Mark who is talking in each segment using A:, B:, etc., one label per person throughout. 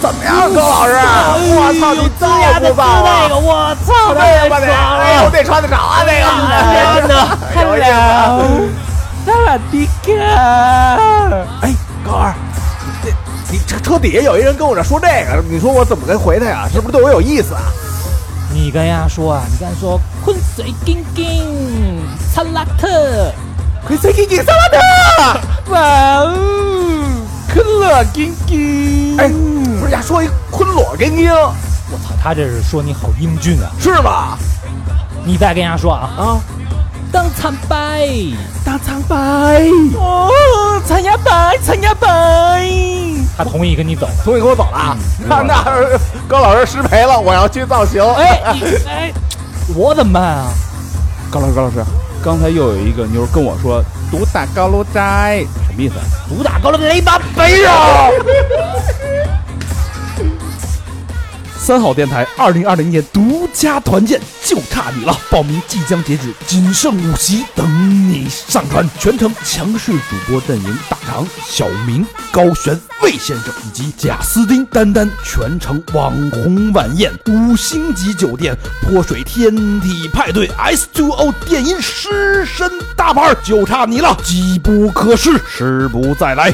A: 怎么样，高
B: 哎
A: 老师？我操，你
B: 龇牙
A: 造
B: 的
A: 不
B: 撕
A: 造啊
B: 哎那个，？我
A: 哎
B: 操，太
A: 呀，我
B: 爽
A: 得，哎呦，我
B: 了！
A: 得穿得着啊，那个。哎
B: 真 的
A: 有意思
B: ，Hello，萨瓦迪卡，
A: 哎，高二，这你车车底下有一人跟我这说这个，你说我怎么跟回他呀？是不是对我有意思啊？
B: 你跟他说啊，你跟他说昆水金金，萨拉特，
A: 可以随给你萨拉特。
B: 哇哦，可乐金金，
A: 哎，不是呀，说一昆裸跟鹰
B: 我操，他这是说你好英俊啊！
A: 是吗？
B: 你再跟人家说啊，
A: 啊，
B: 当参拜，
A: 大长白，
B: 哦，参加拜，参加拜，他同意跟你走。
A: 同意跟我走了啊。
B: 嗯
A: 那那高老师失陪了，我要去造型。
B: 哎，你哎，我怎么办啊？
C: 高老师，高老师，刚才又有一个妞跟我说“毒打高楼斋”，什么意思？
B: 毒打高了雷达
A: 哎呦，
B: 啊
C: 三好电台二零二零年独家团建，就差你了！报名即将截止，仅剩五席，等你上船。全程强势主播阵营大长、小明、高璇、魏先生以及贾斯汀、丹丹，全程网红晚宴，五星级酒店，泼水天体派对，S Two O 电音狮身大牌，就差你了！机不可失，时不再来。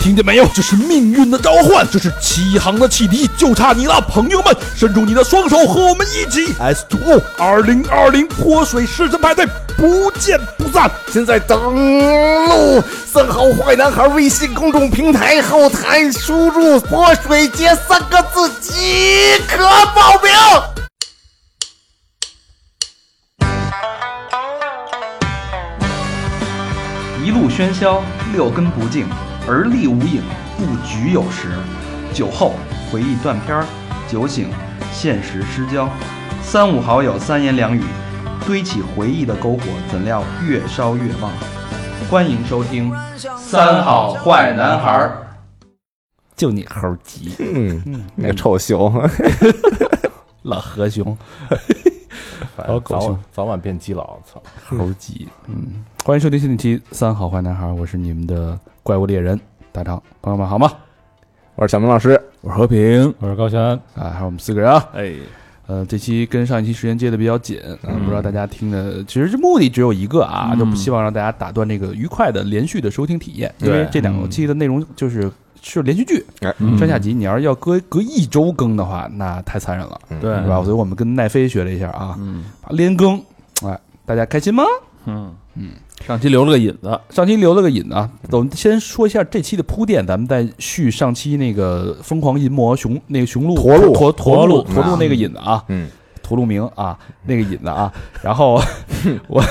C: 听见没有？这是命运的召唤，这是齐航的汽笛，就差你了，朋友们！伸出你的双手，和我们一起 S Two O 二零二零泼水狮身派对，不见不散。
A: 现在登录三好坏男孩微信公众平台后台，输入“泼水节”三个字即可报名。
D: 一路喧嚣，六根不净，而立无影，不局有时。酒后回忆断片儿，酒醒现实失焦。三五好友三言两语，堆起回忆的篝火，怎料越烧越旺。欢迎收听《三好坏男孩儿》。
C: 就你猴急，
A: 嗯，那臭熊，
C: 老何兄，
E: 反
C: 老
E: 正
C: 狗
E: 早
C: 熊
E: 晚早晚变基佬，操！
C: 猴急。嗯，欢迎收听新一期《三好坏男孩》，我是你们的怪物猎人大长，朋友们好吗？
A: 我是小明老师。
C: 我是和平
E: 我是高璇，
C: 啊，还有我们四个人啊。
E: 哎，
C: 呃，这期跟上一期时间接的比较紧，啊，不知道大家听的，其实这目的只有一个啊，就不希望让大家打断这个愉快的连续的收听体验，因为
A: 对
C: 这两期的内容就是是连续剧，
A: 哎
C: 上下集，你要是要隔隔一周更的话，那太残忍了，
E: 对，
C: 是吧？所以我们跟奈飞学了一下啊，连更，哎，大家开心吗？
E: 嗯嗯，上期留了个引子，
C: 上期留了个引啊，我们先说一下这期的铺垫，咱们再续上期那个疯狂淫魔熊那个雄鹿
A: 驼鹿
C: 驼驼鹿
A: 嗯
C: 驼鹿那个引子啊，
A: 嗯，
C: 驼鹿鸣啊那个引子啊，然后 我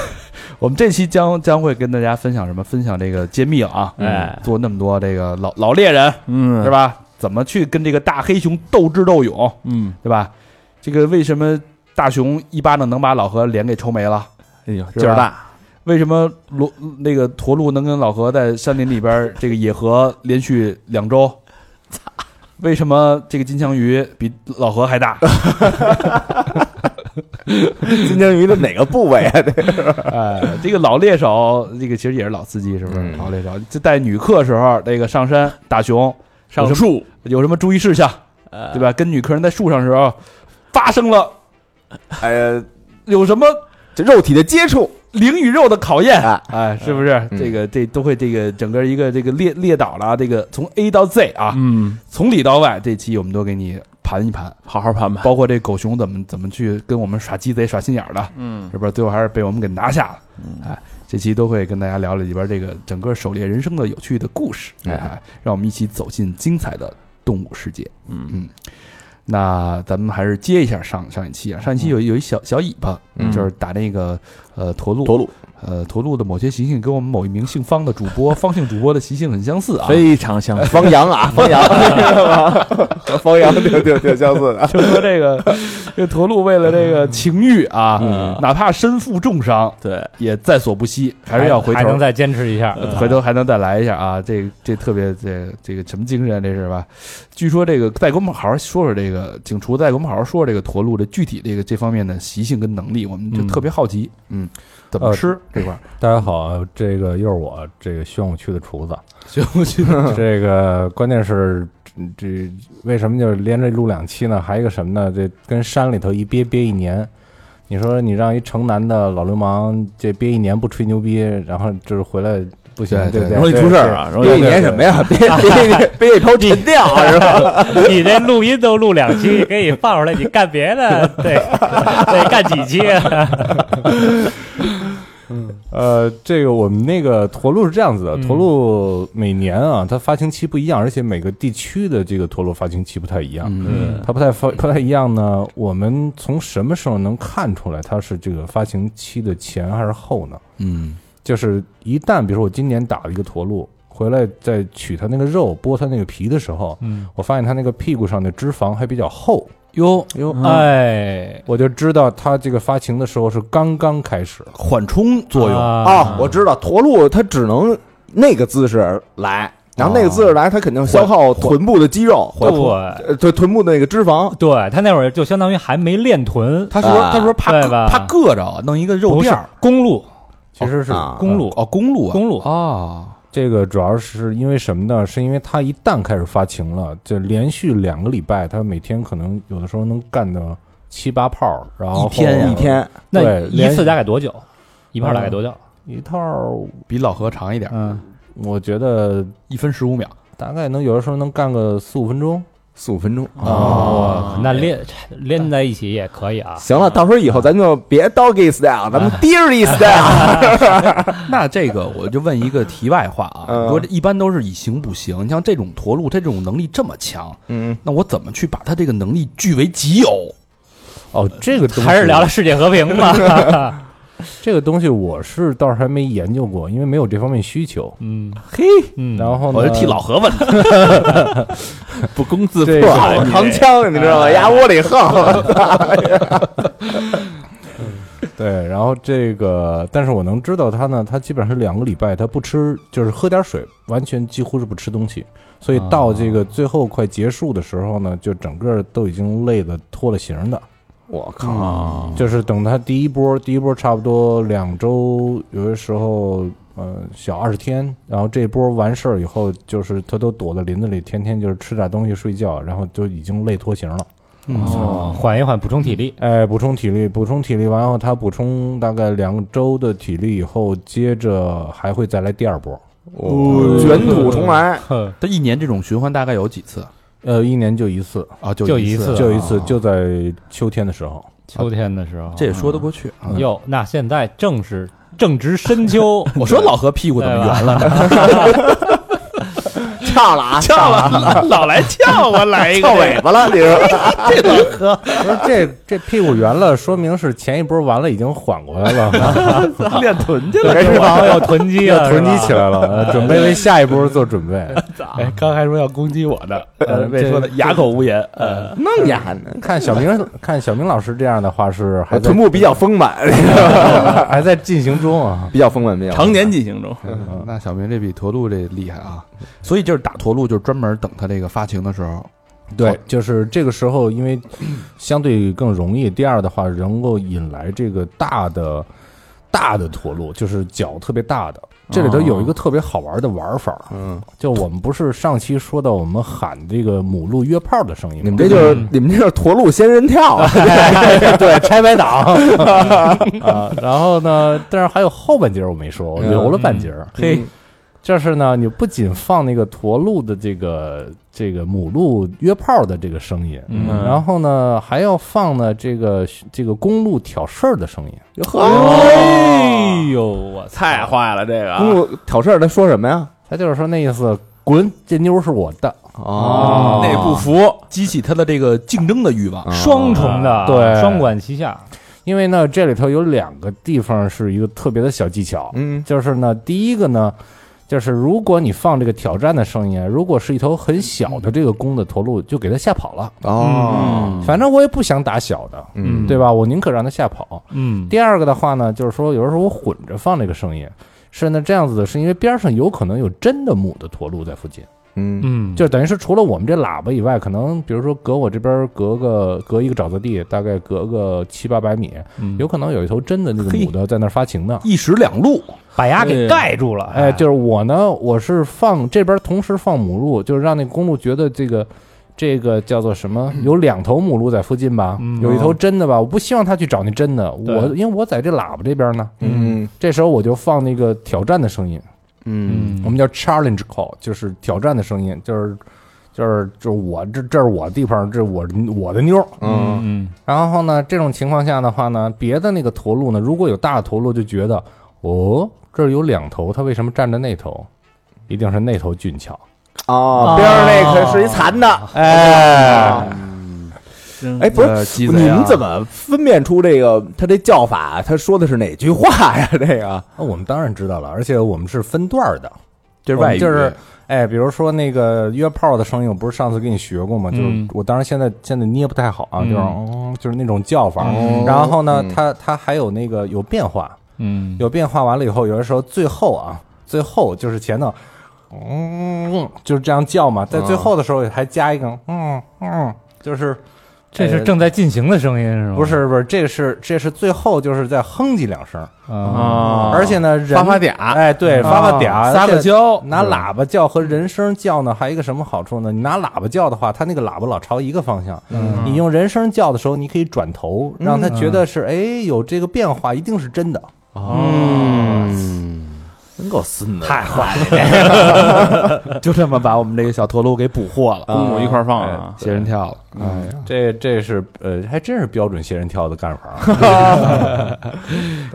C: 我们这期将将会跟大家分享什么？分享这个揭秘啊，
E: 哎
C: 做那么多这个老老猎人
E: 嗯
C: 是？吧？怎么去跟这个大黑熊斗智斗勇，
E: 嗯，
C: 对吧？这个为什么大熊一巴掌能把老何脸给抽没了？
E: 哎呦，
C: 劲儿大，为什么罗那个驼鹿能跟老何在山林里边儿这个野合连续两周？为什么这个金枪鱼比老何还大？
A: 金枪鱼的哪个部位 啊？
C: 哎，这个老猎手，这个其实也是老司机，是不是？
A: 嗯
C: 老猎手就带女客时候，那个上山打熊，上
E: 树，
C: 有什么注意事项，对吧？跟女客人在树上时候发生了
A: 呃，
C: 有什么
A: 这肉体的接触，
C: 灵与肉的考验
A: 啊，
C: 哎，是不是？
A: 嗯
C: 这个这都会这个整个一个这个列列倒了啊，这个从 A 到 Z 啊，
E: 嗯，
C: 从里到外，这期我们都给你盘一盘，
E: 好好盘盘，
C: 包括这狗熊怎么怎么去跟我们耍鸡贼、耍心眼儿的，
E: 嗯，
C: 是不是？最后还是被我们给拿下了。哎，这期都会跟大家聊聊里边这个整个狩猎人生的有趣的故事，
A: 哎
C: 哎，让我们一起走进精彩的动物世界。
E: 嗯
C: 嗯，那咱们还是接一下上上一期啊，上
E: 嗯
C: 一期有有一小小尾巴，
A: 嗯
C: 就是打那个呃驼鹿，
E: 驼鹿
C: 呃驼鹿的某些习性跟我们某一名姓方的主 播方姓主播的习性很相似啊，
E: 非常像，
A: 方洋 啊，方洋，和方洋挺挺挺相似的。
C: 就 说这 个这个驼鹿为了这个情欲啊，
E: 嗯
C: 哪怕身负重伤，
E: 对，
C: 也在所不惜，还是要回头，呃
F: 还能再坚持一下。
C: 回头还能再来一下啊！这这特别这这个什么精神，这是吧？据说这个再给我们好好说说这个警厨，再给我们好好说说这个驼鹿的具体这个这方面的习性跟能力，我们就
E: 嗯
C: 特别好奇，嗯，怎么
F: 呃
C: 吃？
A: 这块儿
F: 大家好，这个又是我，这个宣武区的厨子。
C: 行，我去，
F: 这个关键是嗯这为什么就连着录两期呢？还有一个什么呢？这跟山里头一憋憋一年。你说你让一城南的老流氓这憋一年不吹牛逼，然后就是回来不行，
A: 对
F: 对不
A: 对
F: 对？
G: 容易出事儿啊，容易
A: 别一年什么 呀，别
C: 啊
A: 别别一头沉掉是吧？
D: 你这录音都录两期，给你放出来，你干别的得得干几期啊？
F: 呃，这个我们那个驼鹿是这样子的，
D: 嗯
F: 驼鹿每年啊，它发行期不一样，而且每个地区的这个驼鹿发行期不太一样。
G: 嗯，
F: 它不太发不太一样呢。我们从什么时候能看出来它是这个发行期的前还是后呢？
C: 嗯，
F: 就是一旦比如说我今年打了一个驼鹿，回来再取它那个肉、剥它那个皮的时候，
D: 嗯，
F: 我发现它那个屁股上的脂肪还比较厚，
C: 哟，呃
F: 哟
D: 哎，
F: 我就知道它这个发情的时候是刚刚开始。
C: 缓冲
E: 哎
C: 作
D: 啊
C: 用，
A: 哦，我知道驼鹿它只能那个姿势来，然后那个姿势来，它肯定消耗臀部的肌肉，
D: 对
A: 呃，对臀部的那个脂肪。
D: 对，他那会儿就相当于还没练臀，
C: 他说
A: 啊
C: 他说怕
D: 对
C: 硌
D: 吧
C: 怕硌着，啊弄一个肉
D: 不是
C: 垫儿，
D: 公路，其实是
A: 啊
D: 公路，
C: 哦，公路啊，
D: 公路
C: 啊，
F: 这个主要是因为什么呢？是因为它一旦开始发情了，就连续两个礼拜，它每天可能有的时候能干到七八泡，然后
C: 一天呀
A: 一天，
D: 那
F: 对
D: 一
F: 连
D: 次大概多久？一炮大概多久？
C: 哦
F: 一套
C: 比老何长一点儿，
D: 嗯，
F: 我觉得
C: 一分十五秒，
F: 大概能有的时候能干个四五分钟。
A: 四五分钟。
C: 啊
D: 哦，那练练在一起也可以啊。
A: 行了，到时候以后咱就别 doggy style，咱们
C: 啊
A: dearly style。
C: 那这个我就问一个题外话啊，
A: 嗯
C: 你说这一般都是以形补形，你像这种驼鹿，它这种能力这么强，
A: 嗯，
C: 那我怎么去把它这个能力据为己有？
F: 哦，这个东西
D: 还是聊聊世界和平 吧。
F: 这个东西，我是倒是还没研究过，因为没有这方面需求。
D: 嗯，
C: 嘿，
D: 嗯，
F: 然后呢，
C: 我就替老何问的，
G: 不攻自
F: 这
G: 破，
A: 哇，我扛枪，你知
C: 啊
A: 道吗？压窝里 横。
F: 对，然后这个，但是我能知道他呢，他基本上是两个礼拜，他不吃，就是喝点水，完全几乎是不吃东西，所以到这
D: 啊
F: 个最后快结束的时候呢，就整个都已经累得脱了形的。
A: 我
C: 嗯
A: 靠！
F: 就是等他第一波，第一波差不多两周，有的时候呃小二十天，然后这波完事儿以后，就是他都躲在林子里，天天就是吃点东西睡觉，然后就已经累脱形了。
C: 嗯
D: 哦，缓一缓，补充体力。
F: 哎，补充体力，补充体力完后，他补充大概两周的体力以后，接着还会再来第二波。
A: 卷土重来，
D: 哼，
C: 它嗯一年这种循环大概有几次
F: 呃，一年就一次，
C: 啊？就
D: 就
C: 一
D: 一次
F: 就一次，啊就在秋天的时候。
D: 秋天的时候，嗯
C: 这也说得过去。啊
D: 哟，那现在正是正值深 秋，
C: 我说老何屁股怎么圆了？
A: 翘了 啊，
C: 翘了，老来翘，我来一
A: 翘 尾巴了，你说？
F: 不是这这屁股圆了，说明是前一波完了，已经缓过来 了，
C: 练臀去。
D: 脂肪要 囤积
F: 要
D: 了，
F: 囤积
D: 是吧
F: 起来了， 呃准备为下一波做准备。
C: 哎，刚还说要攻击我 呢，
F: 呃
C: 被说的哑口无言。呃，
A: 弄呀， 呢？
F: 看小明，看小明老师这样的话是还在
A: 啊臀部比较丰满，
F: 还在进行中 啊。
A: 比较丰满，比较丰满
G: 常年进行中。
C: 哎 那小明这比驼鹿这厉害啊！ 所以就是打驼鹿，就是专门等它这个发情的时候。
F: 对，就是这个时候，因为相对更容易。第二的话，能够引来这个大的大的驼鹿，就是脚特别大的。这里头有一个特别好玩的玩法，
A: 嗯，
F: 就我们不是上期说到我们喊这个母鹿约炮的声音吗？
A: 你们这就是你们这就是驼鹿仙人跳啊！
F: 对拆白党 啊，然后呢，但是还有后半截儿我没说，我留了半截儿。
A: 嘿，
F: 就是呢，你不仅放那个驼鹿的这个这个母鹿约炮的这个声音，
G: 嗯
F: 然后呢还要放呢这个这个公鹿挑事儿的声音，
C: 哦
A: 哦
D: 哎呦，我操！
G: 太坏了，
H: 哎
G: 这
A: 公
G: 个
A: 路挑事儿，他说什么呀？
F: 他就是说那意思，滚，这妞儿是我的。
A: 哦
G: 那不服，
C: 激起它的这个竞争的欲望。
D: 双重的，
F: 对
D: 双管齐下。
F: 因为呢这里头有两个地方是一个特别的小技巧，
A: 嗯，
F: 就是呢第一个呢。就是如果你放这个挑战的声音，如果是一头很小的这个公的驼鹿，就给它吓跑了。
A: 哦，
F: 反正我也不想打小的，
A: 嗯
F: 对吧？我宁可让它吓跑。
D: 嗯，
F: 第二个的话呢，就是说有的时候我混着放这个声音，是呢这样子的，是因为边上有可能有真的母的驼鹿在附近，
H: 嗯，
D: 嗯，
F: 就等于是除了我们这喇叭以外，可能比如说隔我这边隔个隔一个沼泽地，大概隔个七八百米，有可能有一头真的那个母的在那儿发情呢。
C: 一石两路，
D: 把牙给盖住了，
F: 哎，就是我呢，我是放这边同时放母鹿，就是让那公鹿觉得这个这个叫做什么，有两头母鹿在附近吧，有一头真的吧，我不希望它去找那真的，我因为我在这喇叭这边呢，
H: 嗯，
F: 这时候我就放那个挑战的声音，
D: 嗯
F: 我们叫 challenge call，就是挑战的声音，就是就是就是我这这是我地方，这是我我的妞，
H: 嗯，
D: 嗯
F: 然后呢，这种情况下的话呢，别的那个驼鹿呢，如果有大的驼鹿，就觉得哦，这儿有两头，它为什么站着那头？一定是那头俊俏。
A: 啊，边上那可是一残的，哎。哎，不
H: 呃
A: 是，
H: 鸡
A: 你
H: 贼啊
A: 们怎么分辨出这个他这叫法，他说的是哪句话呀？这个
F: 那啊我们当然知道了，而且我们是分段儿的，
H: 这是
F: 我们
H: 外语，
F: 就是哎，比如说那个约炮的声音，我不是上次给你学过吗？就是
D: 嗯
F: 我当然现在现在捏不太好啊，
D: 嗯
F: 就是、哦、就是那种叫法。
H: 哦
F: 然后呢
H: 嗯，
F: 它它还有那个有变化，
D: 嗯，
F: 有变化完了以后，有的时候最后啊，最后就是前头，
H: 哦
F: 嗯，就是这样叫嘛，在最
H: 嗯
F: 后的时候还加一个嗯嗯，就是
A: 哎
D: 这是正在进行的声音是吗？
F: 不是不是，这是这是最后就是再哼唧两声，
D: 啊，
F: 而且呢人
H: 发发嗲嗯啊
F: 哎对，发发嗲，
H: 撒个
F: 而且
H: 娇，
F: 拿喇叭叫和人声叫呢，还有一个什么好处呢？你拿喇叭叫的话，它那个喇叭老朝一个方向。
D: 嗯
F: 你用人声叫的时候，你可以转头，
H: 嗯
F: 让他觉得是哎有这个变化，一定是真的。
A: 真够孙的，
D: 太坏 了，
H: 就这么把我们这个小陀螺给捕获了，
C: 嗯
F: 嗯
H: 公母一块儿放啊了，
C: 仙人跳了。哎
H: 嗯
C: 呀，
F: 这这是呃，还真是标准仙人跳的干法。啊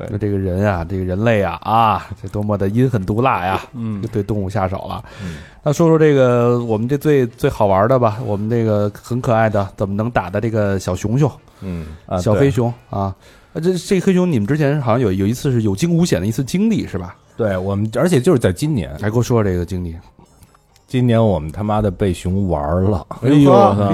C: 那这个人啊，这个人类啊，啊，这多么的阴狠毒辣呀！嗯，就对动物下手了。
F: 嗯
C: 那说说这个我们这最最好玩的吧，我们这个很可爱的，怎么能打的这个小熊熊、
A: 嗯，
F: 啊
C: 小
F: 对
C: 黑熊啊？啊这这黑熊，你们之前好像有有一次是有惊无险的一次经历是吧？
F: 对我们，而且就是在今年，
C: 来给我说说这个经历
F: 今年我们他妈的被熊玩了，
H: 哎呦我操，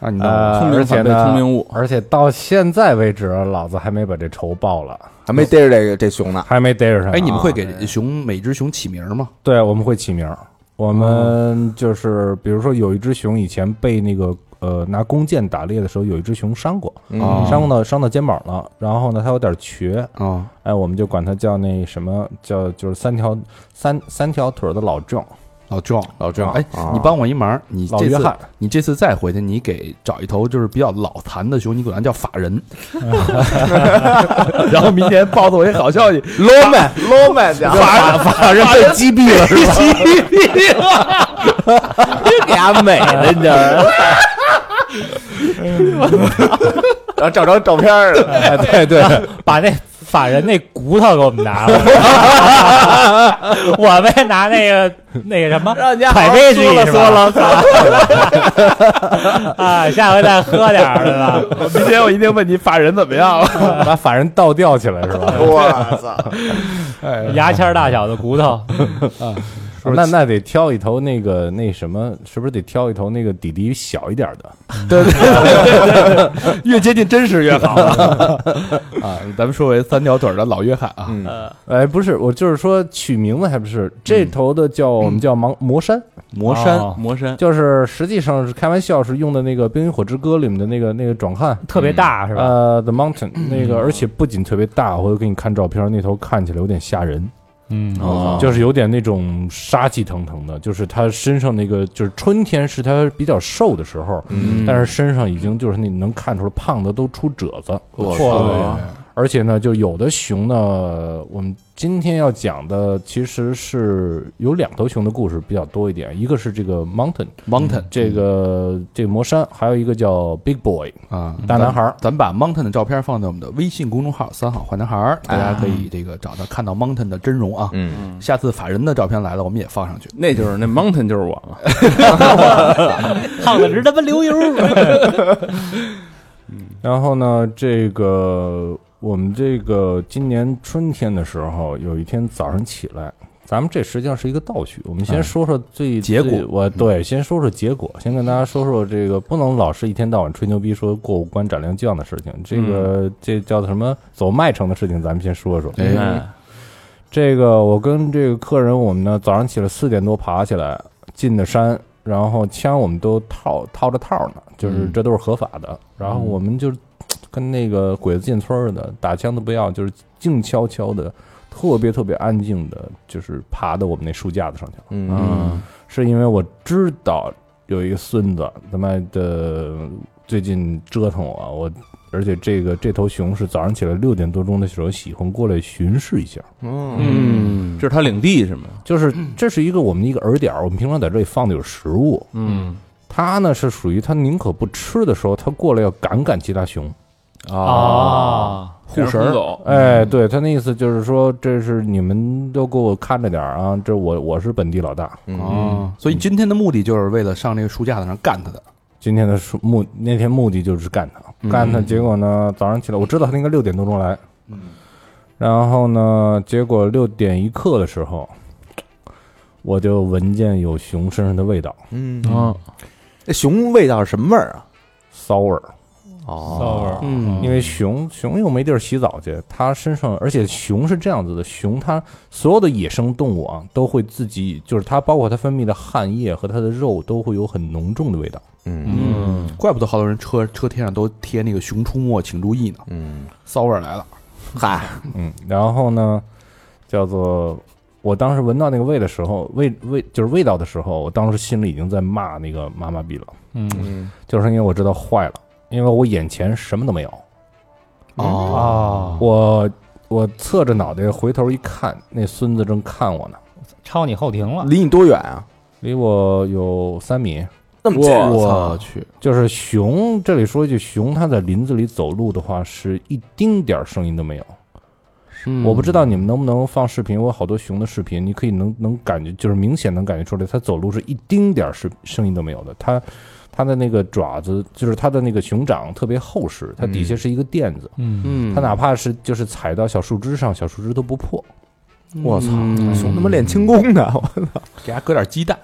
C: 啊！你
F: 呃，
H: 聪明
F: 而且
H: 反被
F: 呢
H: 聪明误
F: 而且到现在为止，老子还没把这仇报了，
A: 还没逮着这个这熊呢。
F: 还没逮着上。
C: 哎，你们会？给熊每只熊起名吗？
F: 对，我们会起名儿，我们就是比如说有一只熊以前被那个。呃，拿弓箭打猎的时候，有一只熊伤过，
C: 哦
F: 伤过到伤到肩膀了，然后呢，它有点瘸，
C: 啊，
F: 哎，我们就管它叫那什么叫就是三条三三条腿儿的老 郑，
C: 老壮，
A: 老郑
C: 哎，你帮我一忙，你
F: 啊老
C: 这
F: 约
C: 次
F: 翰
C: 你这次再回去，你给找一头就是比较老残的熊，你管它叫法 人， 然后明天报作为好消 息，
A: 罗 曼， 罗曼讲，法法人被击毙了，是吧？ 击毙了，给俺美的，你知道吗？ 然后找着照片儿了，
D: 哎对 对，把那法人那骨头给我们 拿了，我们拿那个那个什么
A: 让人家好
D: 百
A: 好
D: 威士
A: 说
D: 忌
A: 了
D: 是
A: 说
D: 吧？
A: 了，操
D: 啊，下回再喝点儿，对吧？
H: 明天我一定问你法人怎么样了，
F: 把法人倒吊起来是吧？
A: 我 操！
D: 牙签儿大小的骨头，
F: 那那得挑一头那个那什么，是不是得挑一头那个底底小一点的？
C: 越接近真实越好啊！咱们说回三条腿儿的老约翰啊，
F: 哎，不是，我就是说取名字还不是这头的叫我们叫盲魔山，
C: 魔山
D: 哦
H: 魔 山，
F: 就是实际上是开玩笑是用的那个《冰与火之歌》里面的那个那个壮汉。
D: 特别大是吧？嗯
F: 呃，The Mountain 那个，而且不仅特别大，我给你看照片，那头看起来有点吓人，
D: 嗯
H: 哦
F: 就是有点那种杀气腾腾的，就是它身上那个，就是春天是它比较瘦的时候，
H: 嗯
F: 但是身上已经就是你能看出来，胖的都出褶子，
H: 我
F: 对而且呢，就有的熊呢，我们今天要讲的其实是有两头熊的故事比较多一点，一个是这个 Mountain，
C: Mountain
F: 这个这个魔山，还有一个叫 Big Boy
C: 啊，
F: 嗯大男孩儿。
C: 咱们把 Mountain 的照片放在我们的微信公众号“三好坏男孩儿”，大
F: 啊
C: 家可以这个找到看到 Mountain 的真容啊。
A: 嗯，
C: 下次法人的照片来了，我们也放上去。
H: 那就是那 mountain 就是我嘛，
D: 胖的直他妈流油。
F: 然后呢，这个我们这个今年春天的时候，有一天早上起来。咱们这实际上是一个倒叙，我们先说说最、
C: 嗯结果嗯
F: 最我对，先说说结果，先跟大家说说这个，不能老是一天到晚吹牛逼说过五关斩六将的事情，这个、
C: 嗯
F: 这叫做什么走麦城的事情，咱们先说说。
A: 嗯
H: 哎，
F: 这个我跟这个客人，我们呢早上起来四点多爬起来，进的山，然后枪我们都套套着套呢，就是这都是合法的。然后我们就跟那个鬼子进村儿似的，打枪的不要，就是静悄悄的，特别特别安静的，就是爬到我们那书架子上去了。
A: 嗯，
F: 是因为我知道有一个孙子他妈的最近折腾我，我而且这个这头熊是早上起来六点多钟的时候喜欢过来巡视一下，
A: 嗯，这是他领地是吗？
F: 就是这是一个我们的一个饵点儿，我们平常在这里放的有食物，
A: 嗯
F: 它呢是属于它宁可不吃的时候，它过来要赶赶其他熊。
D: 啊，
A: 护神儿走，
F: 哎，对他那意思就是说，这是你们都给我看着点儿啊，这我我是本地老大。
I: 嗯
A: 哦，所以今天的目的就是为了上那个书架子上干他的。
F: 今天的是目那天目的就是干他，干他。结果呢，早上起来我知道他应该六点多钟来，嗯，然后呢，结果六点一刻的时候，我就闻见有熊身上的味道，
J: 嗯，
A: 嗯
J: 那熊味道是什么味儿啊？
F: 骚味儿。
J: 哦，
I: 啊
A: 嗯
F: 因为熊熊又没地儿洗澡去，它身上，而且熊是这样子的，熊它所有的野生动物啊，都会自己，就是它包括它分泌的汗液和它的肉都会有很浓重的味道。
J: 嗯
A: 嗯，
I: 怪不得好多人车车贴上都贴那个“熊出没，请注意”呢，
J: 嗯，
I: 骚味儿来了。
J: 嗨，
F: 嗯，然后呢，叫做我当时闻到那个味的时候，味味就是味道的时候，我当时心里已经在骂那个妈妈逼了，
J: 嗯
F: 就是因为我知道坏了，因为我眼前什么都没有，
J: 哦，
I: 嗯
F: 我我侧着脑袋回头一看，那孙子正看我呢，
D: 抄你后庭了。
J: 离你多远啊？
F: 离我有三米。
J: 那么近，啊
F: 我
J: 操
I: 去，
F: 就是熊，这里说一句，熊它在林子里走路的话，是一丁点儿声音都没有。
C: 嗯
F: 我不知道你们能不能放视频，我有好多熊的视频，你可以能能感觉，就是明显能感觉出来，它走路是一丁点儿是声音都没有的。它它的那个爪子，就是它的那个熊掌特别厚实，它底下是一个垫子，
D: 嗯，
A: 嗯
F: 它哪怕是就是踩到小树枝上，小树枝都不破。
J: 我操，
A: 嗯
J: 熊他妈练轻功呢！我
I: 给它搁点鸡蛋，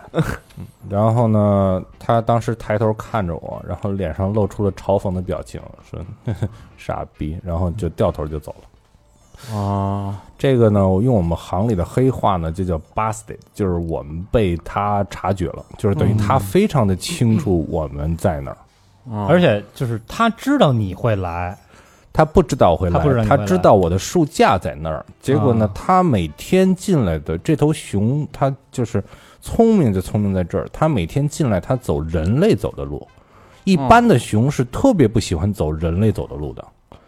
F: 然后呢，他当时抬头看着我，然后脸上露出了嘲讽的表情，说 呵呵傻逼，然后就掉头就走了。
J: 啊，
F: 这个呢，我用我们行里的黑话呢，就叫 busted，就是我们被他察觉了，就是等于他非常的清楚我们在哪儿，
D: 而且就是他知道你会来，
F: 他不知道我会来，
D: 他不知道你会来
F: 知道我的书架在那儿。结果呢，
D: 啊
F: 他每天进来的这头熊，它就是聪明就聪明在这儿，它每天进来，它走人类走的路。一般的熊是特别不喜欢走人类走的路的，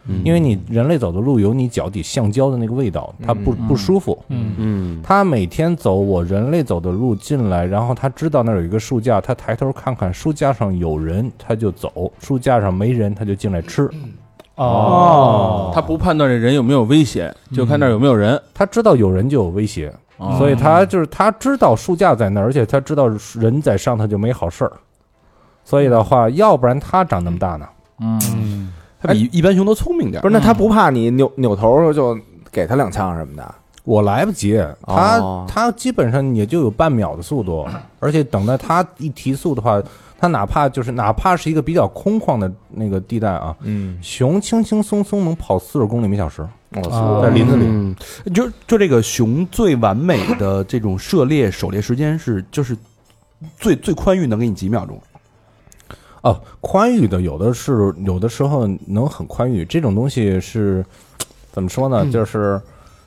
D: 嗯
F: 因为你人类走的路有你脚底橡胶的那个味道，它不
D: 嗯
F: 不舒服。
D: 嗯，
A: 嗯
F: 他每天走我人类走的路进来，然后他知道那儿有一个书架，他抬头看看书架上有人，他就走；书架上没人，他就进来吃。
D: 哦，
A: 他不判断这人有没有危险，就看那儿有没有人。
F: 他知道有人就有威胁，
A: 哦
F: 所以他就是他知道书架在那儿，而且他知道人在上，他就没好事儿。所以的话，要不然他长那么大呢？
D: 嗯，
I: 它
F: 哎
I: 比一般熊都聪明点
J: 不
I: 儿。
J: 是，那他不怕你扭扭头就给他两枪什么的？
F: 我来不及，他、
J: 哦
F: 他基本上也就有半秒的速度，而且等到他一提速的话，他哪怕就是哪怕是一个比较空旷的那个地带啊，
J: 嗯，
F: 熊轻轻松松能跑四十公里每小时，
J: 我
D: 啊
J: 操，
F: 在林子里。
I: 嗯，就就这个熊最完美的这种涉猎狩猎时间是就是最最宽裕，能给你几秒钟。
F: 哦，宽裕的有的是，有的时候能很宽裕。这种东西是怎么说
J: 嗯
F: 呢？就是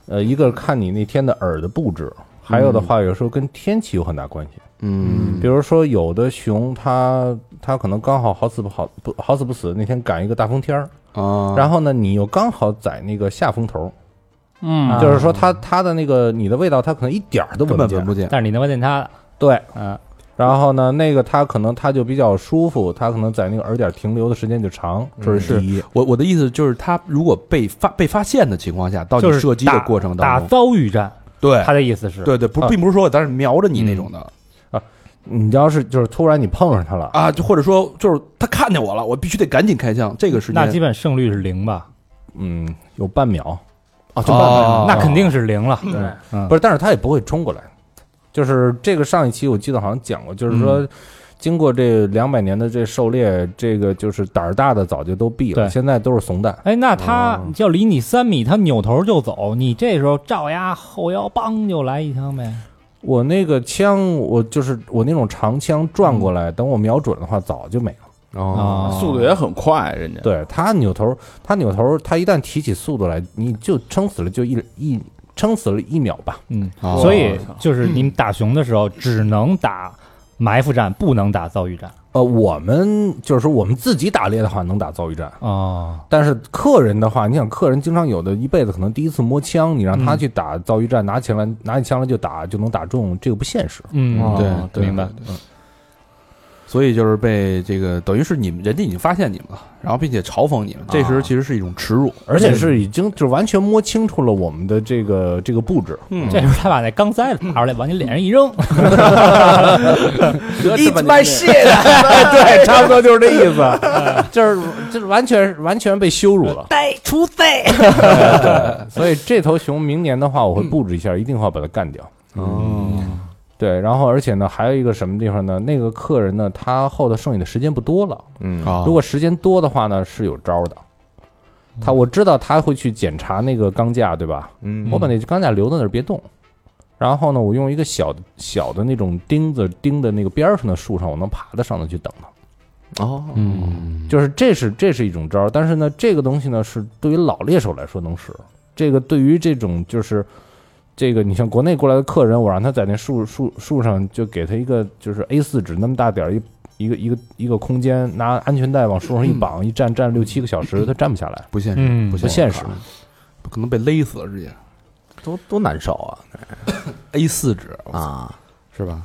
F: 呃，一个看你那天的饵的布置，还有的话，有时候跟天气有很大关系。
J: 嗯
F: 比如说，有的熊它它可能刚好好死不好不好死不死，那天赶一个大风天儿，
J: 啊，
F: 然后呢，你又刚好在那个下风头，
A: 嗯
J: 啊
F: 就是说它它的那个你的味道，它可能一点儿都
I: 根
F: 闻
I: 本
F: 见
I: 闻。不见。
D: 但是你能闻见他，
F: 对，
D: 嗯，
F: 然后呢，那个它可能它就比较舒服，它可能在那个饵点停留的时间就长，这嗯是第一。
I: 我我的意思就是，它如果被发被发现的情况下，到
D: 就
I: 你
D: 是
I: 射击的
D: 打
I: 过程
D: 打
I: 当中，
D: 遭遇战，
I: 对
D: 他的意思是，
I: 对对，不
F: 啊
I: 并不是说我在这瞄着你那种的
F: 你要是就是突然你碰上它了，
I: 啊，就或者说就是他看见我了，我必须得赶紧开枪。这个时
D: 那
I: 间
D: 基本胜率是零吧？
F: 嗯，有半秒，
I: 啊，就
D: 哦，那肯
I: 定
D: 定是零了。对，嗯
F: 不是，但是它也不会冲过来。就是这个上一期我记得好像讲过，就是说，经过这两百年的这狩猎，这个就是胆儿大的早就都毙了，
D: 对
F: 现在都是怂蛋。
D: 哎，那他
I: 哦
D: 要离你三米，他扭头就走，你这时候照压后腰，梆就来一枪呗。
F: 我那个枪，我就是我那种长枪转过来，等我瞄准的话，早就没了。
A: 哦
C: 速度也很快，人家
F: 对他扭头，他扭头，他一旦提起速度来，你就撑死了就一一撑死了一秒吧。
D: 嗯，
I: 哦
D: 所以就是你
I: 嗯
D: 们打熊的时候，只能打埋伏战，不能打遭遇战。
F: 呃，我们就是说我们自己打猎的话能打遭遇战，
D: 哦，
F: 但是客人的话，你想客人经常有的一辈子可能第一次摸枪，你让他
D: 嗯
F: 去打遭遇战，拿起来拿起枪来就打就能打中，这个不现实。
D: 嗯，
I: 哦
C: 对对
D: 明白。
C: 所以就是被这个等于是你们人家已经发现你们了，然后并且嘲讽你们，这时候其实是一种耻辱。
F: 而且是已经就完全摸清楚了我们的这个这个布置，
C: 嗯
D: 这时候他把那钢塞拿出来，往你脸上一扔，
J: Eat my shit！
F: 对，差不多就是这意思，就是这完全完全被羞辱了，
B: 带出贼。
F: 所以这头熊明年的话，我会布置一下，一定要把它干掉。
C: 哦，
F: 对，然后而且呢，还有一个什么地方呢？那个客人呢，他后头剩下的时间不多了，
A: 嗯
C: 啊
F: 如果时间多的话呢，是有招的。他我知道他会去检查那个钢架，对吧？
A: 嗯
F: 我把那钢架留在那儿别动，然后呢，我用一个小的小的那种钉子钉在那个边儿上的树上，我能爬得上的去等它。
C: 哦，
F: 嗯，就是这是这是一种招儿，但是呢，这个东西呢是对于老猎手来说能使，这个对于这种就是这个你像国内过来的客人，我让他在那树树树上就给他一个就是 A 四纸那么大点儿一一个一个一个空间，拿安全带往树上一绑，一站站六七个小时，他站不下来，
C: 不现实，啊
D: 嗯
F: 不现实。
C: 可能被勒死了直接。
J: 多多难受啊
C: A 四纸
J: 啊！
C: 是吧？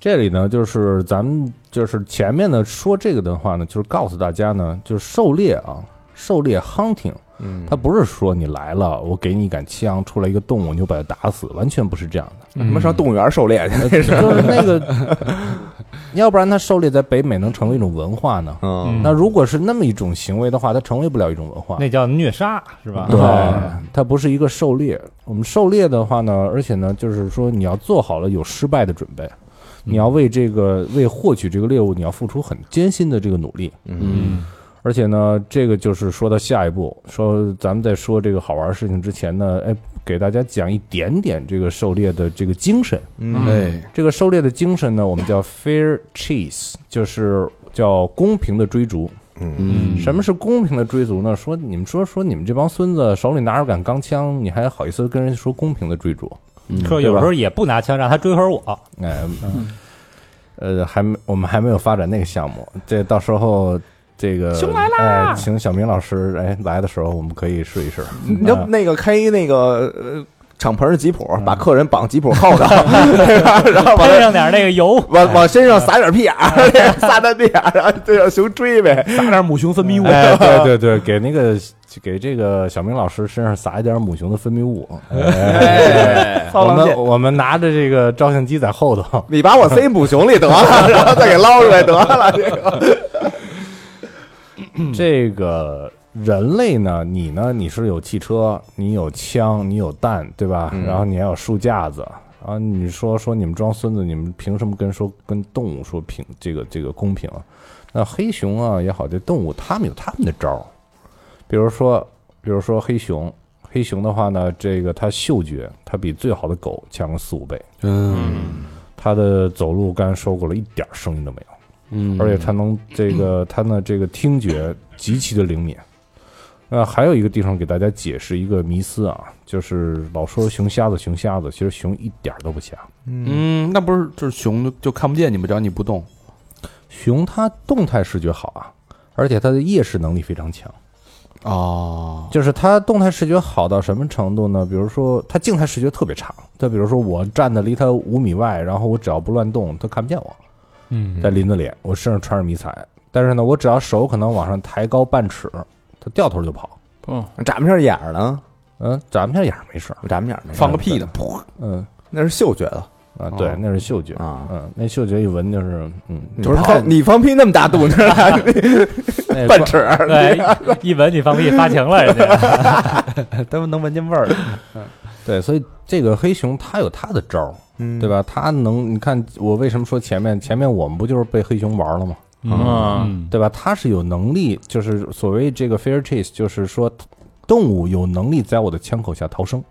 F: 这里呢，就是咱们就是前面呢说这个的话呢，就是告诉大家呢，就是狩猎啊，狩猎 hunting，
A: 嗯
F: 它不是说你来了，我给你一杆枪，出来一个动物你就把它打死，完全不是这样的。
A: 你们上动物园狩猎去
F: 呃
A: 那，
F: 就是是那个，要不然它狩猎在北美能成为一种文化呢？
A: 嗯
F: 那如果是那么一种行为的话，它成为不了一种文
I: 嗯
F: 化。
D: 那叫虐杀是吧？
F: 对，它不是一个狩猎。我们狩猎的话呢，而且呢，就是说你要做好了有失败的准备，你要为这个为获取这个猎物，你要付出很艰辛的这个努力。
D: 嗯
F: 而且呢，这个就是说到下一步，说咱们在说这个好玩的事情之前呢，哎，给大家讲一点点这个狩猎的这个精神。
C: 哎，
F: 这个狩猎的精神呢，我们叫 fair chase，就是叫公平的追逐。
D: 嗯，
F: 什么是公平的追逐呢？说你们说说你们这帮孙子手里拿着杆钢枪，你还好意思跟人说公平的追逐？
I: 嗯
D: 说有时候也不拿枪，让他追会儿我。
F: 哎，呃，还没，我们还没有发展那个项目，这到时候这个熊来啦、哎，请小明老师哎来的时候，我们可以试一试。
A: 你就那个开一那个呃敞篷的吉普，
F: 嗯
A: 把客人绑吉普后头， 然后把
D: 喷
A: 他
D: 上点那个油，
A: 往往身上撒点屁眼儿， 撒点屁眼儿，然后就让熊追呗。
C: 撒点母熊分泌物，
F: 哎，对对对，给那个给这个小明老师身上撒一点母熊的分泌物。哎，我们我们拿着这个照相机在后头，
A: 你把我塞母熊里得了，然后再给捞出来得了。这个
F: 这个人类呢，你呢，你是有汽车，你有枪，你有弹，对吧？然后你还有树架子。啊，你说说你们装孙子，你们凭什么跟说跟动物说平这个这个公平啊？那黑熊啊也好，这动物他们有他们的招儿，比如说，比如说黑熊，黑熊的话呢，这个它嗅觉它比最好的狗强了四五倍，
C: 嗯
F: 它的走路刚才说过了，一点儿声音都没有。
C: 嗯
F: 而且它能这个它呢这个听觉极其的灵敏。那还有一个地方给大家解释一个迷思啊，就是老说熊瞎子，熊瞎子，其实熊一点儿都不瞎，
C: 嗯，那不是就是熊就就看不见你们，只要你不动。
F: 熊它动态视觉好啊，而且它的夜视能力非常强。
C: 哦，
F: 就是它动态视觉好到什么程度呢？比如说它静态视觉特别差，再比如说我站的离它五米外，然后我只要不乱动，它看不见我。
D: 嗯
F: 在林子里，我身上穿着迷彩，但是呢，我只要手可能往上抬高半尺，它掉头就跑。
A: 眨不上眼儿呢，
F: 嗯，眨不下眼儿没事儿。
A: 眨不上眼儿没事儿
C: 放个屁呢，噗，
F: 嗯
A: 那是嗅觉的
F: 啊，对
A: 哦，
F: 那是嗅觉。
A: 啊。
F: 嗯，那嗅觉一闻就是，嗯，
A: 就是放你哎放屁那么大肚 子，
F: 那
A: 半尺，
D: 对，啊一闻你放屁发情了，人 家。
F: 他们能闻见味儿。对，所以这个黑熊它有它的招儿，
A: 嗯
F: 对吧？它能，你看我为什么说前面前面我们不就是被黑熊玩了吗？
A: 啊
D: 嗯，
F: 对吧？它是有能力，就是所谓这个 fair chase，就是说动物有能力在我的枪口下逃生。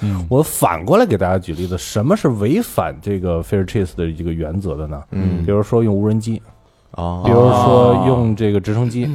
F: 嗯，我反过来给大家举例子，什么是违反这个 fair chase 的一个原则的呢？
A: 嗯
F: 比如说用无人机，
A: 哦哦
F: 比如
D: 哦
F: 说用这个直升机，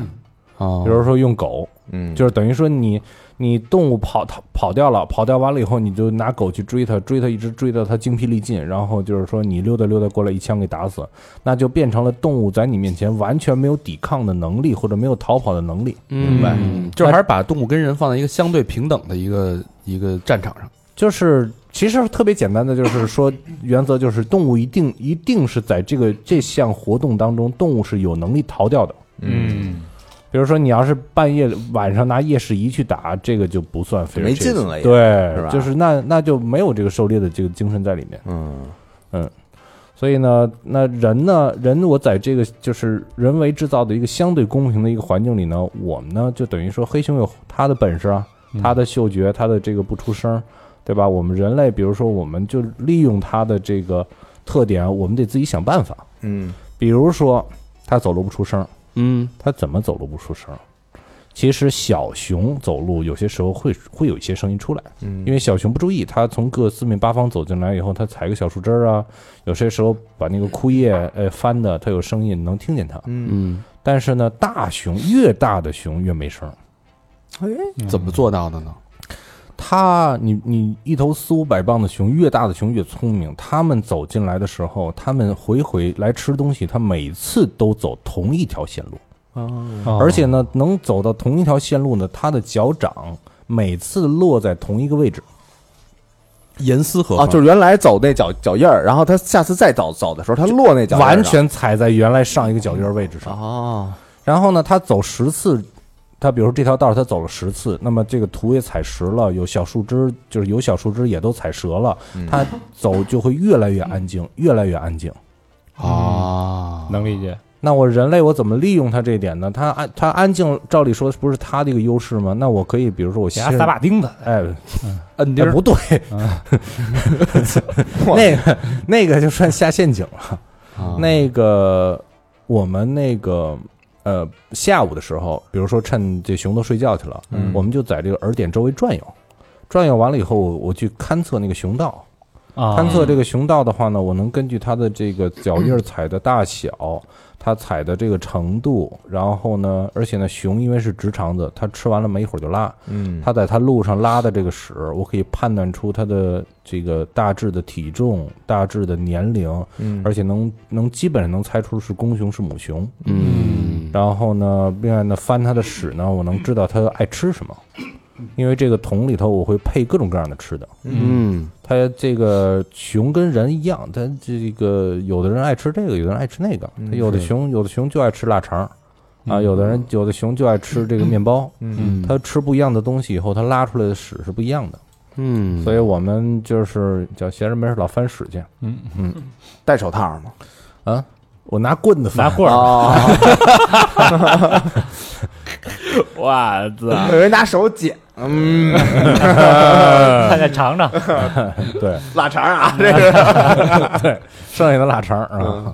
C: 啊
F: 比如说用狗，
A: 嗯，
F: 就是等于说你你动物跑逃跑掉了，跑掉完了以后，你就拿狗去追它，追它一直追到它精疲力尽，然后就是说你溜达溜达过来一枪给打死，那就变成了动物在你面前完全没有抵抗的能力或者没有逃跑的能力。
C: 明
A: 白
C: 就是还是把动物跟人放在一个相对平等的一个一个战场上。
F: 就是其实特别简单的，就是说原则就是动物一定一定是在这个这项活动当中，动物是有能力逃掉的。
A: 嗯，
F: 比如说你要是半夜晚上拿夜视仪去打，这个就不算非
A: 没劲了也
F: 对，
A: 是吧
F: 就是那那就没有这个狩猎的这个精神在里面。
A: 嗯
F: 所以呢，那人呢，人我在这个就是人为制造的一个相对公平的一个环境里呢，我们呢就等于说黑熊有它的本事啊，
A: 嗯
F: 它的嗅觉，它的这个不出声儿，对吧？我们人类，比如说我们就利用它的这个特点，我们得自己想办法。
A: 嗯
F: 比如说，它走路不出声儿，
C: 嗯，
F: 它怎么走路不出声儿？其实小熊走路有些时候会会有一些声音出来，
A: 嗯
F: 因为小熊不注意，它从各四面八方走进来以后，它踩个小树枝儿啊，有些时候把那个枯叶呃翻的，它有声音能听见它。
A: 嗯，
C: 嗯，
F: 但是呢，大熊越大的熊越没声儿，
C: 怎么做到的呢？
F: 它你你一头四五百磅的熊，越大的熊越聪明，它们走进来的时候，它们回回来吃东西，它每次都走同一条线路。
A: 哦
F: 而且呢，能走到同一条线路呢，它的脚掌每次落在同一个位置。
C: 严丝合
A: 啊，就是原来走那脚脚印儿，然后他下次再走走的时候，他落那脚印儿
F: 完
A: 了
F: 全踩在原来上一个脚印儿位置上。
A: 哦，
C: 啊
F: 然后呢，他走十次，他比如说这条道儿他走了十次，那么这个土也踩实了，有小树枝就是有小树枝也都踩折了，他走就会越来越安静，越来越安静。
C: 啊，
D: 能理解。
F: 那我人类我怎么利用它这一点呢？它安它安静，照理说不是它的一个优势吗？那我可以比如说我
D: 给
F: 先
D: 他撒把钉子，
F: 哎，
C: 摁钉
F: 哎
C: 儿
F: 不对， 那个那个就算下陷阱了。
C: 啊
F: 那个我们那个呃下午的时候，比如说趁这熊都睡觉去了，
A: 嗯
F: 我们就在这个饵点周围转悠，转悠完了以后，我我去勘测那个熊道。
D: 啊
F: 勘测这个熊道的话呢，我能根据它的这个脚印儿踩的大小，它踩的这个程度，然后呢，而且呢，熊因为是直肠子，它吃完了没一会儿就拉，
A: 嗯，
F: 它在它路上拉的这个屎，我可以判断出它的这个大致的体重、大致的年龄，
A: 嗯
F: 而且能能基本上能猜出是公熊是母熊。
C: 嗯
F: 然后呢，另外呢，翻它的屎呢，我能知道它爱吃什么，因为这个桶里头我会配各种各样的吃的。
C: 嗯
F: 它这个熊跟人一样，它这个有的人爱吃这个，有的人爱吃那个。它有的熊，有的熊就爱吃腊肠儿，啊，有的人有的熊就爱吃这个面包。
C: 嗯
F: 它吃不一样的东西以后，它拉出来的屎是不一样的。
C: 嗯，
F: 所以我们就是叫闲着没事老翻屎去。
A: 戴手套吗？
F: 我拿棍子
D: 拿
F: 翻，
D: 棍儿，
A: 啊，
D: 哇子，
A: 有人拿手剪， 嗯，
D: 看看尝 尝，
F: 对，
A: 腊肠啊，这个
F: 剩下的腊肠儿啊。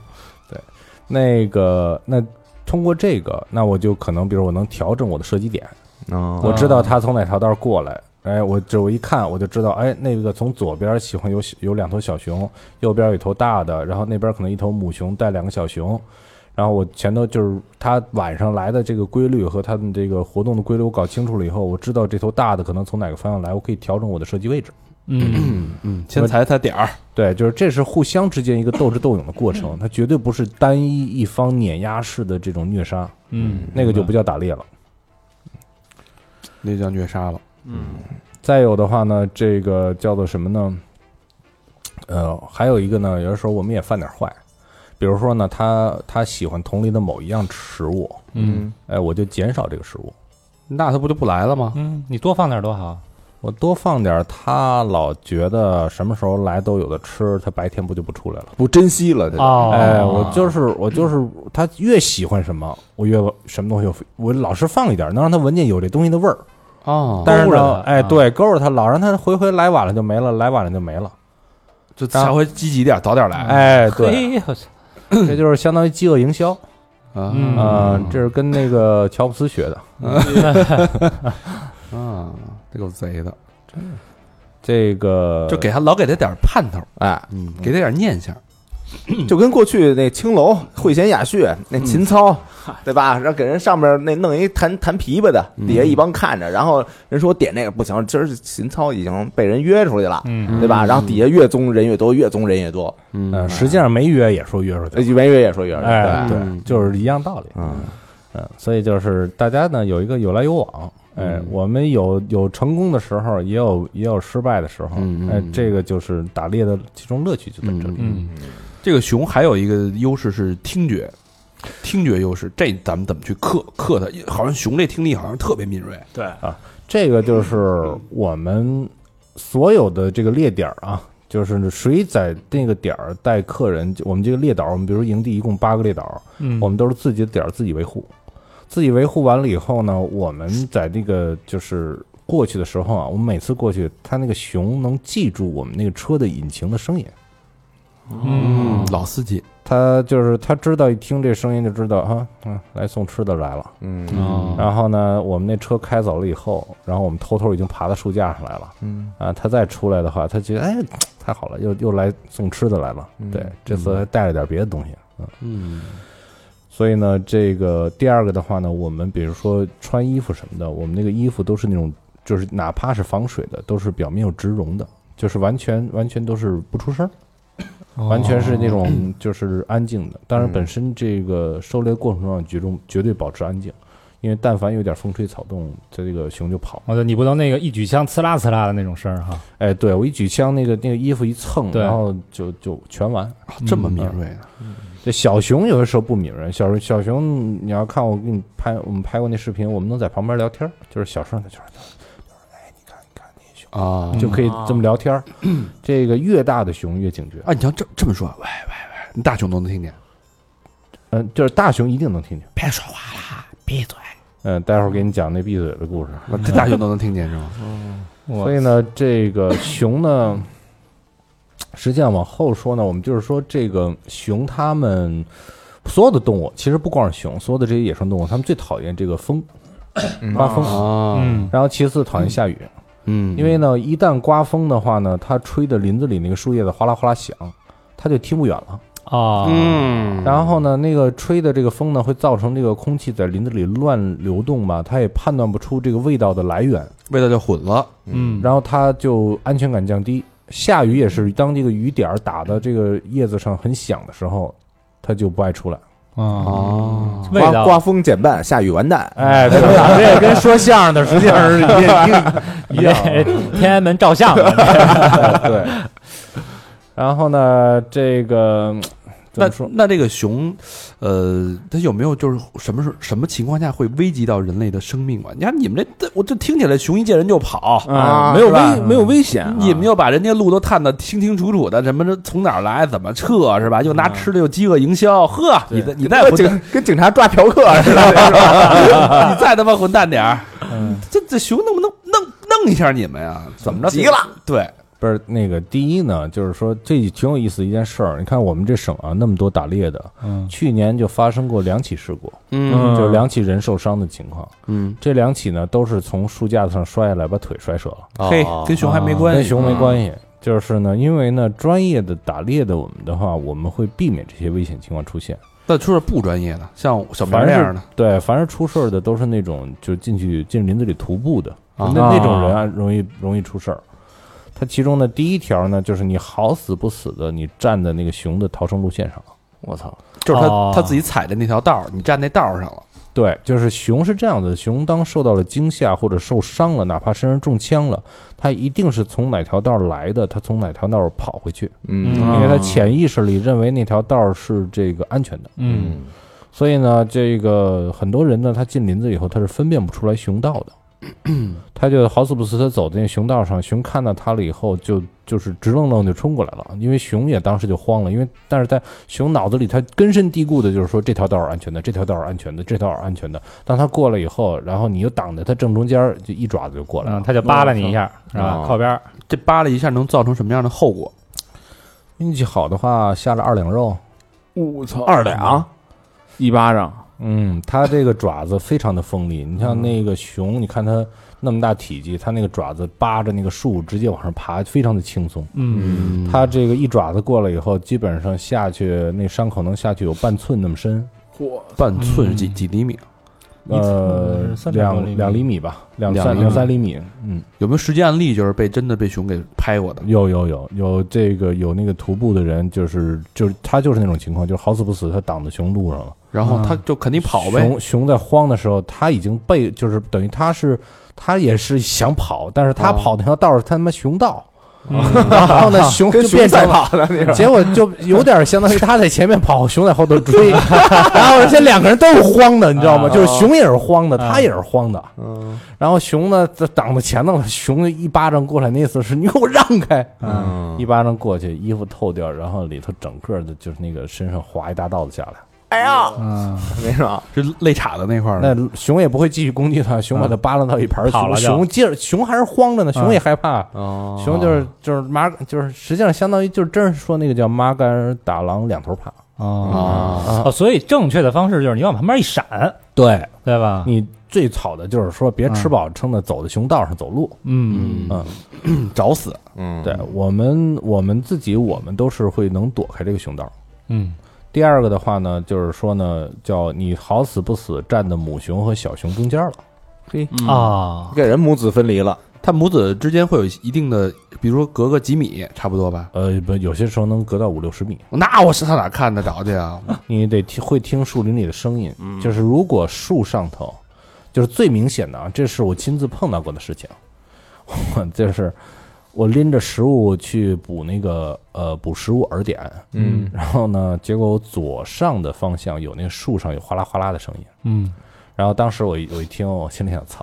F: 对，那个那通过这个，那我就可能，比如我能调整我的射击点，
A: 哦，
F: 我知道他从哪条道儿过来。哎，我这我一看我就知道，哎，那个从左边喜欢有小有两头小熊，右边有一头大的，然后那边可能一头母熊带两个小熊，然后我全都就是它晚上来的这个规律和它们这个活动的规律，我搞清楚了以后，我知道这头大的可能从哪个方向来，我可以调整我的射击位置。
D: 嗯，
C: 嗯嗯，先踩踩点儿，
F: 对，就是这是互相之间一个斗智斗勇的过程，它绝对不是单一一方碾压式的这种虐杀，
D: 嗯，
F: 那个就不叫打猎了。
C: 那叫虐杀了。
F: 再有的话呢，这个叫做什么呢？呃，还有一个呢，有的时候我们也犯点坏，比如说呢，他他喜欢桶里的某一样食物，
D: 嗯
F: 哎，我就减少这个食物，
C: 那他不就不来了吗？
D: 嗯，你多放点儿多好，
F: 我多放点儿，他老觉得什么时候来都有的吃，他白天不就不出来了？
A: 不珍惜了，这就
D: 哦
F: 哎，我就是我就是，他越喜欢什么，我越什么东西我我老是放一点儿，能让他闻见有这东西的味儿。
C: 哦，
F: 但是
D: 勾着
F: 呢
D: 它，
F: 哎，
D: 啊
F: 对，勾着他，老让他回回来晚了就没了，来晚了就没了。
C: 就下回积极点，早点来。
F: 哎，对，
D: 嗯嘿，我操
F: 这就是相当于饥饿营销
C: 嗯
F: 啊、这是跟那个乔布斯学的。
C: 嗯啊，这够贼的。
F: 这个
C: 就给他老给他点儿盼头，
A: 哎，
C: 嗯，给他点儿念想。
A: 就跟过去那青楼、会贤雅叙、那秦操，对吧？然后给人上面那弄一弹弹琵琶的，底下一帮看着，然后人说我点那个不行，今儿秦操已经被人约出去了，
D: 嗯
A: 对吧？然后底下越宗人越多，越宗人越多，
C: 嗯
F: 呃，实际上没约也说约出去
A: 呃
F: 了，
A: 越约越说越
F: 哎，
A: 对，
C: 嗯
F: 对，就是一样道理。
A: 嗯，
F: 嗯，所以就是大家呢有一个有来有往，哎，
C: 嗯
F: 我们有有成功的时候，也有也有失败的时候，
C: 嗯嗯
F: 哎
C: 嗯，
F: 这个就是打猎的其中乐趣就在这里。
D: 嗯，
C: 这个熊还有一个优势是听觉，听觉优势，这咱们怎么去克克它？好像熊这听力好像特别敏锐，
D: 对，
F: 这个就是我们所有的这个猎点儿啊，就是谁在那个点儿带客人，就我们这个猎岛，我们比如营地一共八个猎岛，
D: 嗯
F: 我们都是自己的点儿自己维护，自己维护完了以后呢，我们在那个就是过去的时候啊，我们每次过去，它那个熊能记住我们那个车的引擎的声音，
D: 嗯，
C: 老司机
F: 它就是它知道一听这声音就知道啊，嗯，来送吃的来了。
A: 嗯
C: 啊
F: 然后呢，我们那车开走了以后，然后我们偷偷已经爬到树架上来了。嗯啊，他再出来的话，他觉得哎，太好了，又又来送吃的来了。对，这次还带了点别的东西。嗯，
C: 嗯
F: 所以呢，这个第二个的话呢，我们比如说穿衣服什么的，我们那个衣服都是那种，就是哪怕是防水的，都是表面有植绒的，就是完全完全都是不出声儿。完全是那种就是安静的。当然，本身这个狩猎过程中绝中绝对保持安静，因为但凡有点风吹草动，它这个熊就跑。
D: 我说你不能那个一举枪刺啦刺啦的那种声儿哈，
F: 哎，对我一举枪，那个那个衣服一蹭，
D: 对
F: 然后就就全完。
C: 啊这么敏锐呢？
F: 这小熊有的时候不敏锐，小熊小熊，你要看我给你拍，我们拍过那视频，我们能在旁边聊天儿，就是小声的，就是
C: 啊
F: 就可以这么聊天儿。 这个越大的熊越警觉，
C: 啊！你要这这么说，喂喂喂，你大熊都能听见，
F: 嗯，就是大熊一定能听见。
C: 别说话啦，闭嘴！
F: 嗯，待会儿给你讲那闭嘴的故事。
C: 这大熊都能听见是吗？
F: 所以呢，这个熊呢，实际上往后说呢，我们就是说，这个熊它们所有的动物，其实不光是熊，所有的这些野生动物，它们最讨厌这个风，刮风，
C: 啊，
D: 嗯
F: 然后其次讨厌下雨，
C: 嗯，
F: 因为呢，一旦刮风的话呢，它吹的林子里那个树叶子哗啦哗啦响，它就听不远了。
D: 啊，
C: 嗯，
F: 然后呢，那个吹的这个风呢，会造成这个空气在林子里乱流动嘛，它也判断不出这个味道的来源，
C: 味道就混了，
D: 嗯，
F: 然后它就安全感降低。下雨也是，当这个雨点儿打到这个叶子上很响的时候，它就不爱出来。
C: 哦，
D: 嗯味
A: 刮
D: 道
A: 刮风减半，下雨完蛋，
F: 哎，对吧？这跟说相声的实际上是
D: 你这天安门照相的，
F: 对。然后呢，这个嗯怎
C: 那
F: 么说？
C: 那这个熊，呃，它有没有就是什么时候什么情况下会危及到人类的生命啊？你看你们这，这我这听起来熊一见人就跑，
A: 啊
C: 没有
A: 是吧
C: 危
A: 没有危险啊
C: 你们又把人家路都探得清清楚楚的，什么这从哪儿来，怎么撤是吧？又拿吃的又饥饿营销，呵，你再你再 混蛋，
A: 警跟警察抓嫖客似的，
C: 你再他妈混蛋点儿，这这熊能不能弄弄一下你们呀？怎么着？
A: 急了，
C: 对，
F: 不是那个第一呢，就是说这挺有意思的一件事儿。你看我们这省啊，那么多打猎的，
D: 嗯
F: 去年就发生过两起事故，
C: 嗯
F: 就两起人受伤的情况。
C: 嗯，
F: 这两起呢，都是从树架子上摔下来，把腿摔折了。啊
C: 嘿，跟熊还没关系，嗯
F: 跟熊没关系。就是呢，因为呢，专业的打猎的我们的话，我们会避免这些危险情况出现。
C: 那出了不专业的，像小明
F: 凡
C: 这
F: 是
C: 样的，
F: 对，凡是出事儿的都是那种就进去进林子里徒步的，
C: 啊
F: 那那种人啊，容易容易出事儿。它其中呢，第一条呢，就是你好死不死的，你站在那个熊的逃生路线上。
A: 我操，
C: 就是他、
D: 哦
C: 他自己踩的那条道儿，你站那道儿上了，
F: 对，就是熊是这样的，熊当受到了惊吓或者受伤了，哪怕身上中枪了，它一定是从哪条道儿来的，它从哪条道儿跑回去。
A: 嗯
F: 因为他潜意识里认为那条道儿是这个安全的，
D: 嗯，
F: 所以呢，这个很多人呢，他进林子以后，他是分辨不出来熊道 的，他就好死不死，他走在那熊道上，熊看到他了以后就，就是直愣愣就冲过来了，因为熊也当时就慌了，因为但是在熊脑子里，他根深蒂固的就是说这条道儿安全的，这条道儿安全的，这条道儿安全的。当他过来以后，然后你就挡在他正中间儿，就一爪子就过来了
D: 嗯，。他就扒拉你一下，是吧？
A: 哦
D: 靠边儿，
C: 这扒拉一下能造成什么样的后果？
F: 运气好的话，下了二两肉。
A: 我操，二两，一巴掌，
B: 嗯
F: 嗯，它这个爪子非常的锋利。你像那个熊，你看它那么大体积，它那个爪子扒着那个树直接往上爬，非常的轻松。
B: 嗯，
F: 它这个一爪子过来以后，基本上下去那伤口能下去有半寸那么深，
C: 半寸
K: 嗯
C: 是几几厘米？
B: 一寸
F: 呃
B: 是，三百多厘米
F: 两两厘米吧，两
C: 两
F: 三
C: 厘米
F: 两三厘米。嗯，
C: 有没有实际案例就是被真的被熊给拍过的？
F: 有有有有这个有那个徒步的人，就是就是他就是那种情况，就是好死不死他挡在熊路上了。
C: 然
K: 嗯
C: 后他就肯定跑呗，
F: 熊熊在慌的时候，他已经被就是等于他是他也是想跑，但是他
A: 哦
F: 跑那条道是他妈熊道， 然后呢熊
A: 嗯
F: 就
A: 跟熊
F: 变
A: 赛
F: 成了。
A: 跑呢，你说
F: 结果就有点相当于他在前面跑，熊在后 头追，然后而且两个人都是慌的，你知道吗？就是熊也是慌的，他也是慌的。
A: 啊嗯
F: 然后熊呢这挡在前头了，熊一巴掌过来，那意思是你给我让开，
A: 嗯，
F: 一巴掌过去，衣服透掉，然后里头整个的就是那个身上划一大道子下来。
A: 哎 呀，
B: 嗯，
A: 没啊什么，
C: 是肋叉的那块儿的。
F: 那熊也不会继续攻击它，熊把它扒拉到一盘儿去，
D: 跑了就
F: 熊接着，熊还是慌着呢，熊也害怕。
A: 哦
F: 熊就是就是麻，就是实际上相当于就是真是说那个叫麻杆儿打狼两头爬。
D: 哦哦，所以正确的方式就是你往旁边一闪，
F: 对
D: 对吧？
F: 你最草的就是说别吃饱撑的走在熊道上走路。
D: 嗯，
C: 嗯，找死！
A: 嗯，
F: 对我们我们自己我们都是会能躲开这个熊道。
D: 嗯，
F: 第二个的话呢，就是说呢，叫你好死不死站在母熊和小熊中间了。
D: 啊，
A: 给人母子分离了，
C: 他母子之间会有一定的，比如说隔个几米，差不多吧。
F: 呃，不，有些时候能隔到五六十米。
C: 那我上哪儿看得着去啊？
F: 你得听会听树林里的声音，就是如果树上头，就是最明显的啊，这是我亲自碰到过的事情， 我就是我拎着食物去补那个呃补食物饵点，
A: 嗯，
F: 然后呢，结果我左上的方向有那个树上有哗啦哗啦的声音，
D: 嗯
F: 然后当时我一我一听，我心里想操，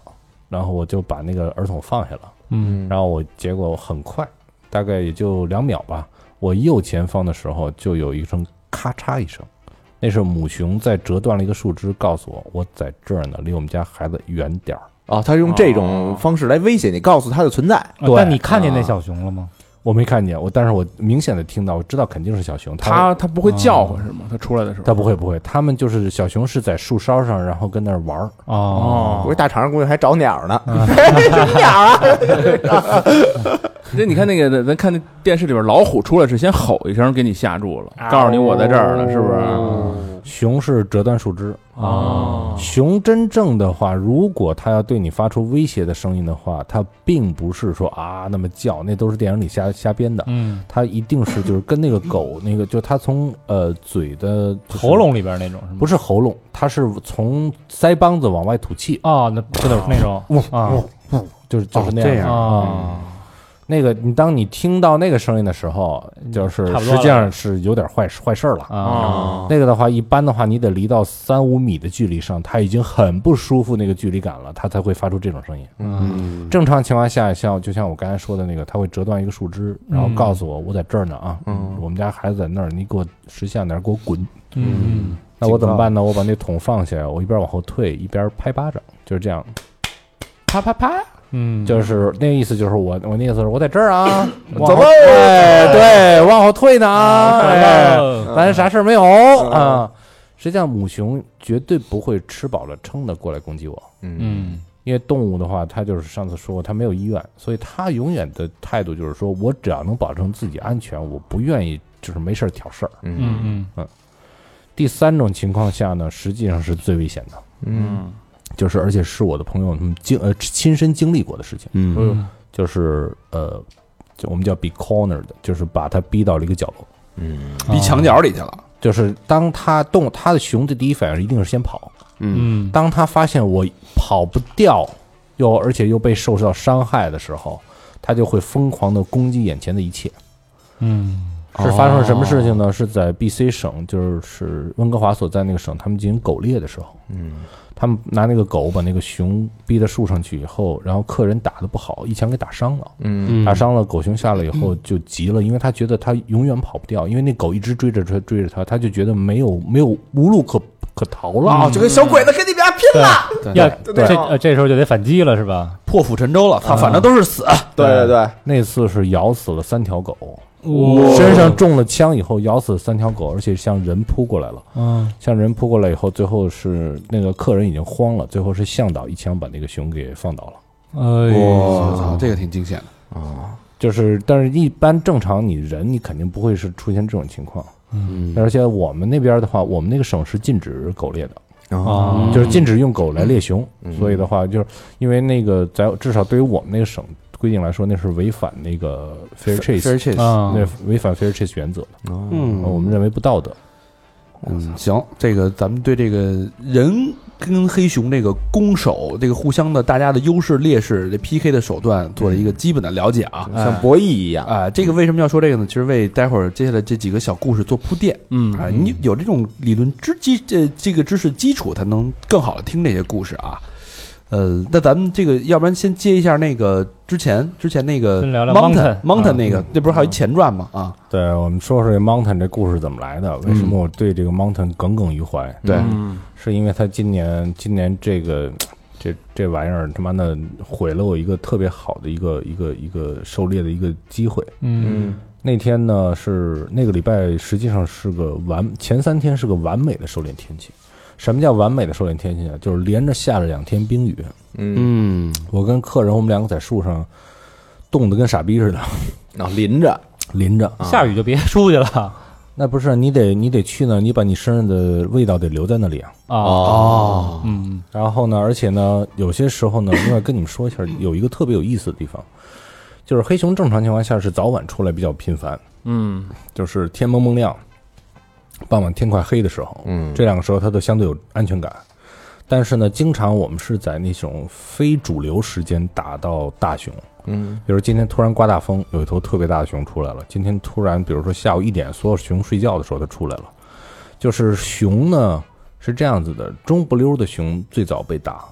F: 然后我就把那个儿筒放下了，
D: 嗯，
F: 然后我结果很快，大概也就两秒吧，我右前方的时候就有一声咔嚓一声，那是母熊在折断了一个树枝，告诉我我在这儿呢，离我们家孩子远点儿。
A: 哦，他用这种方式来威胁你，告诉他的存在，
F: 对
D: 那你看见那小熊了吗？
F: 我没看见我，但是我明显的听到，我知道肯定是小熊。它
K: 他他不会叫
C: 哦
K: 唤是吗？他出来的时候，
F: 它不会不会，它们就是小熊是在树梢上，然后跟那儿玩儿。
D: 哦
A: 我这大肠估计还找鸟呢，什么鸟啊？
K: 那你看那个，咱看那电视里边，老虎出来是先吼一声给你吓住了，告诉你我在这儿呢，是不是？
F: 熊是折断树枝，
D: 啊
F: 啊
K: 哦，
F: 熊真正的话，如果它要对你发出威胁的声音的话，它并不是说啊那么叫，那都是电影里瞎瞎编的。
D: 嗯，
F: 它一定是就是跟那个狗那个，就它从呃嘴的就是
D: 喉咙里边那种是吗？
F: 不是喉咙，它是从腮帮子往外吐气，
D: 哦，那不是那种啊
F: 就是
D: 哦
F: 就是那
C: 这
F: 样
C: 样
F: 啊。那个你当你听到那个声音的时候，就是
D: 嗯差不多
F: 实
D: 了
F: 际上是有点坏坏事儿了。
D: 啊，
F: 那个的话，一般的话，你得离到三五米的距离上，它已经很不舒服那个距离感了，它才会发出这种声音。
C: 嗯，
F: 正常情况下，像就像我刚才说的那个，它会折断一个树枝，
D: 嗯
F: 然后告诉我我在这儿呢啊，
A: 嗯
F: 我们家孩子在那儿，你给我识相点，给我滚。
D: 嗯，
F: 那我怎么办呢？我把那桶放下，我一边往后退，一边拍巴掌，就是这样，
K: 啪啪啪，
D: 嗯，
F: 就是那个意思，就是我我那意思是我在这儿啊，往
A: 走嗯
F: 后
A: 喽
F: 哎，对，往后退呢啊，哎
D: 哦
F: 咱啥事儿没有
D: 嗯
F: 啊。实际上，母熊绝对不会吃饱了撑的过来攻击我，
D: 嗯
F: 因为动物的话，它就是上次说过，它没有意愿，所以它永远的态度就是说我只要能保证自己安全，我不愿意就是没事儿挑事儿。
D: 嗯嗯
F: 第三种情况下呢，实际上是最危险的，
A: 嗯
F: 就是而且是我的朋友他们经呃亲身经历过的事情，
C: 嗯，
F: 就是呃，就我们叫 be cornered，就是把它逼到了一个角落，
A: 嗯
C: 逼墙角里去了。
F: 就是当它动它的熊的第一反应一定是先跑，
D: 嗯，
F: 当他发现我跑不掉，又而且又被受到伤害的时候，他就会疯狂的攻击眼前的一切。
D: 嗯
F: 是发生了什么事情呢？是在 B.C 省，就是是温哥华所在那个省，他们进行狗猎的时候，
A: 嗯，
F: 他们拿那个狗把那个熊逼到树上去以后，然后客人打的不好，一枪给打伤了。
A: 嗯
F: 打伤了狗熊下来以后就急了，因为他觉得他永远跑不掉，因为那狗一直追着他追着他，他就觉得没有没有无路可可逃了。
A: 哦，就跟小鬼子跟你们俩拼了，
D: 要
A: 对
D: 这
A: 对
D: 呃这时候就得反击了是吧？
C: 破釜沉舟了，操，
F: 啊
C: 反正都是死。
A: 对对对，
F: 那次是咬死了三条狗，
B: 嗯
F: 身上中了枪以后咬死了三条狗，而且向人扑过来了。
D: 嗯
F: 向人扑过来以后，最后是那个客人已经慌了，最后是向导一枪把那个熊给放倒了。哎
C: 我操，这个挺惊险的。
F: 就是，但是一般正常你人你肯定不会是出现这种情况，
C: 嗯
F: 而且我们那边的话，我们那个省是禁止狗猎的。
K: 哦
D: 啊
F: 就是禁止用狗来猎熊，所以的话，就是因为那个在至少对于我们那个省规定来说，那是违反那个 fair chase，
C: chase，
D: 啊，
F: 那违反 fair chase 原则的，
C: 嗯，
F: 我们认为不道德。
C: 嗯，行，这个咱们对这个人跟黑熊这个攻守，这个互相的大家的优势劣势，这 PK 的手段做了
F: 嗯
C: 一个基本的了解啊。
A: 像博弈一样，
C: 啊，这个为什么要说这个呢？其实为待会儿接下来这几个小故事做铺垫
K: 嗯
C: 啊，你有这种理论知基这这个知识基础，才能更好的听这些故事啊。呃，那咱们这个，要不然先接一下那个之前之前那个
D: 先聊啊嗯聊
C: Mountain
D: Mountain
C: Mountain 那个，这不是还有一前传吗？啊，
F: 对，我们说说这 Mountain 这故事怎么来的？为什么我对这个 Mountain 耿耿于怀？
C: 对，
F: 是因为他今年今年这个这这玩意儿他妈的毁了我一个特别好的一个一个一个狩猎的一个机会。
D: 嗯
F: 那天呢是那个礼拜，实际上是个完前三天是个完美的狩猎天气。什么叫完美的狩猎天气啊？就是连着下了两天冰雨，
A: 嗯，
C: 嗯，
F: 我跟客人我们两个在树上冻得跟傻逼似的，
A: 然后淋着，
F: 淋着。
D: 下雨就别出去了啊
F: 那不是你得你得去呢，你把你身上的味道得留在那里啊。
D: 哦，嗯
F: 然后呢，而且呢，有些时候呢，另外跟你们说一下，有一个特别有意思的地方，就是黑熊正常情况下是早晚出来比较频繁，
K: 嗯
F: 就是天蒙蒙亮，傍晚天快黑的时候，
A: 嗯
F: 这两个时候它都相对有安全感。但是呢，经常我们是在那种非主流时间打到大熊，
A: 嗯，
F: 比如今天突然刮大风，有一头特别大的熊出来了。今天突然，比如说下午一点，所有熊睡觉的时候它出来了。就是熊呢是这样子的，中不溜的熊最早被打，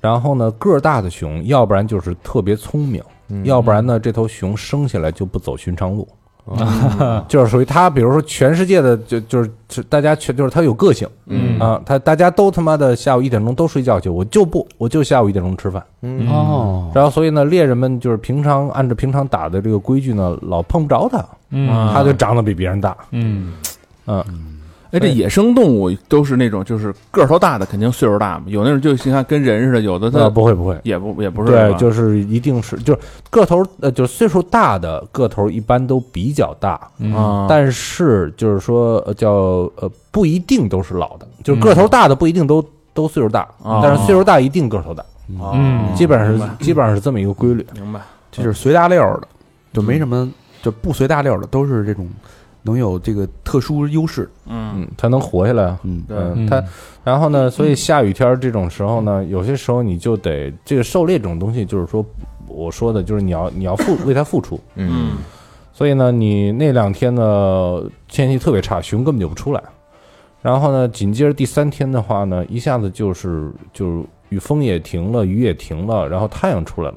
F: 然后呢个儿大的熊，要不然就是特别聪明，要不然呢这头熊生下来就不走寻常路。
K: 嗯
F: 就是属于它，比如说全世界的就就是就大家全就是它有个性，
D: 嗯
F: 啊，他大家都他妈的下午一点钟都睡觉去，我就不，我就下午一点钟吃饭。
A: 嗯
C: 哦，
F: 然后所以呢，猎人们就是平常按照平常打的这个规矩呢，老碰不着他，
D: 嗯
F: 他就长得比别人大。
D: 嗯
K: 哎，这野生动物都是那种，就是个头大的肯定岁数大嘛，有那种就像跟人似的，有的
F: 呃，
K: 它
F: 不会不会，
K: 也不也不是
F: 对，
K: 吧
F: 就是一定是就是个头呃，就是岁数大的个头一般都比较大，
A: 嗯
D: 嗯
K: 啊，
F: 嗯但是就是说呃叫呃不一定都是老的，就是个头大的不一定都都岁数大，
K: 哦
F: 但是岁数大一定个头
K: 啊
F: 大，
D: 嗯
F: 基本上是基本上是这么一个规律。
K: 明白
C: 这就是随大溜儿的，就没什么，就不随大溜儿的，都是这种能有这个特殊优势。
K: 嗯
F: 嗯，才能活下来啊。
C: 嗯，
K: 对
F: 嗯，它然后呢，
D: 嗯
F: 所以下雨天儿这种时候呢，有些时候你就得这个狩猎这种东西，就是说我说的就是你要你要付为它付 出。
A: 嗯
F: 所以呢，你那两天呢天气特别差，熊根本就不出来。然后呢，紧接着第三天的话呢，一下子就是就是雨风也停了，雨也停了，然后太阳出来了。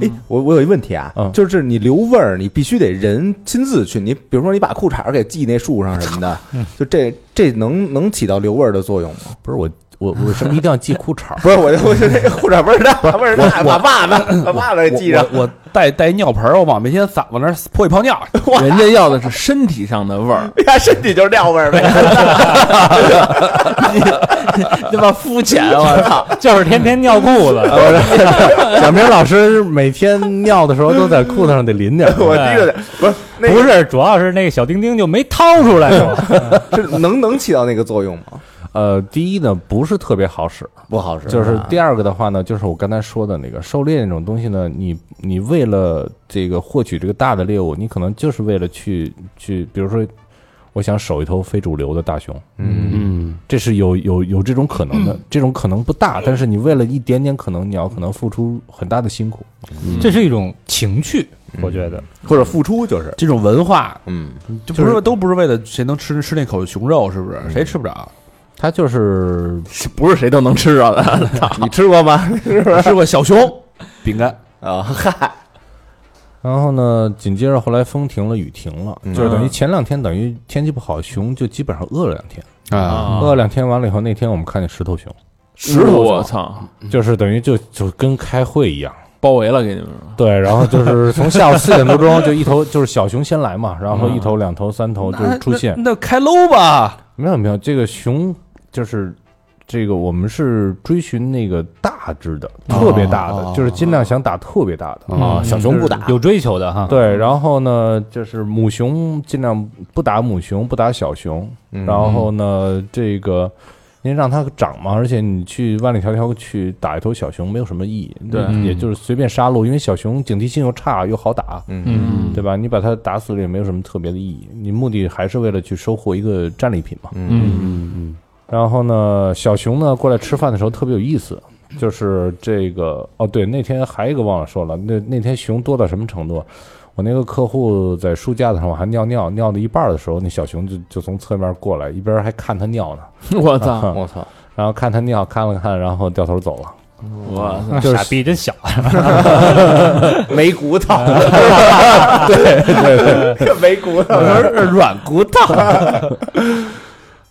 A: 哎，我我有一问题啊
F: 嗯，
A: 就是你留味儿，你必须得人亲自去。你比如说，你把裤衩儿给系那树上什么的，就这这能能起到留味儿的作用吗？
F: 不是我我我为什么一定要系裤衩儿？
A: 不是，我就我就那裤衩味儿大，味儿大，把袜子把袜子给系上。
C: 我我带 带一尿盆儿，我往每天撒往那儿泼一泡 尿。
K: 人家要的是身体上的 味儿，
A: 呀，身体就是尿味儿呗。
C: 他妈肤浅，啊我操！
D: 就是天天尿裤子，
F: 小明老师每天尿的时候都在裤子上得淋点儿。
A: 我第一个不是那
D: 不是，主要是那个小丁丁就没掏出来过，
A: 是能能起到那个作用吗？
F: 呃，第一呢不是特别好使，
A: 不好使，啊
F: 就是第二个的话呢，就是我刚才说的那个狩猎那种东西呢，你你为了这个获取这个大的猎物，你可能就是为了去去，比如说，我想守一头非主流的大熊，
A: 嗯
C: 嗯，
F: 这是有有有这种可能的，这种可能不大，但是你为了一点点可能，你要可能付出很大的辛苦。
D: 这是一种情趣，我觉得。
A: 或者付出就是
C: 这种文化
A: 嗯
C: 就不是都不是为了谁能吃吃那口熊肉，是不是？谁吃不 着？
F: 它就是
K: 不是谁都能吃着的。
A: 你吃过吗？
C: 吃过小熊饼干，
A: 啊嗨，
F: 然后呢，紧接着后来风停了，雨停了，就是等于前两天等于天气不好，熊就基本上饿了两天，
C: 啊，
F: 饿了两天完了以后，那天我们看见石头熊，
K: 石头，我操，
F: 就是等于就就跟开会一样。
K: 包围了给你们。
F: 对，然后就是从下午四点多钟就一头就是小熊先来嘛，然后一头、两头、三头就
C: 那
F: 出现。
C: 那那开搂吧，
F: 没有没有，这个熊就是这个我们是追寻那个大只的，特别大的，就是尽量想打特别大的。
D: 啊，小熊不打，有追求的哈。
C: 嗯
F: 对，然后呢，就是母熊尽量不打母熊，不打小熊。然后呢，这个您让它长嘛，而且你去万里迢迢去打一头小熊没有什么意义，
K: 对
F: 也就是随便杀戮，因为小熊警惕性又差又好打，
D: 嗯，
F: 对吧？你把它打死了也没有什么特别的意义，你目的还是为了去收获一个战利品嘛。
D: 嗯
F: 然后呢，小熊呢过来吃饭的时候特别有意思，就是这个哦，对，那天还有一个忘了说了，那那天熊多到什么程度？我那个客户在书架子上我还尿尿，尿到一半的时候，那小熊就就从侧面过来，一边还看他尿呢，
K: 我操，
A: 我操，
F: 然后看他尿看了看，然后掉头走了。
K: 我操，
D: 嗯傻逼真小，
A: 没骨头，对对对， 没骨头，
K: 软骨头，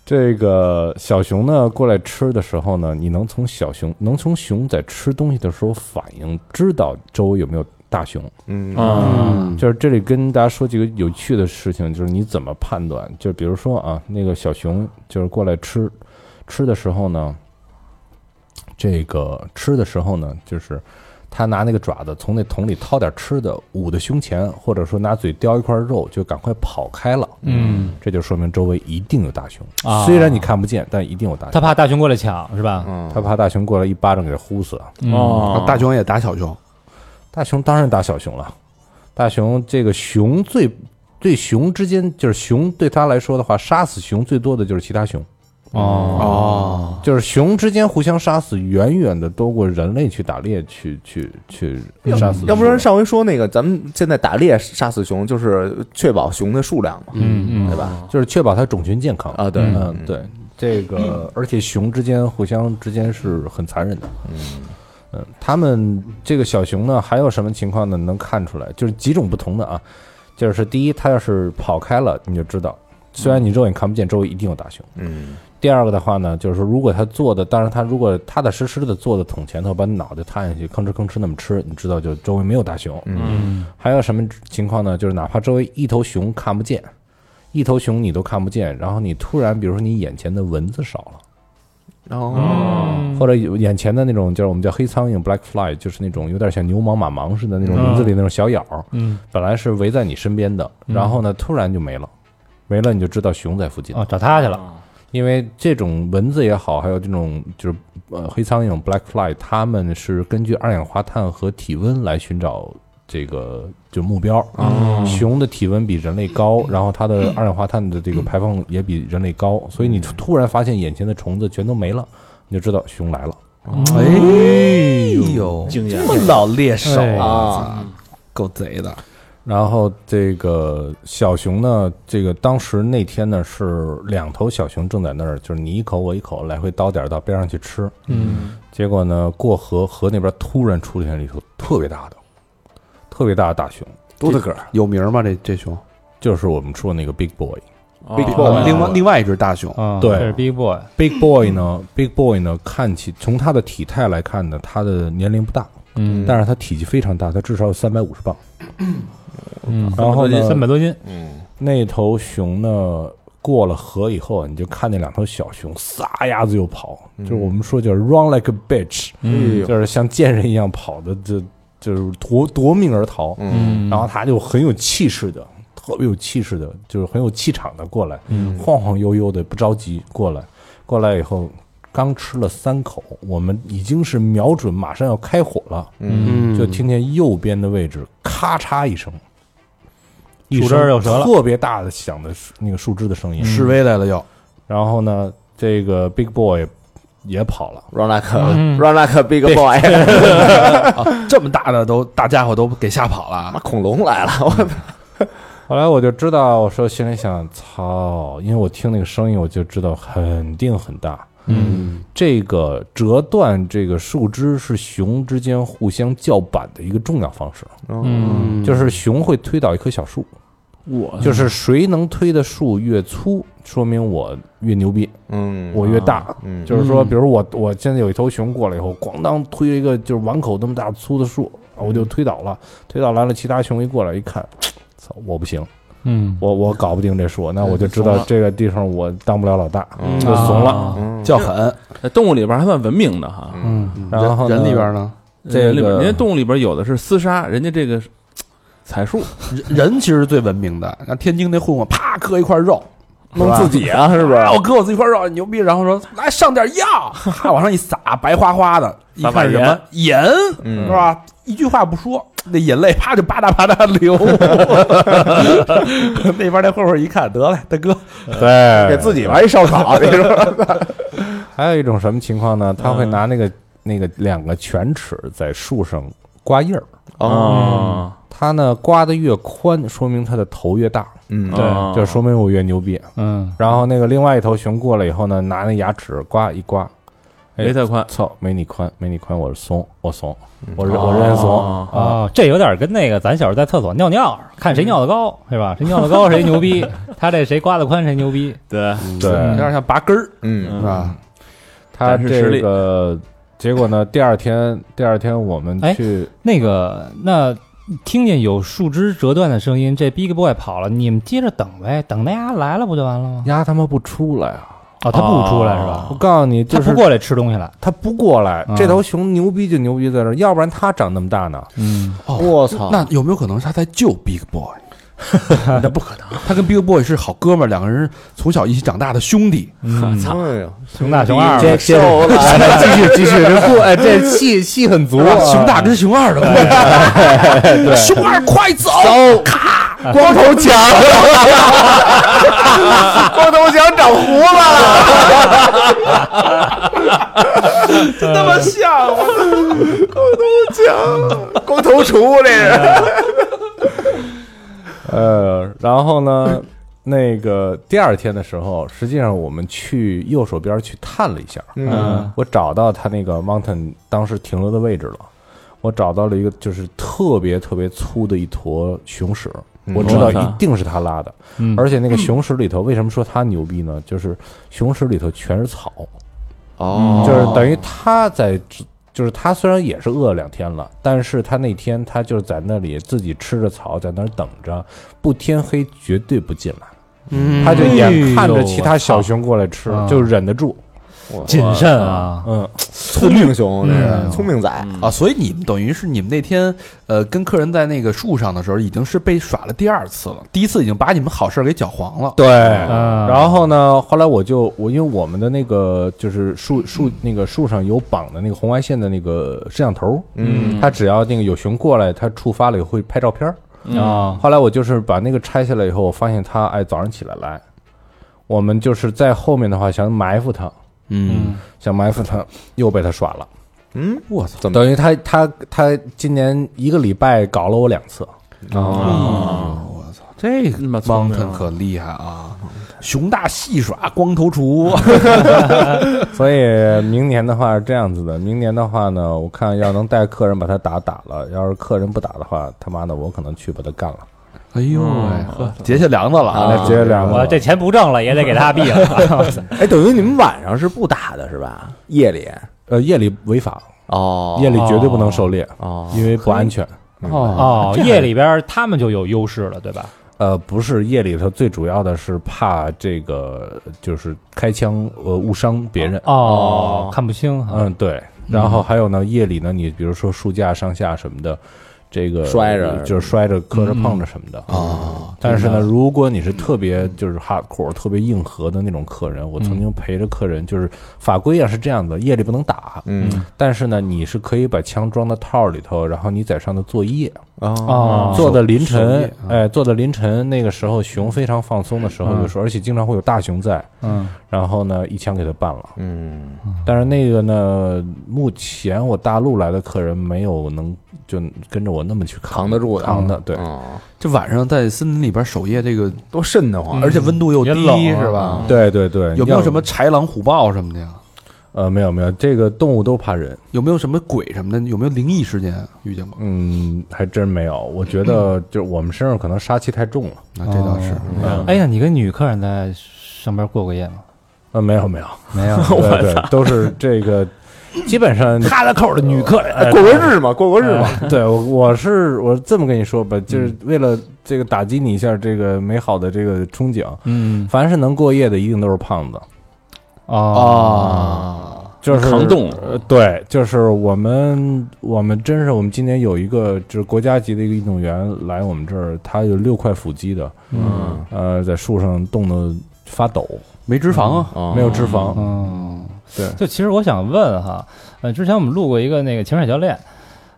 F: 这个小熊呢过来吃的时候呢，你能从小熊能从熊在吃东西的时候反应知道周围有没有大熊，
A: 嗯
C: 啊
K: 嗯，
C: 哦
F: 就是这里跟大家说几个有趣的事情，就是你怎么判断？就比如说啊，那个小熊就是过来吃，吃的时候呢，这个吃的时候呢，就是他拿那个爪子从那桶里掏点吃的，捂在胸前，或者说拿嘴叼一块肉，就赶快跑开了。
D: 嗯，
F: 这就说明周围一定有大熊，
D: 啊
F: 虽然你看不见，但一定有大
D: 他
F: 熊。
D: 怕大熊过来抢是吧？
A: 嗯
F: 他怕大熊过来一巴掌给呼死。啊
K: 哦，
C: 嗯大熊也打小熊，
F: 大熊当然打小熊了，大熊这个熊最对熊之间就是熊对他来说的话，杀死熊最多的就是其他熊，
C: 哦，
F: 就是熊之间互相杀死，远远的多过人类去打猎去去去杀死。
A: 要不然上回说那个，咱们现在打猎杀死熊，就是确保熊的数量嘛，
D: 嗯
A: 对吧？
F: 就是确保它种群健康
A: 啊，对，
F: 嗯，对，这 个而且熊之间互相之间是很残忍的。嗯他们这个小熊呢，还有什么情况呢？能看出来，就是几种不同的啊。就是第一，它要是跑开了，你就知道，虽然你肉眼看不见，周围一定有大熊。
A: 嗯
F: 第二个的话呢，就是说如果它坐的，当然它如果踏踏实实的坐在桶前头，把你脑袋探下去，吭哧吭哧那么吃，你知道就周围没有大熊。
A: 嗯
F: 还有什么情况呢？就是哪怕周围一头熊看不见，一头熊你都看不见，然后你突然，比如说你眼前的蚊子少了，
A: 然后
F: 或者有眼前的那种就是我们叫黑苍蝇 （black fly），就是那种有点像牛虻、马虻似的那种蚊子里那种小眼儿，
D: 嗯，
F: 本来是围在你身边的，然后呢突然就没了，没了你就知道熊在附近。
D: 哦，找他去了，
F: 因为这种蚊子也好，还有这种就是呃黑苍蝇 （black fly），它们是根据二氧化碳和体温来寻找这个就目标。熊的体温比人类高，然后它的二氧化碳的这个排放也比人类高，所以你突然发现眼前的虫子全都没了，你就知道熊来了。
C: 哦哎呦，
K: 经验
C: 这么老猎手
D: 哎
C: 啊，
A: 嗯
C: 够贼的，
F: 然后这个小熊呢，这个当时那天呢是两头小熊正在那儿，就是你一口我一口，来回叨点儿到边上去吃。
D: 嗯，
F: 结果呢，过河河那边突然出现了一头特别大的、特别大的大熊，
C: 多大个儿？有名吗？这这熊
F: 就是我们说那个 Big Boy。
A: 嗯哦
C: ，Big Boy，另啊外另外一只大熊，
D: 啊
F: 对
D: 这是 Big Boy，
F: Big Boy 呢，Big Boy 呢，看起从他的体态来看呢，他的年龄不大，
D: 嗯
F: 但是他体积非常大，他至少有三百五十磅。
D: 嗯，
F: 然后呢
D: 三百多斤，
F: 那头熊呢，过了河以后啊，你就看见两头小熊撒丫子就跑，就是我们说叫 run like a bitch，、
A: 哎
D: 嗯
F: 就是像贱人一样跑的，就就是夺夺命而逃。
D: 嗯
F: 然后他就很有气势的，特别有气势的，就是很有气场的过来，晃晃悠悠的，不着急过来。过来以后，刚吃了三口，我们已经是瞄准，马上要开火了，
C: 嗯
F: 就听见右边的位置咔嚓一声，一
D: 树枝儿又折了嗯
F: 特别大的响的那个树枝的声音。
C: 示威来了又，
F: 然后呢，这个 Big Boy 也跑了。
A: run like a- run like a big boy，哎
C: 这么大的都大家伙都给吓跑
A: 妈
C: 了，
A: 恐龙来了，我
F: 后来我就知道，我说心里想，操，因为我听那个声音，我就知道肯定很大。
D: 嗯
F: 这个折断这个树枝是熊之间互相叫板的一个重要方式，
D: 嗯
F: 就是熊会推倒一棵小树，
K: 我
F: 就是谁能推的树越粗，说明我越牛逼，
A: 嗯
F: 我越
D: 啊
F: 大。
A: 嗯
F: 就是说，比如我我现在有一头熊过来以后，咣当推一个就是碗口那么大啊粗的树，我就推倒了，推倒完了，其他熊一过来一看，操，我不行，嗯，我我搞不定这数，那我就知
K: 怂
F: 道
K: 了
F: 这个地方我当不了老大，
A: 嗯
F: 就怂了。
C: 了，叫狠。
K: 在动物里边还算文明的哈，
F: 嗯，然后呢
C: 人人里边呢，
F: 这个
K: 人里边，人家动物里边有的是厮杀，人家这个采树，
C: 人人其实是最文明的。那天津那混混啪割一块肉，
A: 弄自己啊，是不是？
C: 啊，我割我自己一块肉，牛逼！然后说来上点药， 哈往上一撒，白花花的，一
K: 撒把
C: 看是什么盐是吧？一句话不说，那眼泪啪就吧嗒吧嗒流。 那边那混混一看，得嘞，大哥，
F: 对，
A: 给自己玩一烧 烤，你说
F: 还有一种什么情况呢？他会
A: 嗯
F: 拿那个那个两个犬齿在树上刮印儿，
K: 哦，
F: 它呢刮的越宽，说明它的头越大，
A: 嗯
K: 对
F: 就说明我越牛逼。
D: 嗯，
F: 然后那个另外一头熊过来以后呢，拿那牙齿刮一刮，
C: 嗯
K: 没太
C: 哎
K: 宽，
F: 操，没你宽，没你宽，我是怂，我怂，我认我认怂。
K: 哦
D: 哦，这有点跟那个咱小时候在厕所尿尿，看谁尿的高，是吧？谁尿的高谁牛逼，他这谁刮的宽谁牛逼。
K: 对，
C: 有
F: 对，
C: 点像拔根儿
A: 嗯，
C: 是吧？
F: 他
K: 展示实
F: 这
K: 力
F: 个结果呢，第二天第二天我们
D: 哎
F: 去
D: 那个，那听见有树枝折断的声音，这 Big Boy 跑了，你们接着等呗，等那丫来了不就完了吗？
F: 丫他妈不出来啊！
D: 哦，他不出来是吧？
F: 我告诉你，
D: 他
F: 就是
D: 不过来吃东西了。
F: 它不过来
D: 嗯，
F: 这头熊牛逼就牛逼在这儿，要不然它长那么大呢？
D: 嗯，
A: 我操，
C: 那有没有可能是他在救 Big Boy？那不可能，他跟 Big Boy 是好哥们儿，两个人从小一起长大的兄弟。
A: 操，哎呦
D: 熊大熊二，
J: 接接着继续继续，这过哎这戏戏很足啊，
C: 熊大跟熊二的故事，熊二快哎走！
J: 光头强，光头强长胡子了。
C: 那么像，
J: 光头厨这是，
F: 呃，然后呢，那个第二天的时候，实际上我们去右手边去探了一下，
A: 嗯，
F: 我找到它那个 mountain 当时停留的位置了，我找到了一个就是特别特别粗的一坨熊屎，我知道
K: 我操
F: 一定是它拉的，而且那个熊屎里头为什么说它牛逼呢？就是熊屎里头全是草，
A: 哦
F: 就是等于他在吃，就是他虽然也是饿了两天了，但是他那天他就在那里自己吃着草，在那儿等着，不天黑绝对不进来。
C: 嗯
F: 他就眼看
D: 哎
F: 着
D: 呦
F: 其他小熊过来吃，
D: 我操
F: 就忍得住。
D: 谨慎啊，
F: 嗯，
A: 聪明熊，这是聪明仔，
C: 啊，所以你们等于是你们那天呃跟客人在那个树上的时候，已经是被耍了第二次了，第一次已经把你们好事儿给搅黄了。
F: 对。
D: 嗯
F: 然后呢，后来我就我因为我们的那个就是树树那个树上有绑的那个红外线的那个摄像头，嗯，它只要那个有熊过来，它触发了也会拍照片儿。
D: 啊，
F: 后来我就是把那个拆下来以后，我发现他哎早上起来来，我们就是在后面的话想埋伏他，
C: 嗯，
F: 想埋伏他，又被他耍了。
A: 嗯，我操，怎么
F: 等于他他他今年一个礼拜搞了我两次，
C: 这个
K: 那么聪
C: m
K: 明
C: o 可厉害啊！熊大戏耍光头厨，
F: 所以明年的话是这样子的，明年的话呢，我看要能带客人把他打打了，要是客人不打的话，他妈的我可能去把他干了，
C: 哎呦喂，呵结下梁子了啊！
F: 那直接两
D: 我
F: 个
D: 这钱不挣了也得给他毙了。
A: 哎，等于你们晚上是不打的是吧？夜里
F: 呃夜里违法，
A: 哦
F: 夜里绝对不能狩猎，
A: 哦
F: 因为不安全。
C: 啊
D: 哦，夜里边他们就有优势了，对吧？
F: 呃，不是夜里头，最主要的是怕这个就是开枪呃误伤别人。
D: 哦，看不清哈。
F: 嗯，对。然后还有呢，夜里呢，你比如说树架上下什么的，这个
A: 摔着
F: 就是摔着、磕着、碰着什么的啊。但是呢，如果你是特别就是 hardcore、特别硬核的那种客人，我曾经陪着客人，就是法规啊是这样的，夜里不能打，
A: 嗯，
F: 但是呢，你是可以把枪装到套里头，然后你在上头作业。
A: 哦
D: 哦，
F: 坐到凌
C: 手
F: 晨
C: 艺，
F: 哎，坐到凌晨那个时候，熊非常放松的时候，
D: 嗯
F: 有时候而且经常会有大熊在，
D: 嗯，
F: 然后呢，一枪给他办了。
A: 嗯
F: 但是那个呢，目前我大陆来的客人没有能就跟着我那么去
A: 扛得住的
F: 扛的，对
A: 哦，
C: 这晚上在森林里边守夜，这个
A: 多瘆得慌，
C: 而且温度又
D: 也
C: 低，
D: 冷啊
C: 是吧？
F: 对对对，
C: 有没有
F: 要
C: 什么？豺狼虎豹什么的呀？
F: 呃，没有没有，这个动物都怕人，
C: 有没有什么鬼什么的？有没有灵异啊事件遇见过？
F: 嗯，还真没有。我觉
C: 嗯
F: 得就是我们身上可能杀气太重了。
C: 那这倒是，
D: 哎呀，你跟女客人在上边过过夜吗？
F: 呃，没有没有，
D: 没有
F: 对对，都是这个基 本上
I: 哈拉扣的女客人，
D: 哎
F: 呃
A: 过过日嘛，过过日嘛，
F: 呃对，我我是我这么跟你说吧，就是为了这个打击你一下这个美好的这个憧憬，
D: 嗯
F: 凡是能过夜的一定都是胖子，
C: 啊
D: 哦，
F: 就是
K: 扛冻
A: 嗯
F: 呃对，就是我们我们真是我们今年有一个就是国家级的一个运动员来我们这儿，他有六块腹肌的，
D: 嗯
F: 呃，在树上冻得发抖，
C: 没脂肪啊，
A: 哦
F: 没有脂肪，
D: 嗯，
F: 哦对
D: 就其实我想问哈，呃，之前我们录过一个那个潜水教练，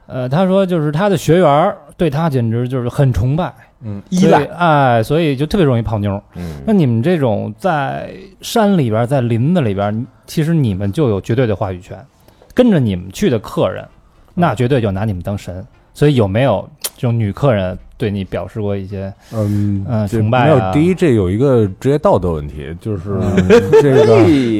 D: 呃，他说就是他的学员儿对他简直就是很崇拜。
F: 嗯，
D: 依赖，哎，所以就特别容易泡妞。嗯，那你们这种在山里边儿、在林子里边儿，其实你们就有绝对的话语权。跟着你们去的客人，那绝对就拿你们当神。所以有没有这种女客人对你表示过一些？
F: 嗯
D: 嗯
F: 这
D: 崇拜啊嗯
F: 没有，第一，这有一个职业道德问题，就是这
J: 哎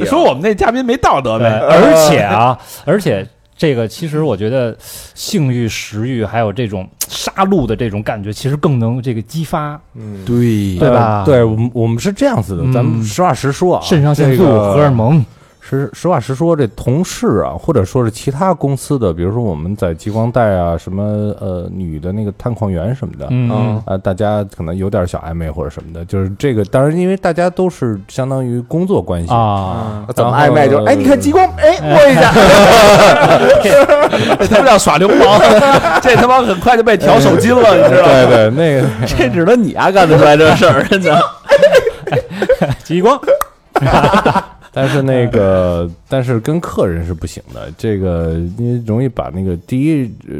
F: 个呃
K: 说我们那嘉宾没道德
D: 对，
K: 呗？
D: 而且啊，而且这个其实我觉得性欲、食欲还有这种杀戮的这种感觉，其实更能这个激发
A: 嗯，
C: 对
D: 对吧
F: 呃对我们我们是这样子的，
D: 嗯
F: 咱们实话实说啊，
D: 肾上腺素、
F: 这个
D: 荷尔蒙。
F: 实实话实说，这同事啊，或者说是其他公司的，比如说我们在极光带啊，什么呃女的那个探矿员什么的，
D: 嗯，
F: 啊，大家可能有点小暧昧或者什么的，就是这个。当然，因为大家都是相当于工作关系，
D: 啊，
A: 怎么暧昧就是哎，你
D: 呃
A: 看极光，哎，摸一 下，
K: 他们要耍流 氓，这他妈很快就被调手筋了，你知道吗？
F: 对对，那个
K: 这只能你啊干得出来这 事儿，真的。
D: 极光，
F: 但是那个，但是跟客人是不行的，这个因为容易把那个第一，呃，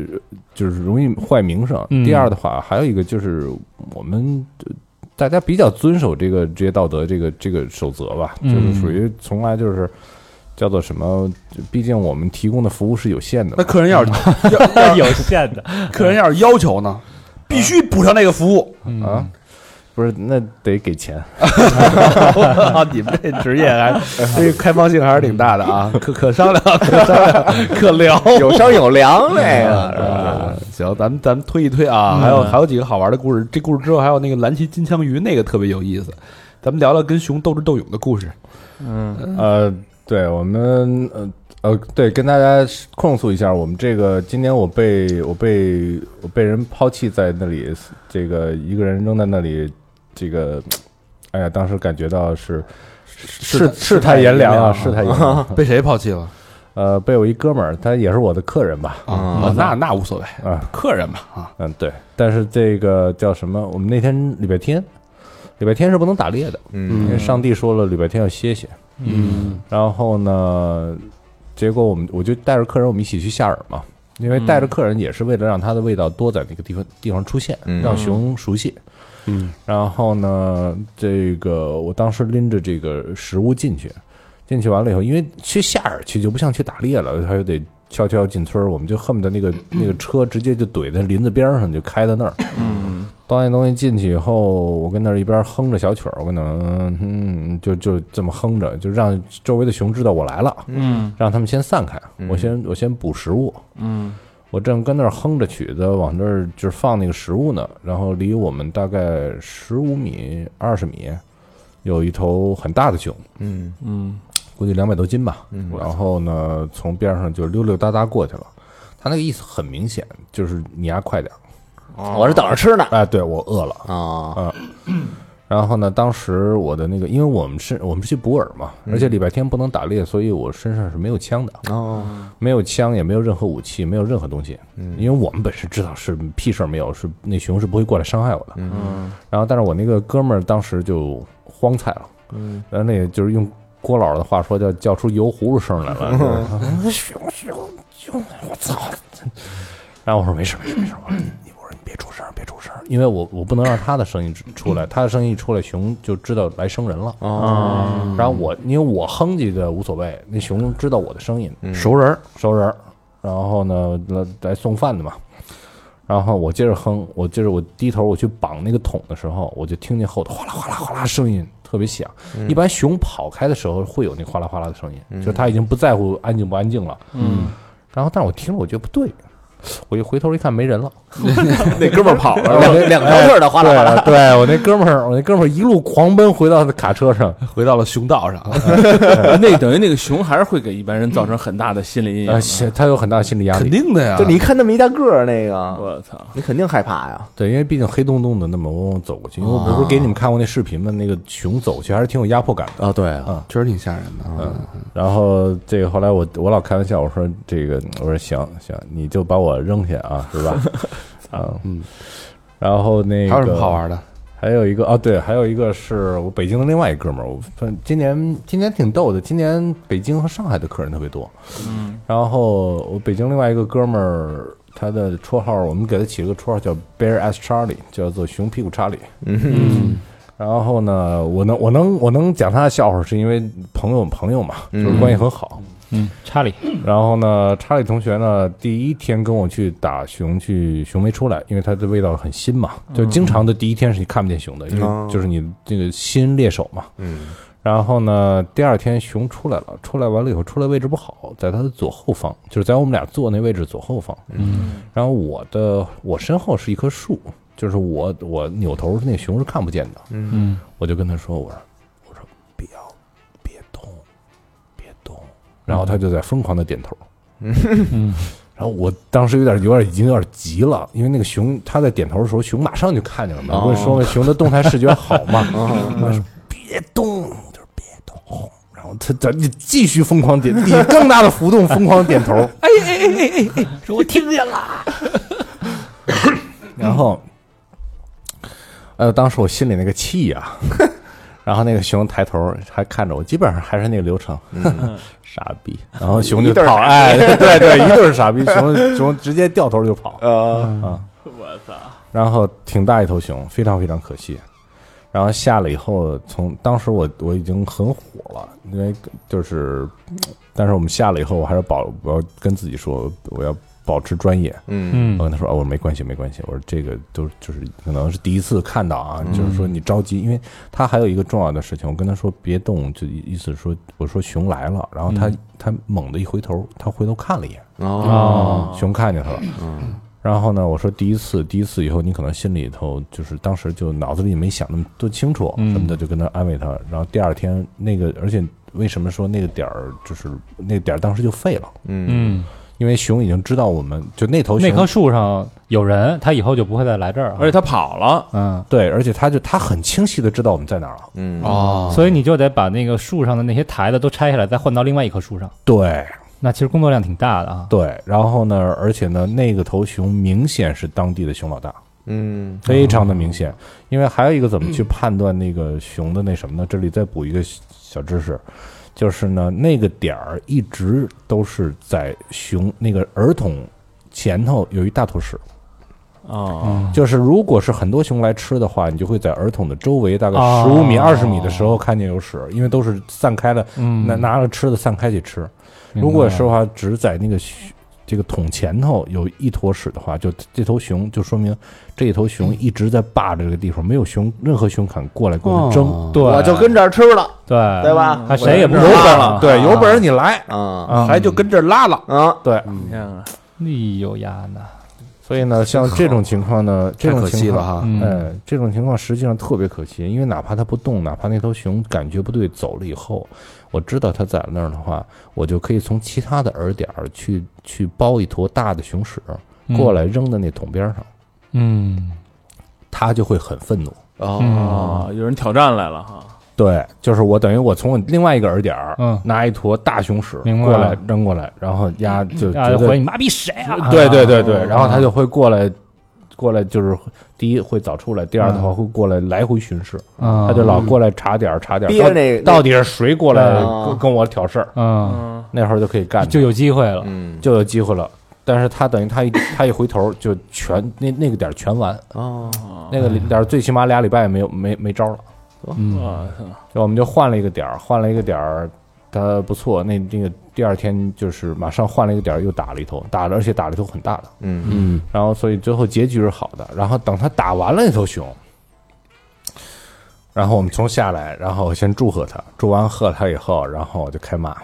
F: 就是容易坏名声。
D: 嗯
F: 第二的话，还有一个就是我们呃大家比较遵守这个职业道德这个这个守则吧，就
D: 嗯
F: 是属于从来就是叫做什么，毕竟我们提供的服务是有限的
C: 那
F: 嘛。
C: 客人要是
D: 有限 的，
C: 客人要是要求呢，嗯必须补上那个服 务。
D: 嗯
F: 啊，不是，那得给钱。
K: 啊，你们这职业还
C: 这个开放性还是挺大的啊， 可可商量，
K: 可聊。
A: 有商有量那个，
C: 啊，行，咱们咱们推一推啊，还有还有几个好玩的故事。这故事之后还有那个蓝鳍金枪鱼，那个特别有意思。咱们聊聊跟熊斗智斗勇的故事。
F: 呃，对我们呃呃，对，跟大家控诉一下，我们这个今年我被我被我被人抛弃在那里，这个一个人扔在那里，这个，哎呀，当时感觉到是世世态炎凉啊，世态炎凉。
C: 被谁抛弃了？
F: 呃，被我一哥们儿，他也是我的客人吧，
C: 啊，那那无所谓
F: 啊，
C: 客人嘛啊，
F: 嗯，对，但是这个叫什么？我们那天礼拜天，礼拜天是不能打猎的，因为
A: 嗯，
F: 上帝说了礼拜天要歇歇。
C: 嗯，
F: 然后呢，结果我们我就带着客人我们一起去夏尔嘛，因为
C: 嗯
F: 带着客人也是为了让它的味道多在那个地方地方出现，
A: 嗯
F: 让熊熟悉。
C: 嗯，
F: 然后呢，这个我当时拎着这个食物进去，进去完了以后，因为去夏尔去就不像去打猎了，他又得悄悄进村儿，我们就恨不得那个那个车直接就怼在林子边儿上，就开到那儿。端那东西进去以后，我跟那儿一边哼着小曲儿，我跟那儿嗯嗯，就就这么哼着，就让周围的熊知道我来了，
K: 嗯
F: 让他们先散开，
A: 嗯
F: 我先我先补食物。
K: 嗯
F: 我正跟那儿哼着曲子，往这儿就是放那个食物呢，然后离我们大概十五米、二十米，有一头很大的熊，
A: 嗯
K: 嗯
F: 估计两百多斤吧。
A: 嗯
F: 然后呢，从边上就溜溜达达过去了。他那个意思很明显，就是你丫快点儿！
D: 嗯
A: 我是等着吃呢
F: 哎，对我饿了。
A: 啊，
F: 然后呢，当时我的那个，因为我们是我们是去博尔嘛，而且礼拜天不能打猎，所以我身上是没有枪的，
A: 哦，
F: 没有枪，也没有任何武器，没有任何东西。
A: 嗯
F: 因为我们本身知道是屁事儿没有，是那熊是不会过来伤害我的。
K: 嗯
F: 然后，但是我那个哥们儿当时就慌菜了，
A: 嗯，
F: 然后那个就是用郭老的话说叫叫出油葫芦声 来了，就是熊熊熊，我操！然后我说没事没事没事，我说你我说你别出声别出声，因为我我不能让他的声音出 来，他的声音一出来，熊就知道来生人了。
A: 哦，
F: 然后我因为我哼唧的无所谓，那熊知道我的声音，
C: 熟人儿
F: 熟人儿，然后呢来来送饭的嘛，然后我接着哼，我接着我低头我去绑那个桶的时候，我就听见后头哗啦哗啦哗啦声音特别响。一般熊跑开的时候会有那哗啦哗啦的声音，就是它已经不在乎安静不安静了。
K: 嗯
F: 然后，但是我听了我觉得不对，我一回头一看没人了，
A: 那哥们儿跑了，
F: 两
A: 两条腿儿的哗啦哗啦。
F: 对 我那哥们儿，我那哥们儿一路狂奔回到卡车上，
C: 回到了熊道上，
K: 那等于那个熊还是会给一般人造成很大的心理阴影
F: 呃，
K: 的。
F: 是他有很大的心理 压
C: 肯
F: 力，
C: 定的呀。
A: 就你一看那么一大个儿，那个
K: 我操！
A: 你肯定害怕呀。
F: 对，因为毕竟黑洞洞的那么嗡嗡走过去，因为
C: 哦
F: 我不是给你们看过那视频吗？那个熊走过去还是挺有压迫感的。
C: 啊，对啊
F: 啊，
C: 确实挺吓人的啊。
F: 然后这个后来我我老开玩笑，我说这个我说行行，你就把我扔下啊，是 吧？啊
C: 嗯，
F: 然后那个
C: 还有什么好玩的？
F: 还有一个啊，对，还有一个是我北京的另外一哥们儿，我反今年今年挺逗的，今年北京和上海的客人特别多。嗯，然后我北京另外一个哥们儿，他的绰号我们给他起了个绰号叫 Bear Ass Charlie，叫做熊屁股查理。
A: 嗯，
F: 然后呢，我能我能我能讲他的笑话，是因为朋友朋友嘛，就是关系很好。
D: 嗯查理，
F: 然后呢，查理同学呢，第一天跟我去打熊去，熊没出来，因为它的味道很新嘛，就经常的第一天是你看不见熊的，因
A: 哦
F: 为就是你这个新猎手嘛。
A: 嗯，
F: 然后呢，第二天熊出来了，出来完了以后，出来位置不好，在它的左后方，就是在我们俩坐那位置左后方。嗯，然后我的我身后是一棵树，就是我我扭头那熊是看不见的。
D: 嗯，
F: 我就跟他说，我说我说不要，别动，别动。然后他就在疯狂的点头。
D: 嗯，
F: 然后我当时有点有点已经有点急了，因为那个熊它在点头的时候，熊马上就看见了嘛。我
D: 哦
F: 跟你说嘛，熊的动态视觉好 嘛。我说别动，我就说别动。然后他咱就继续疯狂点，以更大的幅度疯狂点头。哎哎哎哎哎哎，说我听见了。然后，呃，当时我心里那个气呀、然后那个熊抬头还看着我，基本上还是那个流程， 傻逼。然后熊就跑，哎，对对，一对儿傻逼，熊熊直接掉头就跑。啊
A: 呃，
F: 然后挺大一头熊，非常非常可惜。然后下了以后，从当时我我已经很火了，因为就是，但是我们下了以后，我还是保我要跟自己说，我要保持专业。
A: 嗯，
D: 嗯
F: 我跟他说啊，我说没关系，没关系，我说这个都就是可能是第一次看到啊，就是说你着急，因为他还有一个重要的事情，我跟他说别动，就意思说我说熊来了，然后他、他猛地一回头，他回头看了一眼，
K: 哦
F: 熊看见他了，嗯，然后呢，我说第一次，第一次以后你可能心里头就是当时就脑子里没想那么多清楚什么的，就跟他安慰他，然后第二天那个，而且为什么说那个点儿就是那个点儿当时就废了，
D: 嗯，
F: 因为熊已经知道我们就那头熊
D: 那棵树上有人，他以后就不会再来这儿了，啊
K: 而且他跑了，
D: 嗯，
F: 对，而且他就他很清晰的知道我们在哪儿了。
A: 嗯，
C: 哦，
D: 所以你就得把那个树上的那些台子都拆下来，再换到另外一棵树上。
F: 对
D: 那其实工作量挺大的啊。
F: 对，然后呢，而且呢，那个头熊明显是当地的熊老大，
A: 嗯，
F: 非常的明显。因为还有一个怎么去判断那个熊的那什么呢？这里再补一个小知识，就是呢，那个点儿一直都是在熊那个儿童前头有一大坨屎。
K: 哦，
F: 就是如果是很多熊来吃的话，你就会在儿童的周围大概十五米、二十米的时候看见有屎，因为都是散开了，拿拿了吃的散开去吃。
D: 明白
F: 如果是的话，只在那个熊这个桶前头有一坨屎的话，就这头熊就说明这一头熊一直在霸着这个地方，没有熊任何熊敢过来跟我们争。
C: 哦
D: 对，
A: 我就跟这儿吃了，
D: 对
A: 对吧？
D: 还谁也不
F: 有
D: 知道
F: 本
D: 啊
F: 事对，有本事你来，
A: 啊
F: 还就跟这儿拉
C: 嗯
F: 了。
A: 啊，
F: 对，
K: 天啊！
D: 哎呦呀呐，
F: 所以呢，像这种情况呢，这
C: 太
F: 种
C: 可惜
F: 情
C: 了
F: 况
C: 哈。
D: 嗯
F: 哎，这种情况实际上特别可惜，因为哪怕它不动，哪怕那头熊感觉不对走了以后，我知道它在那儿的话，我就可以从其他的饵点儿去去包一坨大的熊屎
D: 嗯
F: 过来扔到那桶边上，
D: 嗯，
F: 它就会很愤怒。
A: 嗯
K: 哦，有人挑战来了哈！
F: 对，就是我等于我从我另外一个饵点儿，
D: 嗯
F: 拿一坨大熊屎
D: 明白
F: 过来扔过来，然后鸭就
D: 啊，
F: 觉
D: 回
F: 得
D: 你妈逼谁啊？
F: 对对对对，然后它就会过来，过来就是第一会早出来，第二的话会过来来回巡视，
D: 嗯
F: 他就老过来查点儿查点儿，
A: 憋
F: 到
A: 那
F: 到底是谁过来
A: 啊
F: 跟跟我挑事儿，
D: 嗯，
F: 那会儿就可以干，
D: 就有机会了。
A: 嗯
F: 就有机会了。但是他等于他一他一回头就全那那个点儿全完，
A: 哦，
F: 那个点儿最起码俩礼拜也没有没没招了。
D: 嗯，
K: 我操，
F: 就我们就换了一个点儿，换了一个点儿，他不错。那那个第二天就是马上换了一个点儿，又打了一头，打了而且打了一头很大的。
A: 嗯
C: 嗯，
F: 然后所以最后结局是好的。然后等他打完了那头熊，然后我们从下来，然后我先祝贺他，祝完贺他以后，然后我就开骂。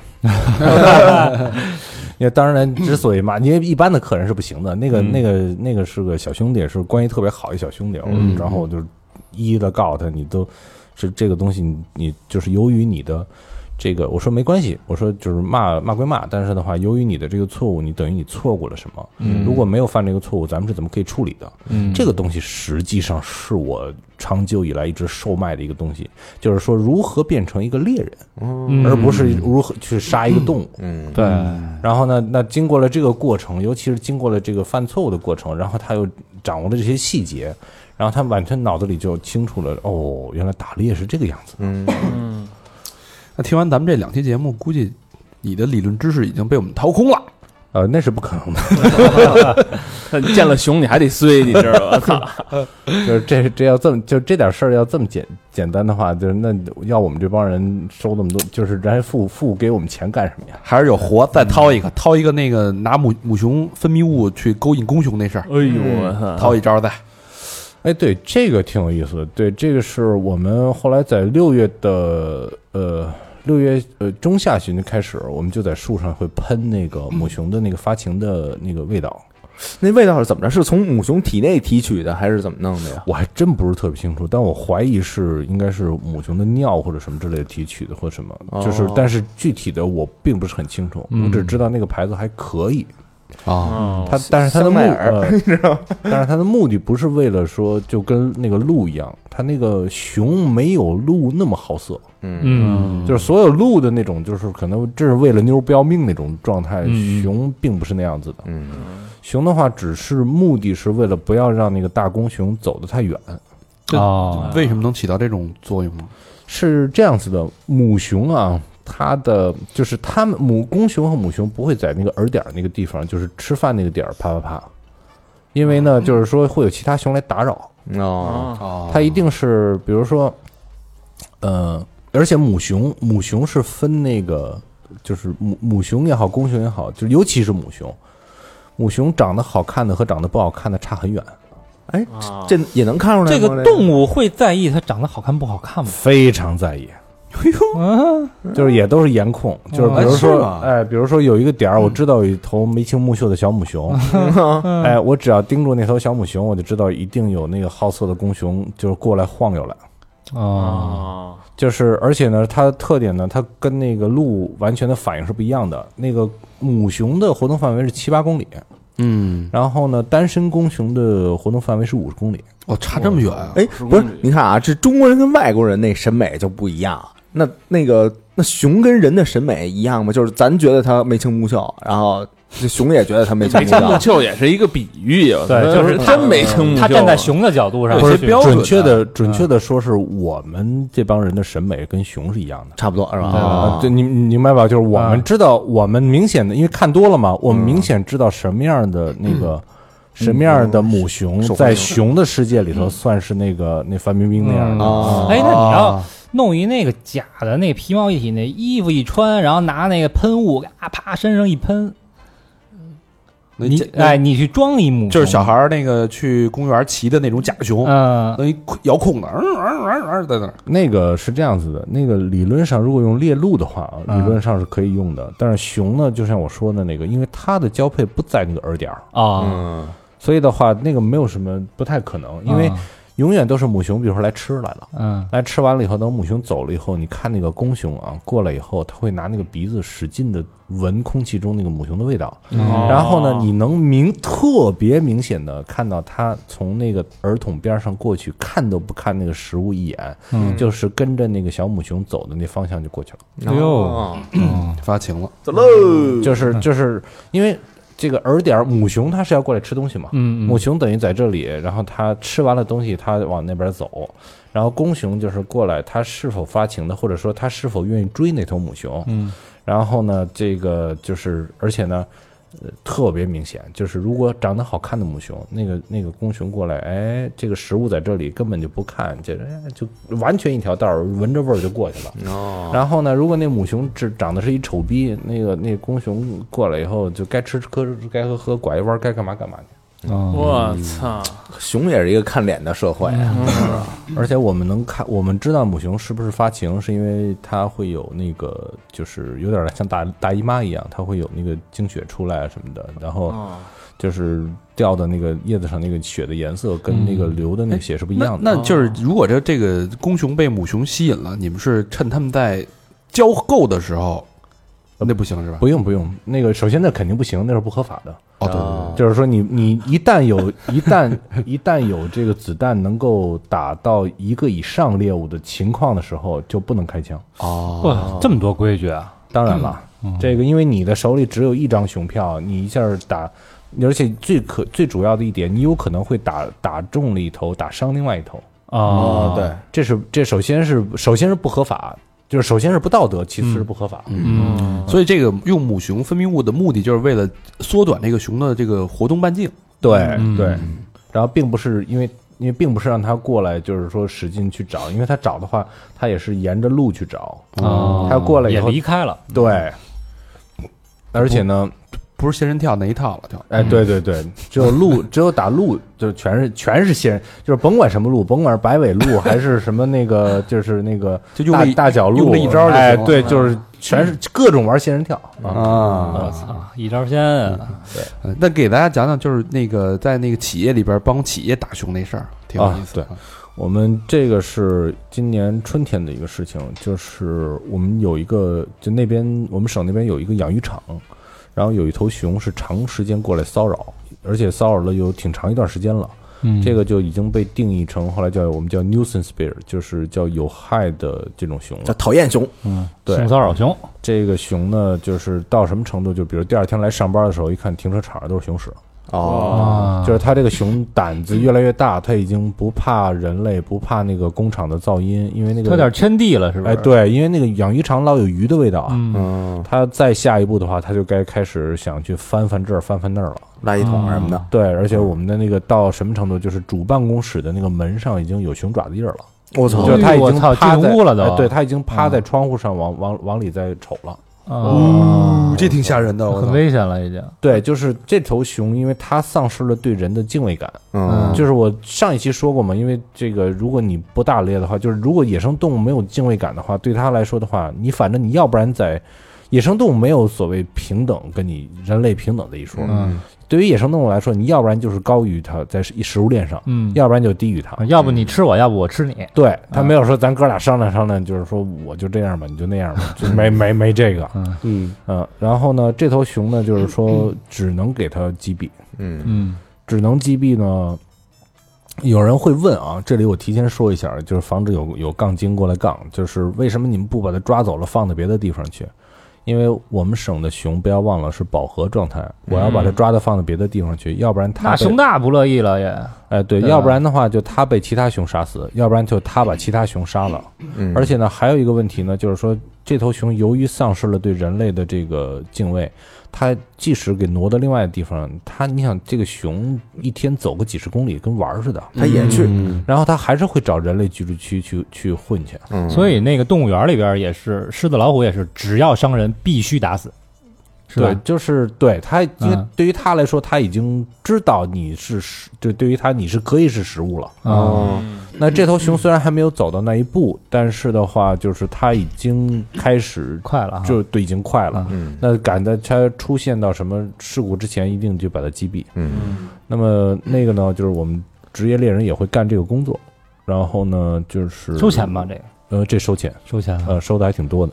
F: 因为当然，之所以骂，因为一般的客人是不行的。那个、那个、那个是个小兄弟，是关系特别好一小兄弟。我哦然后我就一一的告诉他，你都是这个东西你，你就是由于你的这个，我说没关系，我说就是骂骂归骂，但是的话，由于你的这个错误，你等于你错过了什么？如果没有犯这个错误，咱们是怎么可以处理的？这个东西实际上是我长久以来一直售卖的一个东西，就是说如何变成一个猎人，而不是如何去杀一个动物。
D: 对，
F: 然后呢，那经过了这个过程，尤其是经过了这个犯错误的过程，然后他又掌握了这些细节，然后他完全脑子里就清楚了，哦，原来打猎是这个样子。
C: 那听完咱们这两期节目，估计你的理论知识已经被我们掏空了。
F: 呃，那是不可能的，
K: 但见了熊你还得衰，你知道吧？操，
F: 就是这这要这么就这点事儿要这么简简单的话，就是那要我们这帮人收那么多，就是人家付付给我们钱干什么呀？
C: 还是有活，再掏一个，嗯掏一个那个拿母母熊分泌物去勾引公熊那事儿，
K: 哎呦我操！
C: 嗯掏一招再。
F: 哎，对，这个挺有意思的。对，这个是我们后来在六月的呃六月呃中下旬就开始，我们就在树上会喷那个母熊的那个发情的那个味道。
A: 那味道是怎么着？是从母熊体内提取的，还是怎么弄的呀？
F: 我还真不是特别清楚，但我怀疑是应该是母熊的尿或者什么之类的提取的，或者什么，
A: 哦
F: 就是，但是具体的我并不是很清
A: 嗯
F: 楚，我只知道那个牌子还可以。啊，它但是它的
A: 哦香
F: 目，
A: 奈儿
F: 呃但是它的目的不是为了说就跟那个鹿一样，它那个熊没有鹿那么好色，
D: 嗯，
F: 就是所有鹿的那种，就是可能这是为了妞儿不要命那种状态，
K: 嗯
F: 熊并不是那样子的。
A: 嗯，
F: 熊的话只是目的是为了不要让那个大公熊走得太远。
C: 这
D: 哦
C: 为什么能起到这种作用吗？
F: 是这样子的，母熊啊，它的就是它们母公熊和母熊不会在那个饵点儿那个地方，就是吃饭那个点儿啪啪啪，因为呢，就是说会有其他熊来打扰，
A: 哦，
C: 哦
F: 它一定是比如说，呃，而且母熊母熊是分那个就是母母熊也好，公熊也好，就是尤其是母熊，母熊长得好看的和长得不好看的差很远，
A: 哎，这这也能看出来
D: 这
A: 吗
D: 个动物会在意它长得好看不好看吗？
F: 非常在意。就是也都是颜控，就是比如
C: 哎是
F: 说
C: 吗，
F: 哎，比如说有一个点儿，我知道有一头眉清目秀的小母熊，
C: 嗯
F: 哎，我只要盯住那头小母熊，我就知道一定有那个好色的公熊就是过来晃悠来。
D: 哦，
F: 就是而且呢，它的特点呢，它跟那个鹿完全的反应是不一样的。那个母熊的活动范围是七八公里，
C: 嗯，
F: 然后呢，单身公熊的活动范围是五十公里。
C: 哦，差这么远啊！
A: 哎，不是，你看啊，这中国人跟外国人那审美就不一样。那那个那熊跟人的审美一样吗？就是咱觉得它眉清目秀，然后这熊也觉得它眉清
K: 眉
A: 目
K: 清目
A: 秀。
K: 秀也是一个比喻，啊我
D: 对
K: 操
D: 就是
K: 真眉清目秀。
D: 它
K: 啊
D: 站在熊的角度上
K: 嗯不是
D: 去
K: 标
F: 准确的嗯准确的说，是我们这帮人的审美跟熊是一样的。
A: 差不多是吧？
F: 啊，对，你你明白吧？就是我们知道，我们明显的，因为看多了嘛，我们明显知道什么样的那个。什么样的母熊在熊的世界里头算是那个那范冰冰那样的？
A: 啊，
D: 哎，那你要弄一那个假的那皮毛一体那衣服一穿，然后拿那个喷雾啊啪身上一喷，
C: 那
D: 你
C: 假
D: 哎你去装一母，
C: 就是小孩，儿那个去公园骑的那种假熊，
D: 嗯
C: 那一遥控的，嗯嗯嗯嗯，在那儿。
F: 那个是这样子的，那个理论上如果用猎鹿的话啊，
D: 嗯
F: 理论上是可以用的。但是熊呢，就像我说的那个，因为它的交配不在那个饵点儿，
D: 啊，啊
F: 所以的话，那个没有什么不太可能，因为永远都是母熊，比如说来吃来了，
D: 嗯
F: 来吃完了以后，等母熊走了以后，你看那个公熊啊过来以后，它会拿那个鼻子使劲的闻空气中那个母熊的味道，
K: 哦
F: 然后呢，你能明特别明显的看到它从那个儿童边上过去，看都不看那个食物一眼，就是跟着那个小母熊走的那方向就过去了，
D: 哎呦，
C: 发情了，
A: 走喽！
D: 嗯
F: 就是就是因为这个饵点儿母熊它是要过来吃东西嘛，
D: 嗯
F: 母熊等于在这里，然后它吃完了东西，它往那边走，然后公熊就是过来，它是否发情的，或者说它是否愿意追那头母熊。嗯，然后呢，这个就是，而且呢，呃，特别明显，就是如果长得好看的母熊，那个那个公熊过来，哎，这个食物在这里根本就不看，这哎就完全一条道儿，闻着味儿就过去了。
C: 啊
F: 然后呢，如果那母熊只长得是一丑逼，那个那公熊过来以后，就该吃吃喝该喝喝，拐一弯该干嘛干嘛去。
K: 我操！
A: 熊也是一个看脸的社会啊，
C: 嗯
F: 而且我们能看，我们知道母熊是不是发情，是因为它会有那个，就是有点像大大姨妈一样，它会有那个经血出来啊什么的，然后
C: 啊
F: 就是掉的那个叶子上那个血的颜色跟那个流的那个血是不一
C: 嗯哎那
F: 样的。
C: 那就是，如果这这个公熊被母熊吸引了，你们是趁他们在交媾的时候，那不行是吧？
F: 不用不用，那个首先那肯定不行，那是不合法的。
C: 哦，对对
F: 就是说你你一旦有 一旦一旦有这个子弹能够打到一个以上猎物的情况的时候，就不能开枪。
C: 对，哦，
D: 哇，这么多规矩啊！
F: 当然了，这个因为你的手里只有一张熊票，你一下打，而且最可最主要的一点，你有可能会打打中了一头，打伤另外一头。
D: 哦，
A: 对，
F: 这是这首先是首先是不合法，就是首先是不道德，其次是不合法。
D: 嗯，
C: 所以这个用母熊分泌物的目的就是为了缩短这个熊的这个活动半径。
F: 对
C: 嗯
F: 对，然后并不是因为因为并不是让他过来，就是说使劲去找，因为他找的话，他也是沿着路去找。
C: 嗯啊
D: 哦
F: 他过来以
D: 也
F: 后，啊
D: 离开了，
F: 对，而且
C: 嗯
F: 呢，
C: 不是仙人跳那一套了，就
F: 哎，对对对，只 有鹿，只有打鹿，就全是全是仙人，就是甭管什么鹿，甭管是白 尾鹿还是什么那个，就是那个
C: 就用
F: 大
C: 力
F: 大脚鹿，
C: 用力一招就行了嗯
F: 哎，对，就是全是各种玩仙人跳啊。
C: 啊
D: 我操，一招鲜啊！
C: 呃那给大家讲讲，就是那个在那个企业里边帮企业打熊那事儿，挺有意思的。
D: 嗯
F: 啊我们这个是今年春天的一个事情，就是我们有一个，就那边我们省那边有一个养鱼场，然后有一头熊是长时间过来骚扰，而且骚扰了有挺长一段时间了。
D: 嗯
F: 这个就已经被定义成后来叫我们叫 nuisance bear，就是叫有害的这种熊
A: 叫
F: 了。
A: 讨厌熊，
F: 对
D: 性骚扰熊，
F: 这个熊呢，就是到什么程度？就比如第二天来上班的时候，一看停车场上都是熊屎，
A: 啊
D: 哦
F: 就是它这个熊胆子越来越大，它已经不怕人类，不怕那个工厂的噪音，因为那个
D: 有点圈地了，是不
F: 哎
D: 是？，
F: 对，因为那个养鱼场老有鱼的味道啊。
D: 嗯，
A: 嗯，
F: 它再下一步的话，它就该开始想去翻翻这儿，翻翻那儿了。
A: 垃圾桶什么的，
F: 对，
D: 嗯
F: 而且我们的那个到什么程度，就是主办公室的那个门上已经有熊爪子印儿了。
A: 我操
D: 哦
F: 就是他已
D: 我
F: 经
D: 操
F: 趴在
D: 进屋了都嗯
F: 哎对他已经趴在窗户上往往往里在瞅了。
D: 哦，
C: 这挺吓人的，我
D: 很
C: 操！
D: 危险了已经。
F: 对，就是这头熊，因为它丧失了对人的敬畏感。
A: 嗯，
F: 就是我上一期说过嘛，因为这个，如果你不大猎的话，就是如果野生动物没有敬畏感的话，对它来说的话，你反正你要不然在野生动物没有所谓平等跟你人类平等的一说。
D: 嗯
F: 对于野生动物来说，你要不然就是高于它在食食物链上，
D: 嗯，
F: 要不然就低于它。
D: 要不你吃我，要不我吃你。
F: 对他没有说咱哥俩商量商量，就是说我就这样吧，你就那样吧，就没没没这个，
C: 嗯，
F: 嗯，然后呢，这头熊呢，就是说只能给它击毙，
A: 嗯
D: 嗯，
F: 只能击毙呢。有人会问啊，这里我提前说一下，就是防止有有杠精过来杠，就是为什么你们不把它抓走了，放到别的地方去？因为我们省的熊，不要忘了是饱和状态，我要把它抓到放到别的地方去，要不然它
D: 那
F: 被
D: 熊大不乐意了也。
F: 哎，对，
D: 对啊
F: 要
D: 吧
F: 不然的话就他被其他熊杀死，要不然就他把其他熊杀了。
A: 嗯
F: 而且呢，还有一个问题呢，就是说这头熊由于丧失了对人类的这个敬畏，它即使给挪到另外的地方，它你想这个熊一天走个几十公里跟玩儿似的，
A: 他也去，
D: 嗯
F: 然后它还是会找人类居住区去去混去。
A: 嗯，
D: 所以那个动物园里边也是，狮子、老虎也是，只要伤人必须打死，是
F: 对
D: 吧，？
F: 就是对它，因为
D: 嗯
F: 对于它来说，它已经知道你是食，就对于它你是可以是食物了。
D: 哦，
F: 那这头熊虽然还没有走到那一步，但是的话，就是它已经开始
D: 快了哈，啊
F: 就对已经快了。
A: 嗯
F: 那赶在它出现到什么事故之前，一定就把它击毙。
A: 嗯
F: 那么那个呢，就是我们职业猎人也会干这个工作。然后呢，就是
D: 收钱吧，？这个
F: 呃，这收钱，
D: 收钱啊。
F: 呃，收的还挺多的。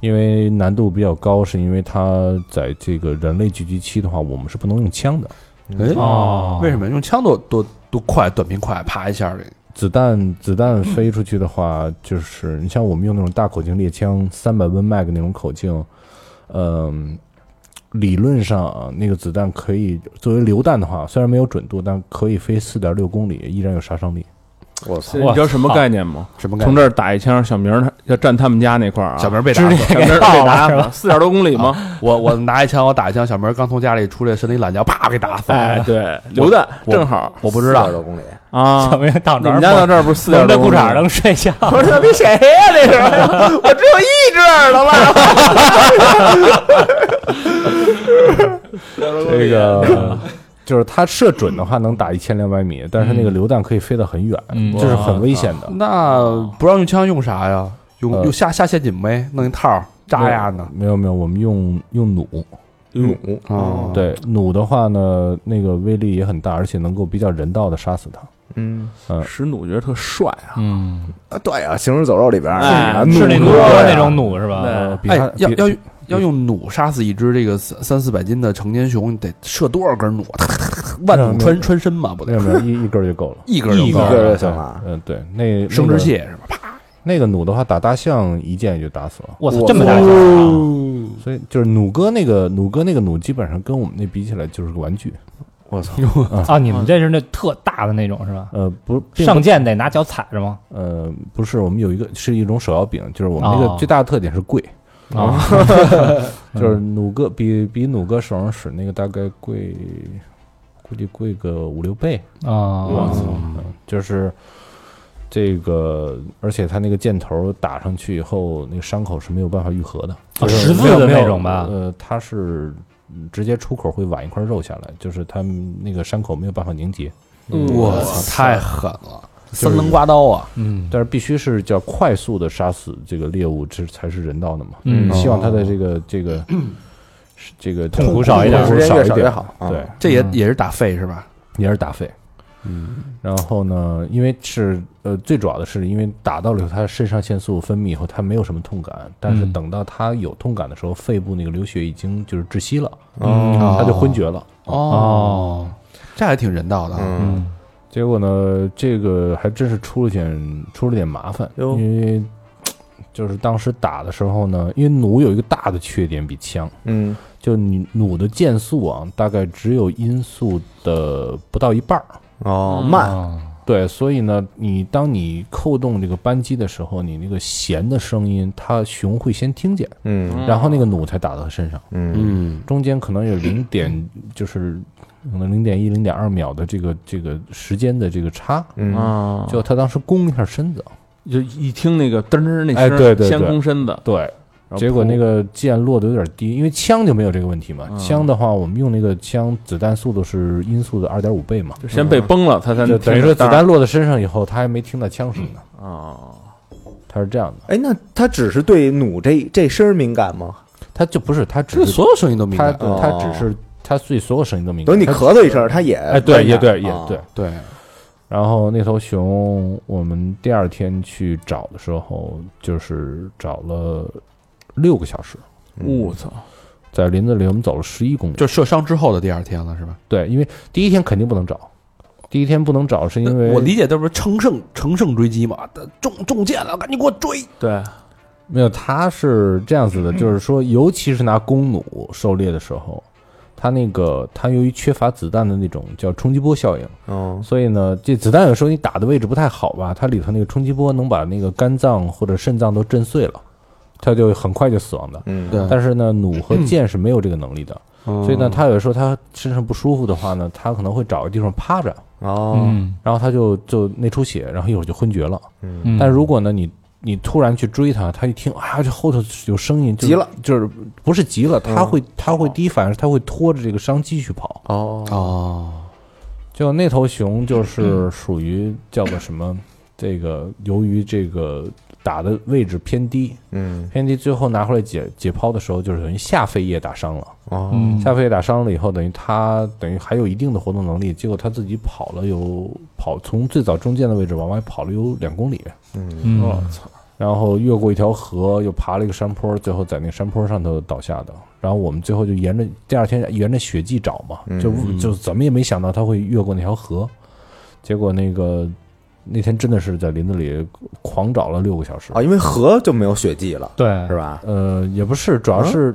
F: 因为难度比较高，是因为它在这个人类聚集期的话，我们是不能用枪的，
C: 哎，
D: 哦
C: 为什么用枪多多多快，短平快，啪一下这个
F: 子弹子弹飞出去的话，就是你像我们用那种大口径猎枪，三百 Win Mag 那种口径，嗯、理论上啊，那个子弹可以作为榴弹的话，虽然没有准度，但可以飞四点六公里，依然有杀伤力。
A: 我操，
K: 你知道什么概念吗？
C: 什么
K: 从
C: 感觉？
K: 这儿打一枪，小明儿他要站他们家那块儿啊，
C: 小明被打
K: 直接
C: 死
K: 给打死了，四点多公里吗？
C: 我我拿一枪，我打一枪，小明刚从家里出来，伸了一懒觉，啪给打死了。
K: 哎，对，榴弹正好
C: 我不知道
A: 四十，多公里，
K: 啊
D: 小，明躺
K: 你
D: 床
K: 们家
D: 上
K: 到这儿不是四
D: 蒙
K: 点
D: 着
K: 多
D: 裤
K: 公里
D: 衩
K: 吗？
D: 能睡觉，
A: 我说比谁呀？这是，我只有一只耳朵了。
F: 这个就是它射准的话能打一千两百米，但是那个榴弹可以飞得很远，
K: 嗯
F: 这是很危险的。
C: 那不让用枪用啥呀？用
F: 呃
C: 用下下陷阱呗，弄一套儿扎
F: 嗯
C: 呀呢。
F: 没有没有，我们用用弩，
A: 弩
C: 哦，
F: 对弩的话呢，那个威力也很大，而且能够比较人道的杀死它。
A: 嗯
K: 石弩觉得特帅啊，
D: 嗯，
A: 啊，对啊，行尸走肉里边儿啊，
D: 哎是那
A: 弩
D: 弩
A: 哥
D: 哥那
A: 呀
D: 种弩是吧？
F: 呃，比
C: 哎
F: 它，
C: 要
F: 比
C: 要要用弩杀死一只这个三三四百斤的成年熊，你得射多少根弩？ 哒哒哒哒万弩穿穿身嘛，不
F: 没
C: 得。
F: 有没有一一根儿就够了
C: 一根儿
A: 一
C: 就
A: 根
C: 够
A: 儿
C: 了。
A: 就行了。
F: 嗯，对，那
C: 生殖
F: 那个
C: 蟹是吧？啪，
F: 那个弩的话，打大象一箭也就打死了。
D: 我操，
A: 我
D: 这么大一啊个
A: 嗯
F: 所以就是弩哥那个弩哥那个弩，基本上跟我们那比起来就是个玩具。
D: 啊！你们这是那特大的那种是吧？
F: 呃，不，并不
D: 上舰得拿脚踩着吗？
F: 呃不是，我们有一个是一种手摇柄，就是我们那
D: 哦嗯
F: 个最大的特点是贵，
D: 啊，
F: 就是弩哥比比弩哥手上使那个大概贵，估计贵个五六倍。
D: 啊，
F: 嗯，就是这个，而且它那个箭头打上去以后，那个伤口是没有办法愈合的，
D: 啊
F: 就是
D: 十字
F: 没有
D: 的
F: 没有
D: 那种吧
F: 呃，它是嗯直接出口会剜一块肉下来，就是它那个伤口没有办法凝结，嗯
C: 我操，太狠了！三棱刮刀啊！
D: 嗯，
F: 但是必须是叫快速的杀死这个猎物，这才是人道的嘛。
D: 嗯
F: 希望它的这个这个是这个痛
D: 苦少一点
F: 痛
A: 时
F: 苦
A: 间
F: 少
A: 越
F: 一
A: 少越
F: 点，
A: 好。啊
F: 对，，
C: 这也也是打废是吧？
F: 也是打废。嗯，然后呢，因为是呃，最主要的是因为打到了以后，他肾上腺素分泌以后，他没有什么痛感，但是
D: 嗯
F: 等到他有痛感的时候，肺部那个流血已经就是窒息了，
D: 嗯
C: 哦
F: 他就昏厥了。
C: 哦，这还挺人道的。啊
A: 嗯，
F: 结果呢，这个还真是出了点出了点麻烦，
A: 哟
F: 因为就是当时打的时候呢，因为弩有一个大的缺点比枪，
A: 嗯，
F: 就你弩的箭速啊，大概只有音速的不到一半儿。
A: 哦，慢，
F: 对，所以呢，你当你扣动这个扳机的时候，你那个弦的声音，它熊会先听见，
A: 嗯
F: 然后那个弩才打到它身上，
A: 嗯
C: 嗯，
F: 中间可能有零点，就是可能零点一、零点二秒的这个这个时间的这个差。
A: 嗯，
K: 啊，
F: 就他当时弓一下身子，
K: 就一听那个噔儿那
F: 哎
K: 声儿，
F: 对对
K: 先
F: 对
K: 弓身子，
F: 对，
K: 然后
F: 结果
K: 扑
F: 那个箭落的有点低，因为枪就没有这个问题嘛。
K: 嗯
F: 枪的话，我们用那个枪子弹速度是音速的二点五倍嘛，
K: 就先被崩了，他才
F: 就
K: 能
F: 等于说子弹落在身上以后，他还没听到枪声呢，
K: 啊，
F: 他是这样的，
A: 哎，那他只是对弩这这声儿敏感吗？
F: 他就不是他
C: 这
F: 只是
C: 所有声音都敏
F: 他
C: 感。
A: 哦
F: 他只是他对所有声音都敏感。
A: 等你
F: 他
A: 咳嗽一声，他也
F: 哎，对，也对，也
A: 啊
F: 对。
C: 对，
F: 然后那头熊，我们第二天去找的时候，就是找了六个小时，
A: 嗯
K: 我操，
F: 在林子里我们走了十一公里。
C: 就射伤之后的第二天了是吧？
F: 对，因为第一天肯定不能找，第一天不能找是因为
C: 我理解，这不是乘胜乘胜追击嘛？中中箭了，赶紧给我追！
K: 对，
F: 没有，他是这样子的，就是说，尤其是拿弓弩狩猎的时候，他那个他由于缺乏子弹的那种叫冲击波效应。
A: 嗯
F: 所以呢，这子弹有时候你打的位置不太好吧，它里头那个冲击波能把那个肝脏或者肾脏都震碎了，它就很快就死亡的。
A: 嗯，
C: 对，
F: 但是呢，弩和箭是没有这个能力的，所以呢，他有时候他身上不舒服的话呢，他可能会找个地方趴着，
A: 哦，
D: 嗯，
F: 然后他就就内出血，然后一会儿就昏厥了。
D: 嗯
F: 但如果呢，你你突然去追他，他一听啊，这后头有声音，就是
A: 急了，嗯
F: 就是不是急了，他会他会第一反应是他会拖着这个伤机去跑。
C: 哦，
F: 就那头熊就是属于叫做什么？这个由于这个打的位置偏低，
A: 嗯
F: 偏低，最后拿回来解解剖的时候，就是等于下肺叶打伤了。
A: 哦，
D: 嗯
F: 下肺叶打伤了以后，等于它等于还有一定的活动能力，结果它自己跑了有跑从最早中间的位置往外跑了有两公里，
A: 嗯
D: 嗯
F: 哦然后越过一条河，又爬了一个山坡，最后在那个山坡上头倒下的。然后我们最后就沿着第二天沿着血迹找嘛，就就怎么也没想到他会越过那条河，结果那个那天真的是在林子里狂找了六个小时
A: 啊，。因为河就没有血迹了，
D: 对
A: 是，吧？
F: 呃，也不是，主要是、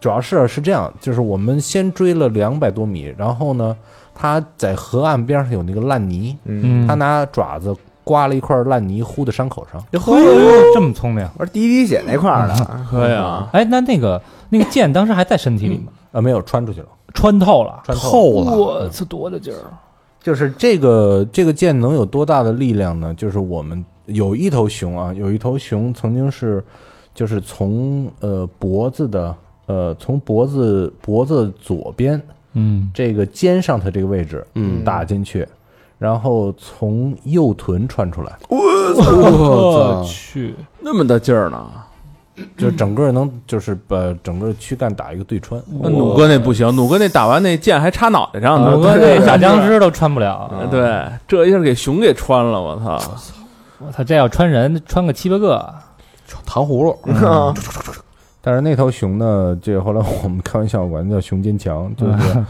F: 主要是是这样，就是我们先追了两百多米，然后呢，他在河岸边上有那个烂泥，
A: 嗯，
D: 嗯，
F: 他拿爪子刮了一块烂泥糊在伤口上。
D: 嘿，哎这么聪明，
A: 而滴滴血那块儿呢，
K: 可以啊，
D: 哎，那那个那个箭当时还在身体里吗？
F: 啊，没有穿出去了，
D: 穿透了，
F: 穿透
C: 透
F: 了
C: 了。
D: 我操，多大劲儿！
F: 就是这个这个箭能有多大的力量呢？就是我们有一头熊啊，有一头熊曾经是，就是从呃脖子的呃从脖子脖子左边
D: 嗯，
F: 这个肩上头这个位置，嗯，打进去，然后从右臀穿出来，
K: 我
D: 我，去，
K: 那么大劲儿呢？
F: 就整个能就是把整个躯干打一个对穿。
K: 那弩哥那不行，弩哥那打完那箭还插脑袋上
F: 啊
K: 呢。
D: 啊我哥
K: 这
D: 这假僵尸都穿不了，
K: 对，这一下给熊给穿了，我操！
D: 我操，这要穿人穿个七八个，
C: 糖葫芦，
A: 啊
F: 但是那头熊呢，这后来我们开玩笑管它叫熊坚强，就是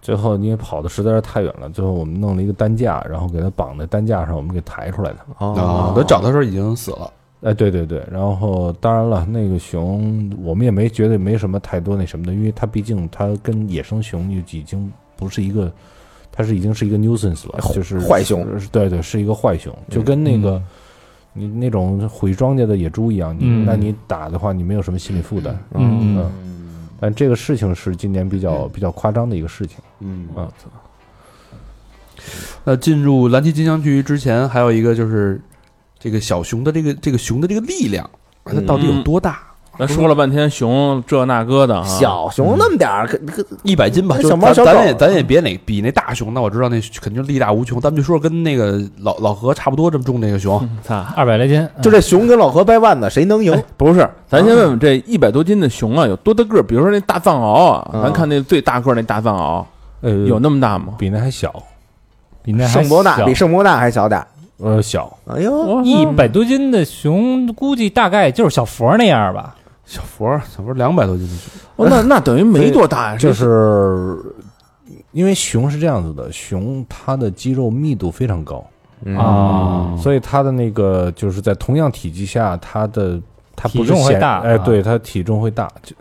F: 最后因为跑的实在是太远了，最后我们弄了一个担架，然后给它绑在担架上，我们给抬出来的。
C: 啊，他找他的时候已经死了，
F: 哎，对对对，然后当然了，那个熊我们也没觉得没什么太多那什么的，因为它毕竟它跟野生熊就已经不是一个，它是已经是一个 nuisance 了，就是
A: 坏熊，嗯
F: 是对对，是一个坏熊，就跟
D: 嗯
F: 那个、你那种毁庄稼的野猪一样，你、
D: 嗯
F: 那你打的话，你没有什么心理负担，
D: 嗯
F: 嗯但这个事情是今年比
A: 嗯
F: 较比较夸张的一个事情，
C: 嗯
F: 啊
C: 那进入蓝旗金枪局之前，还有一个就是这个小熊的这个这个熊的这个力量，它到底有多大？
K: 咱说了半天熊这那哥的啊，
A: 小熊那么点儿，可可
C: 嗯一百斤吧，
A: 那
C: 就
A: 小猫
C: 咱
A: 小狗
C: 咱也咱也别哪比那大熊，那我知道那肯定力大无穷。咱们就说跟那个老老何差不多这么重那个熊，
K: 操！
D: 二百来斤，
A: 就这熊跟老何掰腕子，谁能赢？
K: 不是，咱先问问这一百多斤的熊啊，有多大个儿？比如说那大藏獒啊，咱看那最大个儿那大藏獒，
F: 呃，
K: 有那么大吗？
F: 比那还小，
D: 比那哎还
A: 圣伯纳
D: 小
A: 比圣伯纳还小点儿。
F: 呃小，
A: 哎呦，
D: 一百多斤的熊，估计大概就是小佛那样吧。
C: 小佛儿小佛两百多斤的熊，
K: 哦那那等于没多大 呀，
F: 就是因为熊是这样子的，熊它的肌肉密度非常高啊，所以它的那个就是在同样体积下，它的它不
D: 体
F: 是
D: 重会
F: 显
D: 大
F: 哎，
D: 啊
F: 对，它体重会大，就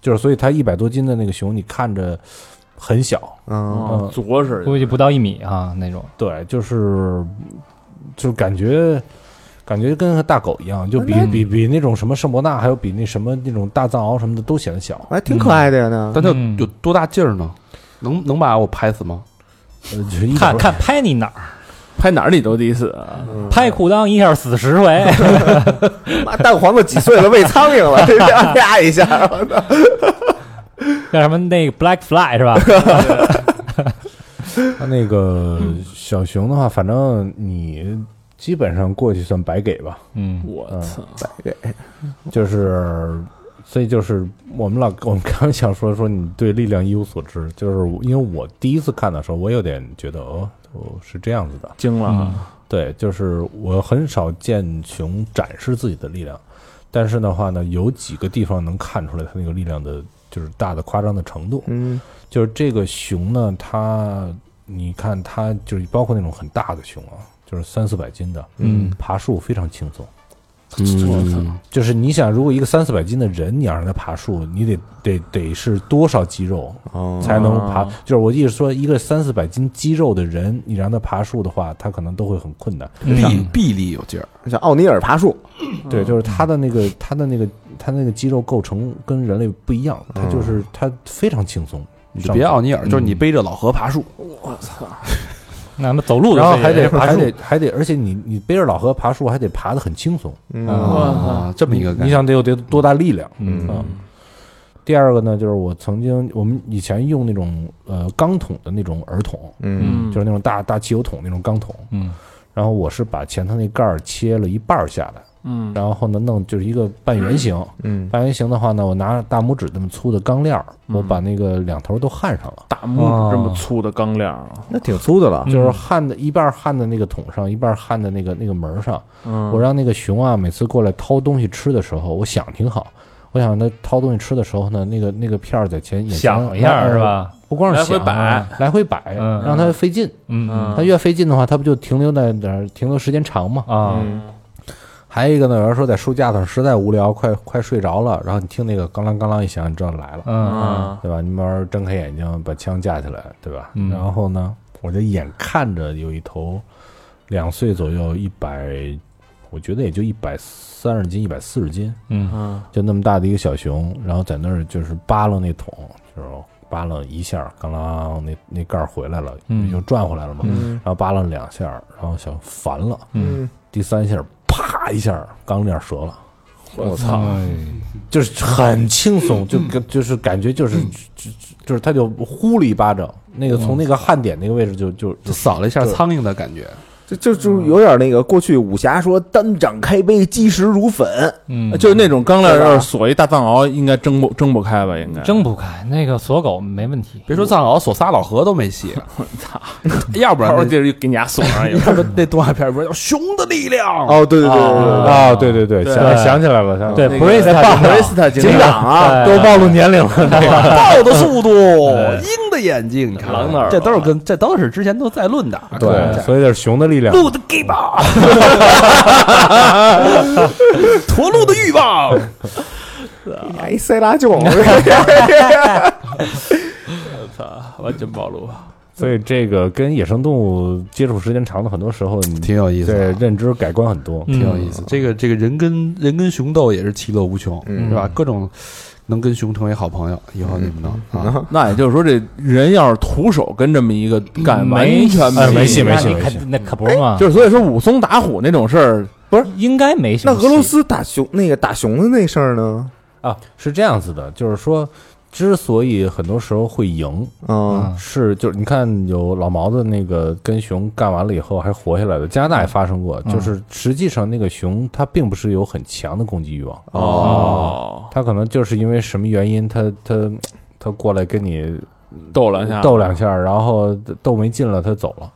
F: 就是所以它一百多斤的那个熊，你看着很小，
A: 嗯，
K: 哦着实
D: 估计不到一米啊那种。
F: 对，就是就感觉。感觉跟个大狗一样，就比比比那种什么圣伯纳，还有比那什么那种大藏獒什么的都显得小。
A: 还挺可爱的呀呢。
C: 但它有
D: 嗯
C: 有多大劲儿呢？能能把我拍死吗？
F: 呃就是一
D: 看
F: 会儿嗯
D: 看拍你哪儿，
K: 拍哪儿你都得死。
D: 拍裤裆一下死十 回。
A: 妈，蛋黄都几岁了，喂苍蝇 了，这啪啪一下，
D: 叫什么那个 Black Fly 是吧？
F: 他那个小熊的话，反正你基本上过去算白给吧，
D: 嗯，
K: 我操！
F: 就是，所以就是我们老我们刚想说说你对力量一无所知，就是因为我第一次看的时候，我有点觉得哦哦是这样子的，
K: 惊了啊！
F: 对，就是我很少见熊展示自己的力量，但是的话呢，有几个地方能看出来它那个力量的，就是大的夸张的程度。
A: 嗯，
F: 就是这个熊呢，它你看它就是包括那种很大的熊啊，就是三四百斤的，嗯，爬树非常轻松。
C: 嗯，
F: 就是你想，如果一个三四百斤的人，你要让他爬树，你得得得是多少肌肉
C: 哦
F: 才能爬？就是我意思说，一个三四百斤肌肉的人，你让他爬树的话，他可能都会很困难。
C: 臂臂力有劲儿，
A: 嗯像奥尼尔爬树，
C: 嗯
F: 对，就是他的那个他的那个他那个肌肉构成跟人类不一样，他就是他非常轻松。
C: 嗯你就别奥尼尔，就是你背着老何爬树，
D: 那他妈走路都
F: 然后
D: 费劲
F: 还得
D: 爬
F: 还
D: 树
F: 得还得，而且你你背着老何爬树，还得爬得很轻松。
C: 啊，这么一个概
F: 你
C: 念。
F: 想得有得多大力量？嗯啊。第二个呢，就是我曾经我们以前用那种呃钢桶的那种耳筒，
A: 嗯
F: 就是那种大大汽油桶那种钢桶，嗯。然后我是把前头那盖儿切了一半儿下来，
K: 嗯，
F: 然后呢弄就是一个半圆形，
A: 嗯，
F: 半圆形的话呢，我拿大拇指那么粗的钢链儿，
C: 嗯
F: 我把那个两头都焊上了，
K: 大拇指这么粗的钢链儿啊，
A: 那挺粗的了，
D: 嗯
F: 就是焊的一半儿焊在那个桶上，一半儿焊在那个那个门儿上。
D: 嗯
F: 我让那个熊啊，每次过来掏东西吃的时候，我想挺好。我想它掏东西吃的时候呢，那个那个片儿在前眼前
D: 想一下是？
F: 呃
D: 吧？
F: 不光是
K: 来回
F: 想啊，来回摆，
D: 嗯
F: 让它费劲。
D: 嗯
F: 它越费劲的话，它不就停留在哪儿停留时间长吗？
D: 啊，
F: 还有一个呢，有人说在书架上实在无聊，快快睡着了，然后你听那个咣啷咣啷一响，你知道来了，
D: 嗯
F: 对吧？你慢慢睁开眼睛，把枪架起来，对吧？
D: 嗯
F: 然后呢，我就眼看着有一头两岁左右，一百，我觉得也就一百三十斤、一百四十斤，
D: 嗯
F: 就那么大的一个小熊，然后在那儿就是扒拉那桶，就是扒拉一下，刚啷那那盖儿回来了，
D: 嗯
F: 又转回来了嘛，
D: 嗯
F: 然后扒拉了两下，然后想烦了，
D: 嗯，
F: 第三下啪一下钢链折了。
K: 我操！
D: 哎
F: 就是很轻松，就跟就是感觉就是就就就是他就呼了一巴掌，那
D: 嗯
F: 个从那个汗点那个位置就就
C: 就
F: 就
C: 扫了一下苍蝇的感觉。
A: 就就就有点那个过去武侠说单掌开杯，基石如粉，
D: 嗯，
K: 啊就是那种钢链
A: 对吧
K: 要是锁一大藏獒，应该挣不挣不开吧？应该
D: 睁不开，那个锁狗没问题。
C: 别说藏獒，锁仨老何都没戏。
K: 要不然我得给你俩锁上一个。
C: 他说那动画片不是叫《熊的力量》
A: 哦，对对对对对，
C: 嗯
F: 啊，对对对，
K: 对
F: 想想起来了，想
D: 对哎
F: 起来了
D: ，Brista
A: 雷斯特警长啊，
D: 啊
F: 都暴露年龄了，
C: 豹的速度，鹰的眼睛，你看
K: 狼哪儿
C: 这都是跟这都是之前都在论的。
F: 对，所以就是熊的力量，
C: 鹿的 gay 吧， 驼鹿的欲望，
A: 哎，塞拉囧，
K: 完全暴露。
F: 所以这个跟野生动物接触时间长了，很多时候你
C: 挺有意思的
F: 对认知改观很多。
C: 挺有意
K: 嗯
C: 思。这个这个人跟人跟熊斗也是其乐无穷，
K: 嗯
C: 是吧？各种能跟熊成为好朋友，以后你们能
A: 嗯
C: 啊。
K: 那也就是说，这人要是徒手跟这么一个干，完
D: 没
K: 全
F: 哎没啊戏
K: 戏。
F: 没戏
D: 那你
F: 没戏
D: 看那可哎不是嘛，
K: 就是所以说，武松打虎那种事儿，
D: 应该没什
A: 那
D: 么
A: 俄罗
D: 戏
A: 斯打熊那个打熊的那事儿呢？
F: 啊，是这样子的，就是说，之所以很多时候会赢，
A: 嗯，
F: 是就是你看有老毛子那个跟熊干完了以后还活下来的，加拿大也发生过，
C: 嗯
F: 就是实际上那个熊它并不是有很强的攻击欲望，
K: 哦，
F: 它可能就是因为什么原因，它它它过来跟你
K: 斗两下，
F: 斗两下，然后斗没劲了，它走了。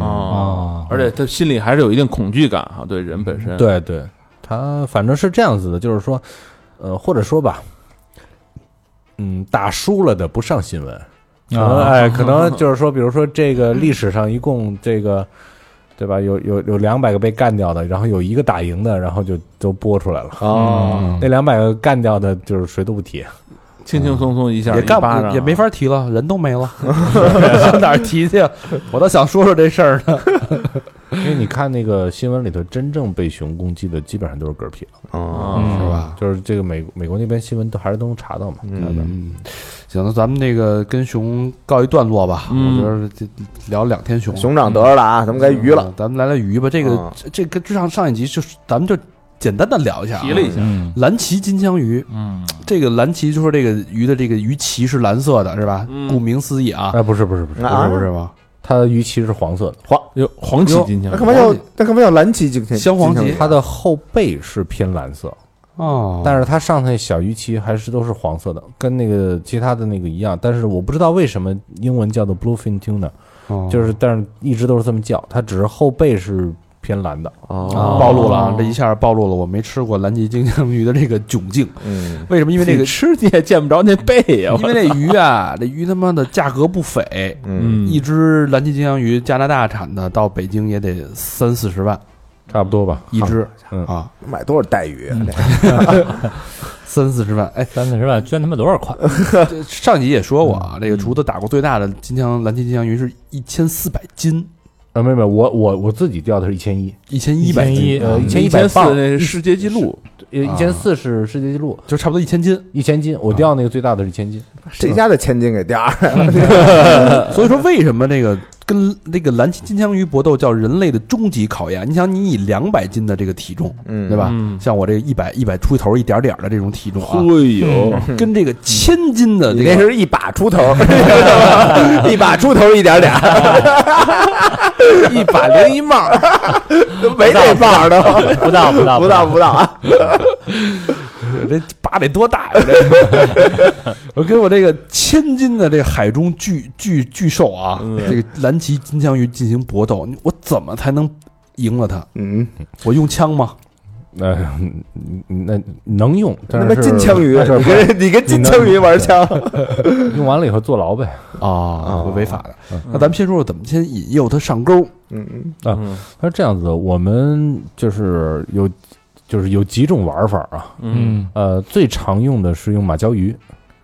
K: 哦，而且他心里还是有一定恐惧感哈，对人本
F: 嗯
K: 身。，
F: 对对，它反正是这样子的，就是说，呃，或者说吧，嗯，打输了的不上新闻，可能、
D: 啊
F: 哎，可能就是说，比如说这个历史上一共这个，对吧？有有有两百个被干掉的，然后有一个打赢的，然后就都播出来了。
A: 哦，
F: 那两百个干掉的，就是谁都不提，
K: 轻轻松松一下
C: 也
K: 一
C: 干
K: 巴掌啊
C: 不也没法提了，人都没了， 上哪儿提去？啊我倒想说说这事儿呢。
F: 因为你看那个新闻里头，真正被熊攻击的基本上都是嗝屁了，
A: 哦嗯
K: 啊，
C: 是吧？
F: 嗯就是这个美美国那边新闻都还是都能查到嘛。
C: 嗯，行，那咱们这个跟熊告一段落吧。
K: 嗯
C: 我觉得这聊两天熊，
A: 熊掌得着了啊，咱们该鱼了。
C: 嗯，咱们来聊鱼吧。这个
K: 啊
A: 嗯
C: 这这跟上上一集就是咱们就简单的聊一下啊，
K: 提了一下，
F: 嗯
C: 蓝鳍金枪鱼。
K: 嗯，
C: 这个蓝鳍就说这个鱼的这个鱼鳍是蓝色的，是吧？
K: 嗯
C: 顾名思义啊，
F: 哎，不是不是不是，
A: 啊
C: 不是吗？
F: 它的鱼鳍是黄色的。
K: 有黄旗金枪
A: 那，干嘛要那干嘛要蓝旗今天？
C: 镶黄旗
A: 今天
F: 它的后背是偏蓝色，
C: 哦，
F: 但是它上头小鱼鳍还是都是黄色的，跟那个其他的那个一样。但是我不知道为什么英文叫做 bluefin tuna，
C: 哦
F: 就是但是一直都是这么叫，它只是后背是偏蓝的。
A: 哦，
C: 暴露了啊！这一下暴露了我没吃过蓝鳍金枪鱼的这个窘境。
A: 嗯，
C: 为什么？因为这个，
K: 吃你也见不着那背呀，
C: 因为那鱼啊，这鱼他妈的价格不菲，
K: 嗯
C: 一只蓝鳍金枪鱼，加拿大产的，到北京也得三四十万
F: 差不多吧，
C: 一只
F: 嗯
C: 啊，
A: 买多少带鱼啊？
C: 三四十万。哎，
D: 三四十万捐他妈多少款？
C: 这上集也说过啊，这个厨子打过最大的金枪蓝鳍金枪鱼是一千四百斤，
F: 啊，没有没有，我我我自己钓的是一千一，
C: 一千一百斤，
F: 呃一千
K: 一
F: 一
K: 千
F: 百
K: 四
F: 磅，
K: 那世界纪录，
F: 呃一千四是世界纪录，
C: 就差不多一千斤。
F: 一千斤，我钓那个最大的是一千斤。
A: 谁家的千金给掉了？
C: 所以说，为什么这个跟那个蓝鳍金枪鱼搏斗叫人类的终极考验？你想，你以两百斤的这个体重，
A: 嗯
C: 对吧？
K: 嗯
C: 像我这一百一百出头一点点儿的这种体重啊，
K: 呦，
C: 跟这个千斤的
A: 你
C: 这
A: 那
C: 个
A: 是一把出头，一把出头一点点，
K: 一把零一帽，
A: 没那把的，
D: 不到不到
A: 不到不到啊！
C: 这疤得多大呀！这 我跟我这个千斤的这个海中巨巨巨兽啊，这个蓝鳍金枪鱼进行搏斗，你我怎么才能赢了它？
A: 嗯，
C: 我用枪吗？
F: 那、 嗯那能用，但
A: 那么
F: 是
A: 金枪鱼，啊
F: 但
A: 你
F: 是
A: 跟你跟金枪鱼玩枪，
F: 用完了以后坐牢呗。
C: 啊，违法的。那咱们先说说怎么先引诱它上钩。
A: 嗯
F: 它是这样子的，我们就是有就是有几种玩法啊。
K: 嗯，
F: 呃，最常用的是用马鲛鱼，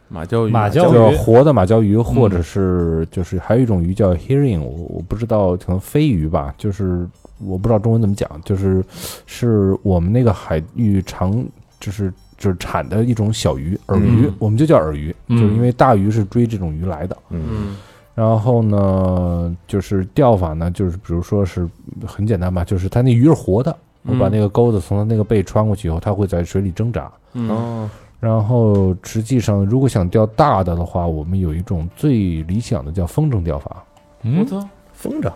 K: 马鲛鱼，
D: 马鲛
F: 就
D: 鲛
F: 是
D: 鱼
F: 活的马鲛鱼，或者是就是还有一种鱼叫 herring，我我不知道，可能飞鱼吧，就是我不知道中文怎么讲，就是是我们那个海域常就是就是产的一种小鱼，饵鱼，
K: 嗯
F: 我们就叫饵鱼，
D: 嗯
F: 就是因为大鱼是追这种鱼来的。
K: 嗯
F: 然后呢，就是钓法呢，就是比如说是很简单吧，就是它那鱼是活的，我把那个钩子从它那个背穿过去以后，它会在水里挣扎。
K: 嗯，
A: 哦，
F: 然后实际上，如果想钓大的的话，我们有一种最理想的叫风筝钓法，
K: 我操，
A: 风筝，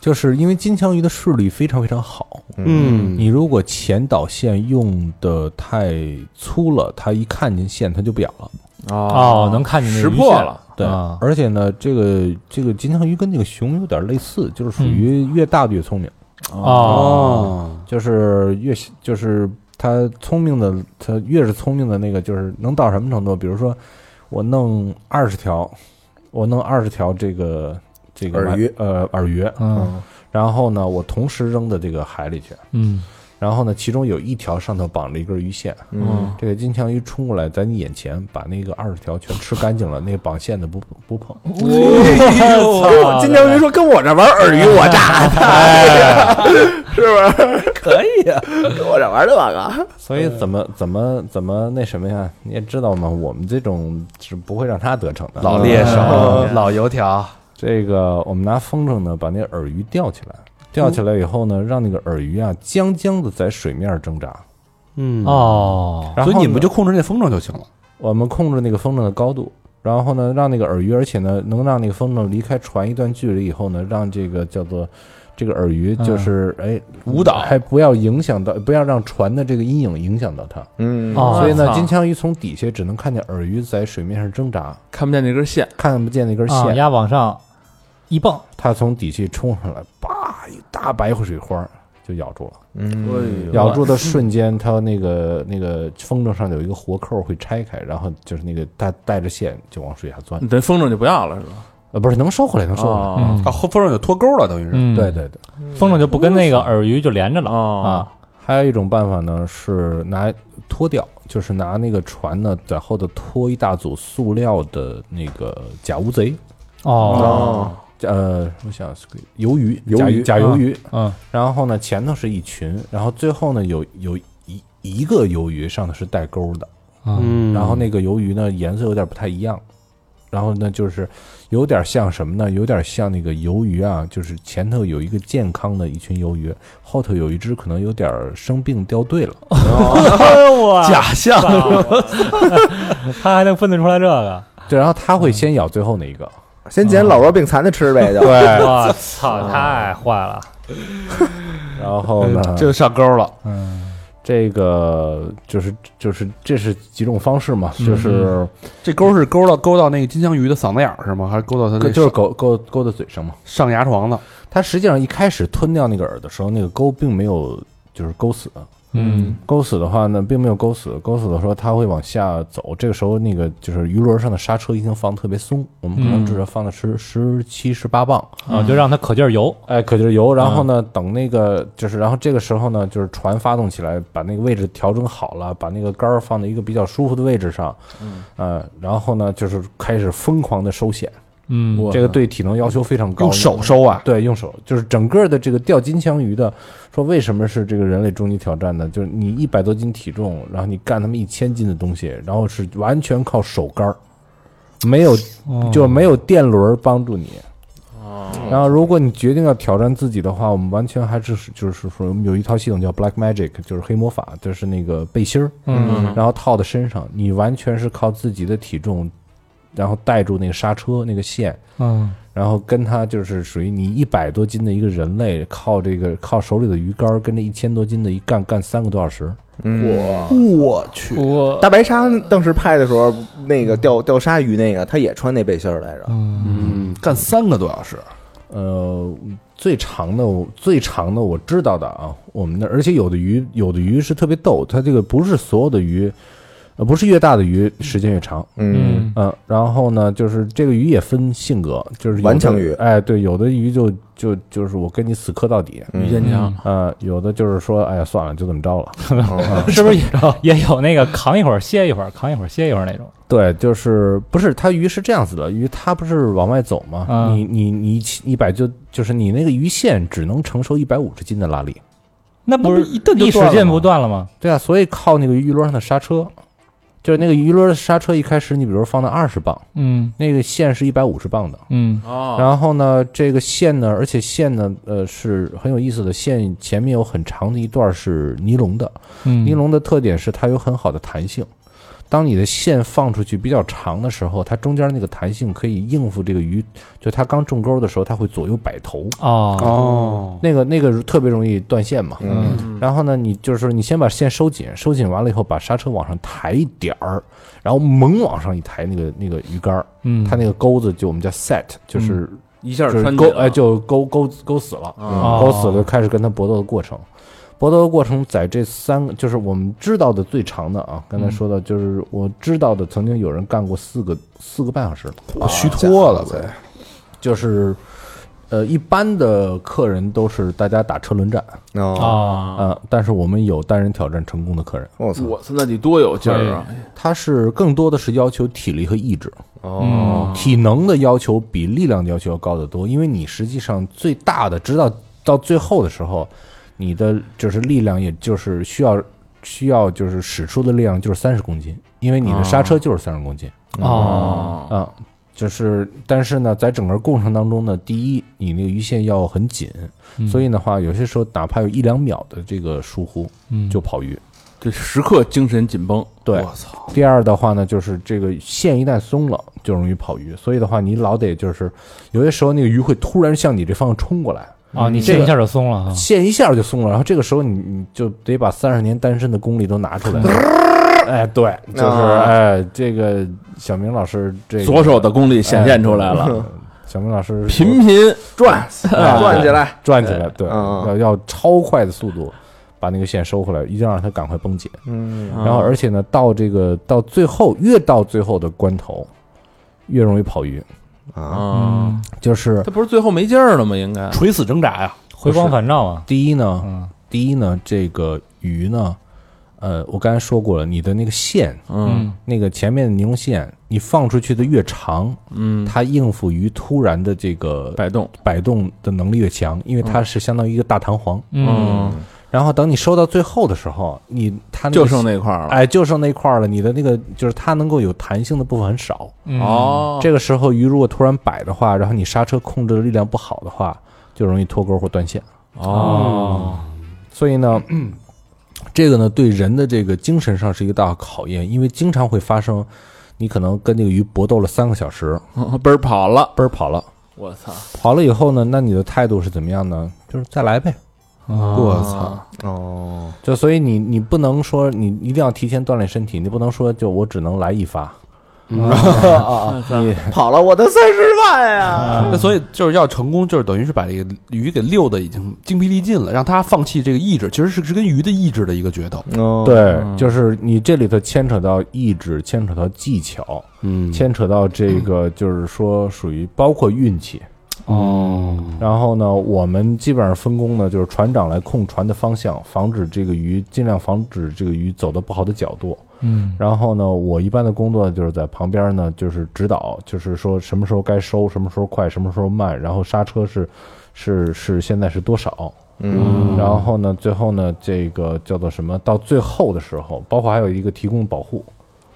F: 就是因为金枪鱼的视力非常非常好，
A: 嗯
F: 你如果前导线用的太粗了，它一看见线它就不咬了。
K: 啊
D: 哦，能看见那
K: 识
D: 鱼
K: 破
D: 线
K: 了，
F: 对，
D: 啊
F: 而且呢，这个这个金枪鱼跟那个熊有点类似，就是属于越大的越聪明，
D: 啊哦，
F: 就是越就是它聪明的，它越是聪明的那个，就是能到什么程度？比如说，我弄二十条，我弄二十条这个这个
A: 饵鱼，
F: 呃，饵鱼，
D: 嗯
F: 然后呢，我同时扔到这个海里去，
D: 嗯
F: 然后呢，其中有一条上头绑着一根鱼线，
D: 嗯，
F: 这个金枪鱼冲过来，在你眼前把那个二十条全吃干净了，那个绑线的不不碰。
D: 我
A: 金条鱼说跟我这玩饵鱼，我炸他，是不是？可以啊，跟我这玩的吧哥。
F: 所以怎么怎么怎么那什么呀？你也知道嘛，我们这种是不会让他得逞的。哦啊老
C: 猎手、
A: 嗯
C: 老油条，
F: 这个，我们拿风筝呢，把那饵鱼吊起来，吊起来以后呢，让那个饵鱼啊，将将的在水面挣扎。
C: 嗯，
D: 哦，
F: 然后
C: 所以你们
F: 就
C: 就控制那风筝就行了。
F: 我们控制那个风筝的高度，然后呢，让那个饵鱼，而且呢，能让那个风筝离开船一段距离以后呢，让这个叫做。这个饵鱼就是哎舞蹈，还不要影响到，不要让船的这个阴影影响到它。
A: 嗯
D: 哦
F: 所以呢，
D: 操
F: 金枪鱼从底下只能看见饵鱼在水面上挣扎，
K: 看不见那根线，
F: 看不见那根
D: 啊，
F: 线。
D: 鸭往上一蹦，
F: 它从底下冲上来，叭，一大白水花就咬住了。
A: 嗯，
F: 咬住的瞬间，它那个那个风筝上有一个活扣会拆开，然后就是那个带带着线就往水下钻。
K: 你这风筝就不要了是吧？
F: 呃，不是，嗯能收回来，能收回来。
K: 哦
C: 啊，后风筝就脱钩了，等于是。
D: 嗯，
F: 对，对对。
D: 风筝就不跟那个饵鱼就连着了
K: 哦，
D: 啊，
F: 还有一种办法呢，是拿拖吊，就是拿那个船呢在后头拖一大组塑料的那个假乌贼。
D: 哦，
F: 呃，我想是个鱿鱼，
A: 鱿
F: 甲
A: 鱼
F: 甲鱿鱼，
D: 嗯，
F: 然后呢，前头是一群，然后最后呢有有一一个鱿鱼上头是带钩的，
C: 嗯
F: 然后那个鱿鱼呢颜色有点不太一样，然后呢就是有点像什么呢？有点像那个鱿鱼啊，就是前头有一个健康的一群鱿鱼，后头有一只可能有点生病掉队了。
D: 我
C: 假象，
D: 他还能分得出来这个，
F: 对，然后它会先咬最后那一个。
A: 先捡老弱病残的吃呗，就
F: 对，
D: 我操，太坏了，
F: 然后呢，
C: 就上钩了。
F: 这个就是就是这是几种方式嘛，就是
C: 这钩是钩到钩到那个金枪鱼的嗓子眼儿是吗？还是钩到它那
F: 就是
C: 上
F: 勾勾勾在嘴上嘛。
C: 上牙床的？
F: 它实际上一开始吞掉那个饵的时候，那个钩并没有就是钩死，啊
D: 嗯
F: 钩死的话呢，并没有钩死，钩死的时候它会往下走，这个时候那个就是鱼轮上的刹车一定放得特别松，我们可能至少放的是十七十八磅，
D: 啊，就让它可劲儿游，
F: 哎，可劲儿游。然后呢，等那个就是，然后这个时候呢，就是船发动起来，把那个位置调整好了，把那个杆儿放在一个比较舒服的位置上，嗯，呃，然后呢，就是开始疯狂的收线，
D: 嗯，
F: 这个对体能要求非常高，
C: 用手收啊？
F: 对，用手就是整个的这个钓金枪鱼的，说为什么是这个人类终极挑战呢？就是你一百多斤体重，然后你干他们一千斤的东西，然后是完全靠手杆儿，没有就没有电轮帮助你。然后，如果你决定要挑战自己的话，我们完全还是就是说，我们有一套系统叫 Black Magic，就是黑魔法，就是那个背心儿，
D: 嗯，
F: 然后套在身上，你完全是靠自己的体重，然后带住那个刹车那个线，
D: 嗯，
F: 然后跟他就是属于你一百多斤的一个人类，靠这个靠手里的鱼竿儿跟这一千多斤的一干干三个多小时，
C: 我去，
D: 我
A: 大白鲨当时拍的时候，那个钓钓鲨鱼那个，他也穿那背心儿来着。
C: 嗯，干三个多小时，
F: 呃，最长的我最长的我知道的啊，我们那而且有的鱼有的鱼是特别逗，它这个不是所有的鱼，呃，不是越大的鱼时间越长，
A: 嗯，
F: 嗯、然后呢，就是这个鱼也分性格，就是有的
A: 顽强鱼
F: 哎，对，有的鱼就就就是我跟你死磕到底，
A: 嗯
K: 于坚强，
F: 呃，有的就是说，哎呀，算了，就这么着了。嗯
D: 是不 是也也有那个扛一会儿歇一会儿，扛一会儿歇一会儿那种？
F: 对，就是不是它鱼是这样子的，鱼它不是往外走吗？
D: 嗯
F: 你你你一百就就是你那个鱼线只能承受一百五十斤的拉力。
D: 那不是
C: 那不一蹬就
D: 一
C: 断
D: 使
C: 了
D: 劲
C: 吗
D: 不断了吗？
F: 对啊，所以靠那个鱼轮上的刹车，就是那个鱼轮的刹车一开始你比如放到二十磅，
D: 嗯
F: 那个线是一百五十磅的。
D: 嗯
K: 哦，
F: 然后呢，这个线呢，而且线呢，呃，是很有意思的。线前面有很长的一段是尼龙的，
D: 嗯，
F: 尼龙的特点是它有很好的弹性，当你的线放出去比较长的时候，它中间那个弹性可以应付这个鱼，就它刚中钩的时候，它会左右摆头，
D: 哦，
C: 哦，
F: 那个那个特别容易断线嘛。
A: 嗯
F: 然后呢，你就是说你先把线收紧，收紧完了以后，把刹车往上抬一点儿，然后猛往上一抬那个那个鱼竿儿，
D: 嗯，
F: 它那个钩子就我们叫 set，就是
K: 一下
F: 就是
K: 穿
F: 勾
K: 紧了
F: 哎就勾勾勾死了，嗯
D: 哦
F: 勾死了就开始跟他搏斗的过程。搏斗的过程在这三个，就是我们知道的最长的啊，刚才说
K: 嗯
F: 到，就是我知道的，曾经有人干过四个四个半小时，
I: 我虚脱了呗。
F: 就是。呃，一般的客人都是大家打车轮战
A: 哦，
F: 啊、
D: 啊，
F: 呃但是我们有单人挑战成功的客人，
A: 我操，
K: 我操，那得多有劲儿
F: 哎
K: 啊！
F: 他是更多的是要求体力和意志，
A: 哦
D: 嗯，
F: 体能的要求比力量的要求要高得多，因为你实际上最大的，直到到最后的时候，你的就是力量，也就是需要需要就是使出的力量就是三十公斤，因为你的刹车就是三十公斤
D: 哦，
F: 啊、就是，但是呢，在整个过程当中呢，第一，你那个鱼线要很紧，
D: 嗯
F: 所以的话，有些时候哪怕有一两秒的这个疏忽，
D: 嗯
F: 就跑鱼。
K: 这时刻精神紧绷，
F: 对，第二的话呢，就是这个线一旦松了，就容易跑鱼。所以的话，你老得就是有些时候那个鱼会突然向你这方向冲过来，
D: 哦，你这一下就松了
A: 嗯
D: 哈，
F: 线一下就松了，然后这个时候你你就得把三十年单身的功力都拿出 来。哎，对，就是
A: 啊
F: 哎，这个小明老师这个
K: 左手的功力显现出来了，
F: 小明老师
K: 频频
A: 转转起来，
F: 转起来，对，
A: 嗯嗯
F: 要要超快的速度把那个线收回来，一定要让它赶快崩解。
A: 嗯
F: 然后而且呢，到这个到最后，越到最后的关头，越容易跑鱼，
A: 啊，
K: 啊，
F: 就是
K: 他不是最后没劲儿了吗？应该
C: 垂死挣扎呀，
D: 回光返照啊，
F: 第一呢，
D: 嗯
F: 第一呢，这个鱼呢，呃，我刚才说过了，你的那个线，
K: 嗯
F: 那个前面的尼龙线，你放出去的越长，
K: 嗯，
F: 它应付鱼突然的这个
K: 摆动，
F: 摆动的能力越强，因为它是相当于一个大弹簧。
D: 嗯，
F: 然后等你收到最后的时候，你它那个
K: 嗯就剩那块儿了。
F: 哎，就剩那块儿了，你的那个就是它能够有弹性的部分很少。
D: 嗯，
K: 哦，
F: 这个时候鱼如果突然摆的话，然后你刹车控制的力量不好的话，就容易脱钩或断线。嗯
K: 哦，
F: 所以呢， 这个呢对人的这个精神上是一个大考验，因为经常会发生，你可能跟那个鱼搏斗了三个小时，
K: 奔儿跑了，
F: 奔儿跑了，
K: 我操！
F: 跑了以后呢，那你的态度是怎么样呢？就是再来呗。
D: 哦，
K: 操！
A: 哦，
F: 就所以你你不能说你你一定要提前锻炼身体，你不能说就我只能来一发。
A: 啊跑了我的三十万呀！
C: 那所以就是要成功，就是等于是把这个鱼给溜的已经精疲力尽了，让他放弃这个意志，其实是是跟鱼的意志的一个决斗。
A: 哦，
F: 对，就是你这里头牵扯到意志，牵扯到技巧，
C: 嗯
F: 牵扯到这个就是说属于包括运气。
C: 哦，
F: 然后呢，我们基本上分工呢，就是船长来控船的方向，防止这个鱼尽量防止这个鱼走到不好的角度。
D: 嗯，
F: 然后呢，我一般的工作就是在旁边呢，就是指导，就是说什么时候该收，什么时候快，什么时候慢，然后刹车是是是现在是多少。嗯，然后呢，最后呢，这个叫做什么？到最后的时候，包括还有一个提供保护。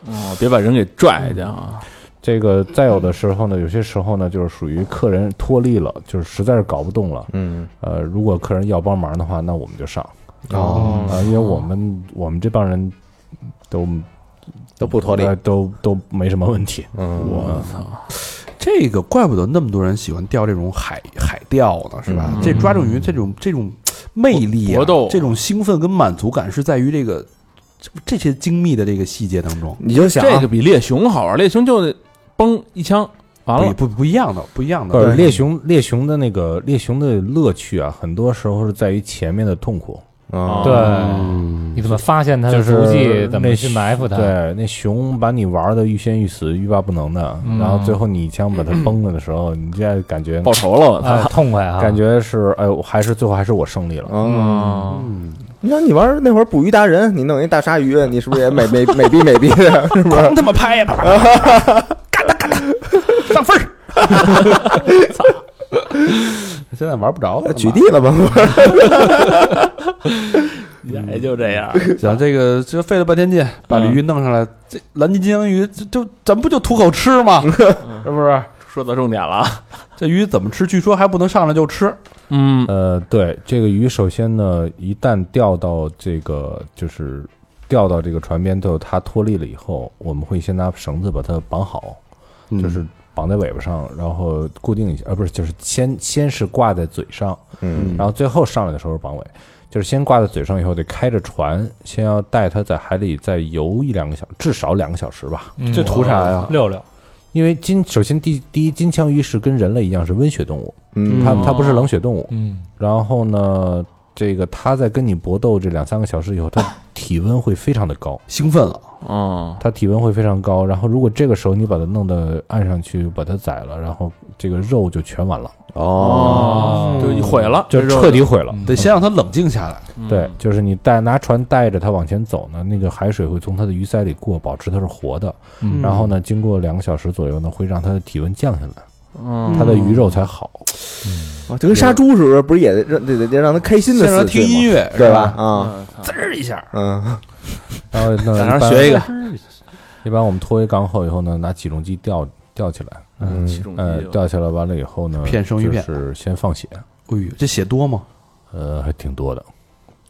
K: 哦，别把人给拽
B: 嗯
K: 去啊！
F: 这个再有的时候呢，有些时候呢，就是属于客人脱力了，就是实在是搞不动了，
A: 嗯，
F: 呃，如果客人要帮忙的话，那我们就上。
A: 哦，
F: 啊、因为我们我们这帮人都
A: 都不脱离
F: 呃，都都没什么问题。
A: 嗯，
K: 我操！
C: 这个怪不得那么多人喜欢钓这种海海钓呢，是吧？
A: 嗯
C: 这抓这种鱼，这种这种魅力、啊、
K: 搏斗
C: 这种兴奋跟满足感是在于这个这这些精密的这个细节当中，
A: 你就想啊
K: 这个比猎熊好玩，猎熊就得嘣一枪完
C: 不
K: 了。
C: 不不一样的，不一样
F: 不
C: 的。
F: 是猎熊，猎熊的那个猎熊的乐趣啊，很多时候是在于前面的痛苦，
A: 啊
D: 对，你怎么发现它的
F: 就是
D: 足迹？怎么
F: 那
D: 去埋伏它？，
F: 对，那熊把你玩的欲仙欲死、欲罢不能的，
D: 嗯
F: 然后最后你一枪把它崩了的时候，你现在感觉
K: 报仇了，我
D: 啊，
K: 操！
D: 痛快啊，
F: 感觉是哎，我还是最后还是我胜利了。
A: 嗯，
K: 嗯，
A: 你想你玩那会儿捕鱼达人，你弄一大鲨鱼，你是不是也美美美逼美逼的？是不是？
C: 他妈拍呀！
K: 上分儿。
C: 现在玩不着了，
A: 举例了吧？
K: 也就这样，
C: 行，这个这费了半天劲把这鱼弄上来，这蓝鳍金枪鱼，这就咱不就吐口吃吗？是不是？
K: 说到重点了啊。
C: 这鱼怎么吃？据说还不能上来就吃。
K: 嗯
F: 呃，对，这个鱼首先呢，一旦掉到这个就是钓到这个船边，都有它脱力了以后，我们会先拿绳子把它绑好，
C: 嗯
F: 就是绑在尾巴上，然后固定一下，呃，不是，就是先先是挂在嘴上，
A: 嗯，
F: 然后最后上来的时候绑尾，就是先挂在嘴上以后得开着船，先要带它在海里再游一两个小，至少两个小时吧。
D: 嗯
F: 这图啥呀？
D: 六六，
F: 因为金首先第第一，金枪鱼是跟人类一样是温血动物，
A: 嗯
F: 它它不是冷血动物。
B: 嗯，
F: 然后呢，这个它在跟你搏斗这两三个小时以后，它体温会非常的高，
C: 兴奋了，
K: 哦，
F: 它体温会非常高。然后如果这个时候你把它弄到岸上去，把它宰了，然后这个肉就全完了，
D: 嗯
F: 嗯
K: 哦，就毁了，
F: 就
K: 这肉
F: 彻底毁了。
C: 得先让它冷静下来。
K: 嗯
F: 对，就是你带拿船带着它往前走呢，那个海水会从它的鱼鳃里过，保持它是活的。
D: 嗯
F: 然后呢，经过两个小时左右呢，会让它的体温降下来，
K: 嗯
F: 它的鱼肉才好。
A: 哦就跟杀猪时候不是也得让得得得让他开心的
C: 先让
A: 死
C: 它听
A: 去吗
C: 音乐，
A: 对吧？啊，
C: 滋儿一下，
A: 嗯，
F: 然后那
K: 嗯在
F: 呃一
K: 那儿
F: 般
K: 学一个，
F: 一般我们拖回港口以后呢，拿起重机吊吊起来，
A: 嗯
K: 起重
F: 呃，
K: 机，
F: 吊起来完了以后呢，
C: 骗生鱼片
F: 就是先放血，
C: 哎呦，这血多吗？
F: 呃，还挺多的，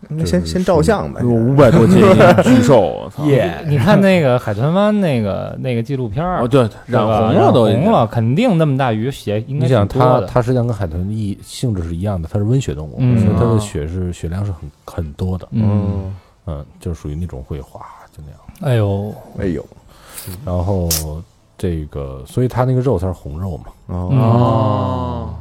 A: 那先先照相呗。
K: 五百多斤一巨兽，我操！
D: 你看那个海豚湾那个那个纪录片儿
K: 哦，，对，
D: 对吧
K: 染红了都已经，
D: 染红了，肯定那么大鱼血应该
F: 你
D: 挺
F: 想它
D: 多的。
F: 它实际上跟海豚一性质是一样的，它是温血动物，
D: 嗯
F: 所以它的血是血量是很很多的，
D: 嗯，
F: 嗯，就是属于那种会哗就那样，
D: 哎呦，
A: 哎呦，
F: 然后这个，所以它那个肉才是红肉嘛，
D: 嗯，
K: 哦，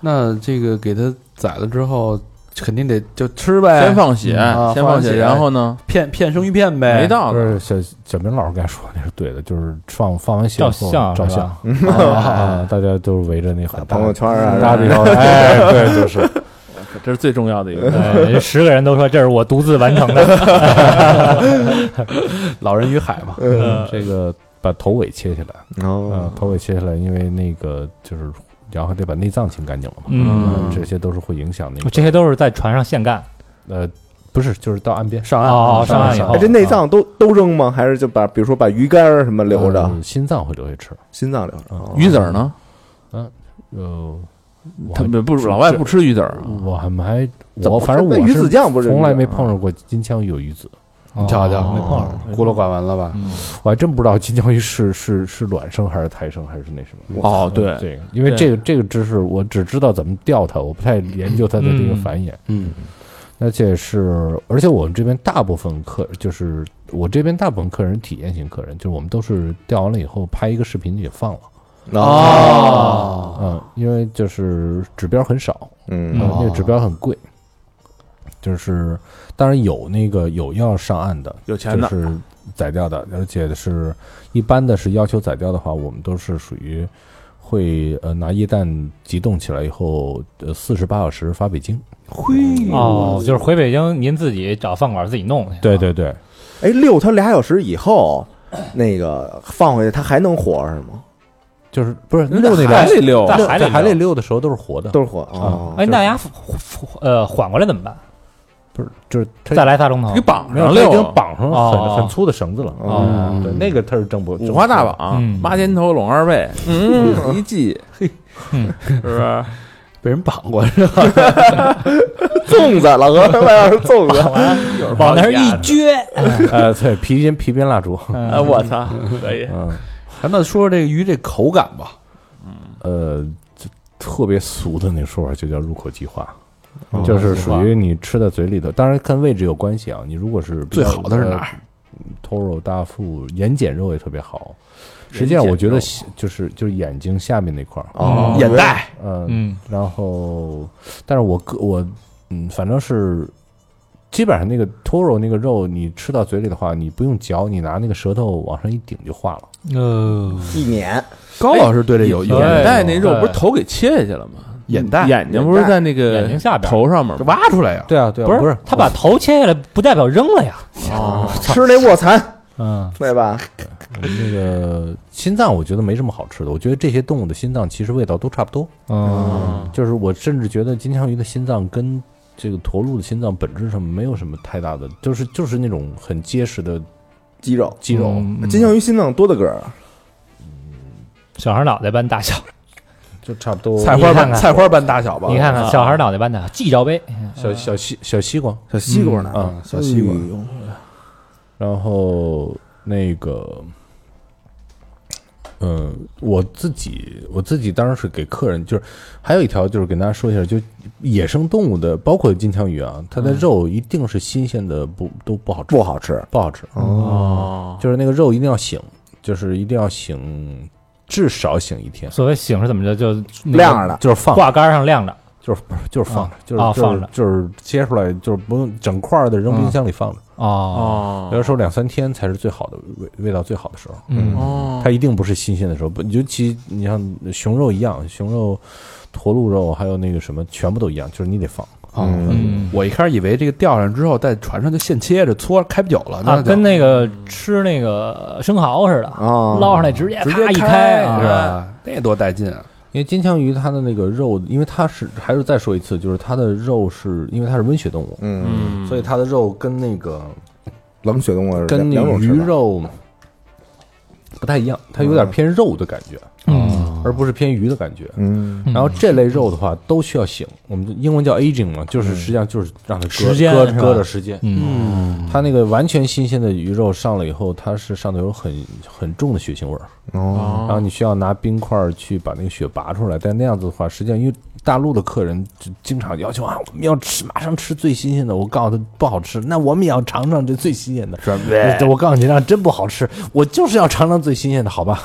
C: 那这个给它宰了之后，肯定得就吃呗，
K: 先放血，哎
C: 啊
K: 先嗯放
C: 放血
K: 然后呢，
C: 片片生鱼片呗，
K: 没到
F: 就
K: 呢，
F: 是小小明老师刚才说的那是对的，就是放放完血以
D: 照
F: 后
D: 相
F: 照
D: 是
F: 相
D: 吧，
F: 啊，大家都围着那很大
A: 朋友圈啊，
F: 大
A: 然后
F: 比方，哎，对，就是。
K: 这是最重要的一个。
D: 哎十个人都说这是我独自完成 的，
C: 老人与海嘛，
F: 嗯这个把头尾切下来，啊
A: 哦，，
F: 头尾切下来，因为那个就是，然后得把内脏清干净了嘛，
D: 嗯，
F: 这些都是会影响那个，
D: 这些都是在船上现干。
F: 呃，不是，就是到岸边
C: 上岸
F: 啊
D: 哦，上岸以后
A: 哎，这内脏都都扔吗？还是就把比如说把鱼干儿什么留着，
F: 呃心脏会留下吃，
A: 心脏留着？哦
K: 鱼籽儿呢？
F: 呃，我
K: 他
F: 还
K: 们不老外不吃鱼籽儿啊，
F: 呃我还没，
A: 怎么
F: 我反正
A: 那
F: 我
A: 鱼子
F: 是
A: 酱不是
F: 从来没碰上过金枪鱼有鱼子，
C: 你瞧瞧，
D: 没碰上
C: 孤陋寡闻了吧？
K: 嗯
F: 我还真不知道金枪鱼是是是卵生还是胎生还是那什么。
K: 哦，对，
F: 这个，因为
K: 对
F: 这个这个知识我只知道怎么钓它，我不太研究它的这个
D: 嗯
F: 繁衍。
C: 嗯，
F: 而且是，而且我们这边大部分客，就是我这边大部分客人是体验型客人，就是我们都是钓完了以后拍一个视频也放了，
A: 哦，
F: 嗯，因为就是指标很少，
A: 嗯
F: 嗯，那个指标很贵，就是当然有那个有要上岸的，
K: 有钱
F: 就
K: 的，
F: 是宰掉的，而且是一般的是要求宰掉的话，我们都是属于会呃拿液氮急冻起来以后，呃四十八小时发北京，
D: 哦，就是回北京，您自己找饭馆自己弄去。
F: 对对对。
A: 哎，遛它俩小时以后，那个放回去它还能活是吗？
F: 就是不是
K: 那
F: 遛那
K: 海
F: 边
K: 里溜，
F: 在
D: 海里
F: 在海里
D: 遛
F: 溜的时候都是活的，
A: 都是活哦。
D: 哎，大家呃缓过来怎么办？
F: 不是就是它
D: 再来仨钟头
K: 给，绑
F: 没
K: 上啊
F: 有它已
K: 溜
F: 经
K: 了，
F: 绑上了
D: 哦
F: 很很粗的绳子了。嗯
A: 哦
F: 对，那个它是挣不
K: 五花大，
F: 挣
K: 绑
D: 嗯，
K: 八尖头拢二背，嗯， 一系，嘿，是不是？
C: 被人绑过是吧？
A: 粽子，老何外边是粽子，
D: 往那儿一撅，
F: 不出 呃，对，皮筋皮鞭蜡烛，
K: 哎，我操，可以，
F: 嗯，
C: 咱们说说这个鱼这口感吧，
F: 呃，就特别俗的那说法就叫入口即化。
C: 嗯
F: 就是属于你吃在嘴里头，当然跟位置有关系啊。你如果是比
C: 最
F: 较
C: 好的是哪儿？
F: 偷肉大腹眼睑肉也特别好。实际上，我觉得下就是就是眼睛下面那块儿，
A: 哦，
C: 眼袋，
F: 嗯，
D: 嗯，
F: 然后，但是我个我嗯，反正是基本上那个 toro 那个肉，你吃到嘴里的话，你不用嚼，你拿那个舌头往上一顶就化了。
D: 呃，
A: 一年
C: 高老师对
K: 哎
C: 这有有
K: 眼袋那
D: 对
K: 肉不是头给切下去了吗？
C: 眼袋
K: 哎眼睛不是在那个
D: 眼睛下边
K: 头上面吗？
C: 挖出来呀，
F: 对啊，对啊，
D: 不
F: 不
D: 是他把头切下来，不代表扔了呀。
A: 吃那卧蚕，
D: 嗯，
A: 对吧？
F: 那个心脏，我觉得没什么好吃的。我觉得这些动物的心脏其实味道都差不多。
D: 哦，
F: 就是我甚至觉得金枪鱼的心脏跟这个驼鹿的心脏本质上没有什么太大的，就是就是那种很结实的
A: 肌肉，
F: 肌肉。
A: 金枪鱼心脏多的个儿，
D: 小孩脑袋般大小，
F: 就差不多
C: 菜
D: 你
C: 花
D: 看
C: 般
D: 看
C: 菜花般大小吧？
D: 你看看小孩脑袋般大，记着呗。
F: 小小西小西瓜，
A: 小西瓜呢？哎
F: 嗯
A: 小西瓜，
F: 然后那个，嗯，我自己我自己当然是给客人，就是还有一条就是跟大家说一下，就野生动物的，包括金枪鱼啊，它
C: 嗯
F: 的肉一定是新鲜的，不都不好吃，
A: 不好吃，
F: 不好吃。
K: 哦，
F: 就是那个肉一定要醒，就是一定要醒，至少醒一天，
D: 所谓醒是怎么着？就那个
A: 晾着呢。
F: 就是放
D: 挂杆上晾着，
F: 就是不是就是放着，就是、
D: 啊
F: 就是
D: 放着
F: 就是切出来，就是不用整块儿的扔冰箱里放着，
D: 哦
K: 哦
F: 有的时候两三天才是最好的味味道最好的时候。
D: 嗯
K: 哦，
F: 它一定不是新鲜的时候，不，尤其你像熊肉一样，熊肉、驼鹿肉还有那个什么，全部都一样，就是你得放。
D: 嗯
C: 哦我一开始以为这个钓上之后在船上就现切着搓开不久了，
D: 啊，
C: 那就
D: 跟那个吃那个生蚝似的，
A: 啊
D: 捞上来直接
C: 直接
D: 啪一
C: 开
D: 啊
C: 是吧？那多带劲啊！
F: 因为金枪鱼它的那个肉，因为它是还是再说一次，就是它的肉是因为它是温血动物，
A: 嗯，
K: 嗯，
F: 所以它的肉跟那个
A: 冷血动物
F: 跟那
A: 两
F: 个
A: 种
F: 鱼
A: 吃法
F: 肉不太一样，它有点偏肉的感觉，
D: 嗯
F: 而不是偏鱼的感觉。
A: 嗯，
D: 嗯
F: 然后这类肉的话，都需要醒，我们英文叫 aging 嘛，就是实际上就是让它
D: 嗯
F: 搁
D: 时间
F: 搁
D: 是吧
F: 搁的时间。
D: 嗯
F: 它那个完全新鲜的鱼肉上了以后，它是上头有很很重的血腥味儿，
A: 哦，
F: 然后你需要拿冰块儿去把那个血拔出来。但那样子的话，实际上因为大陆的客人就经常要求啊，我们要吃马上吃最新鲜的。我告诉他不好吃，那我们也要尝尝这最新鲜的。我我告诉你，那真不好吃，我就是要尝尝最新鲜的，好吧？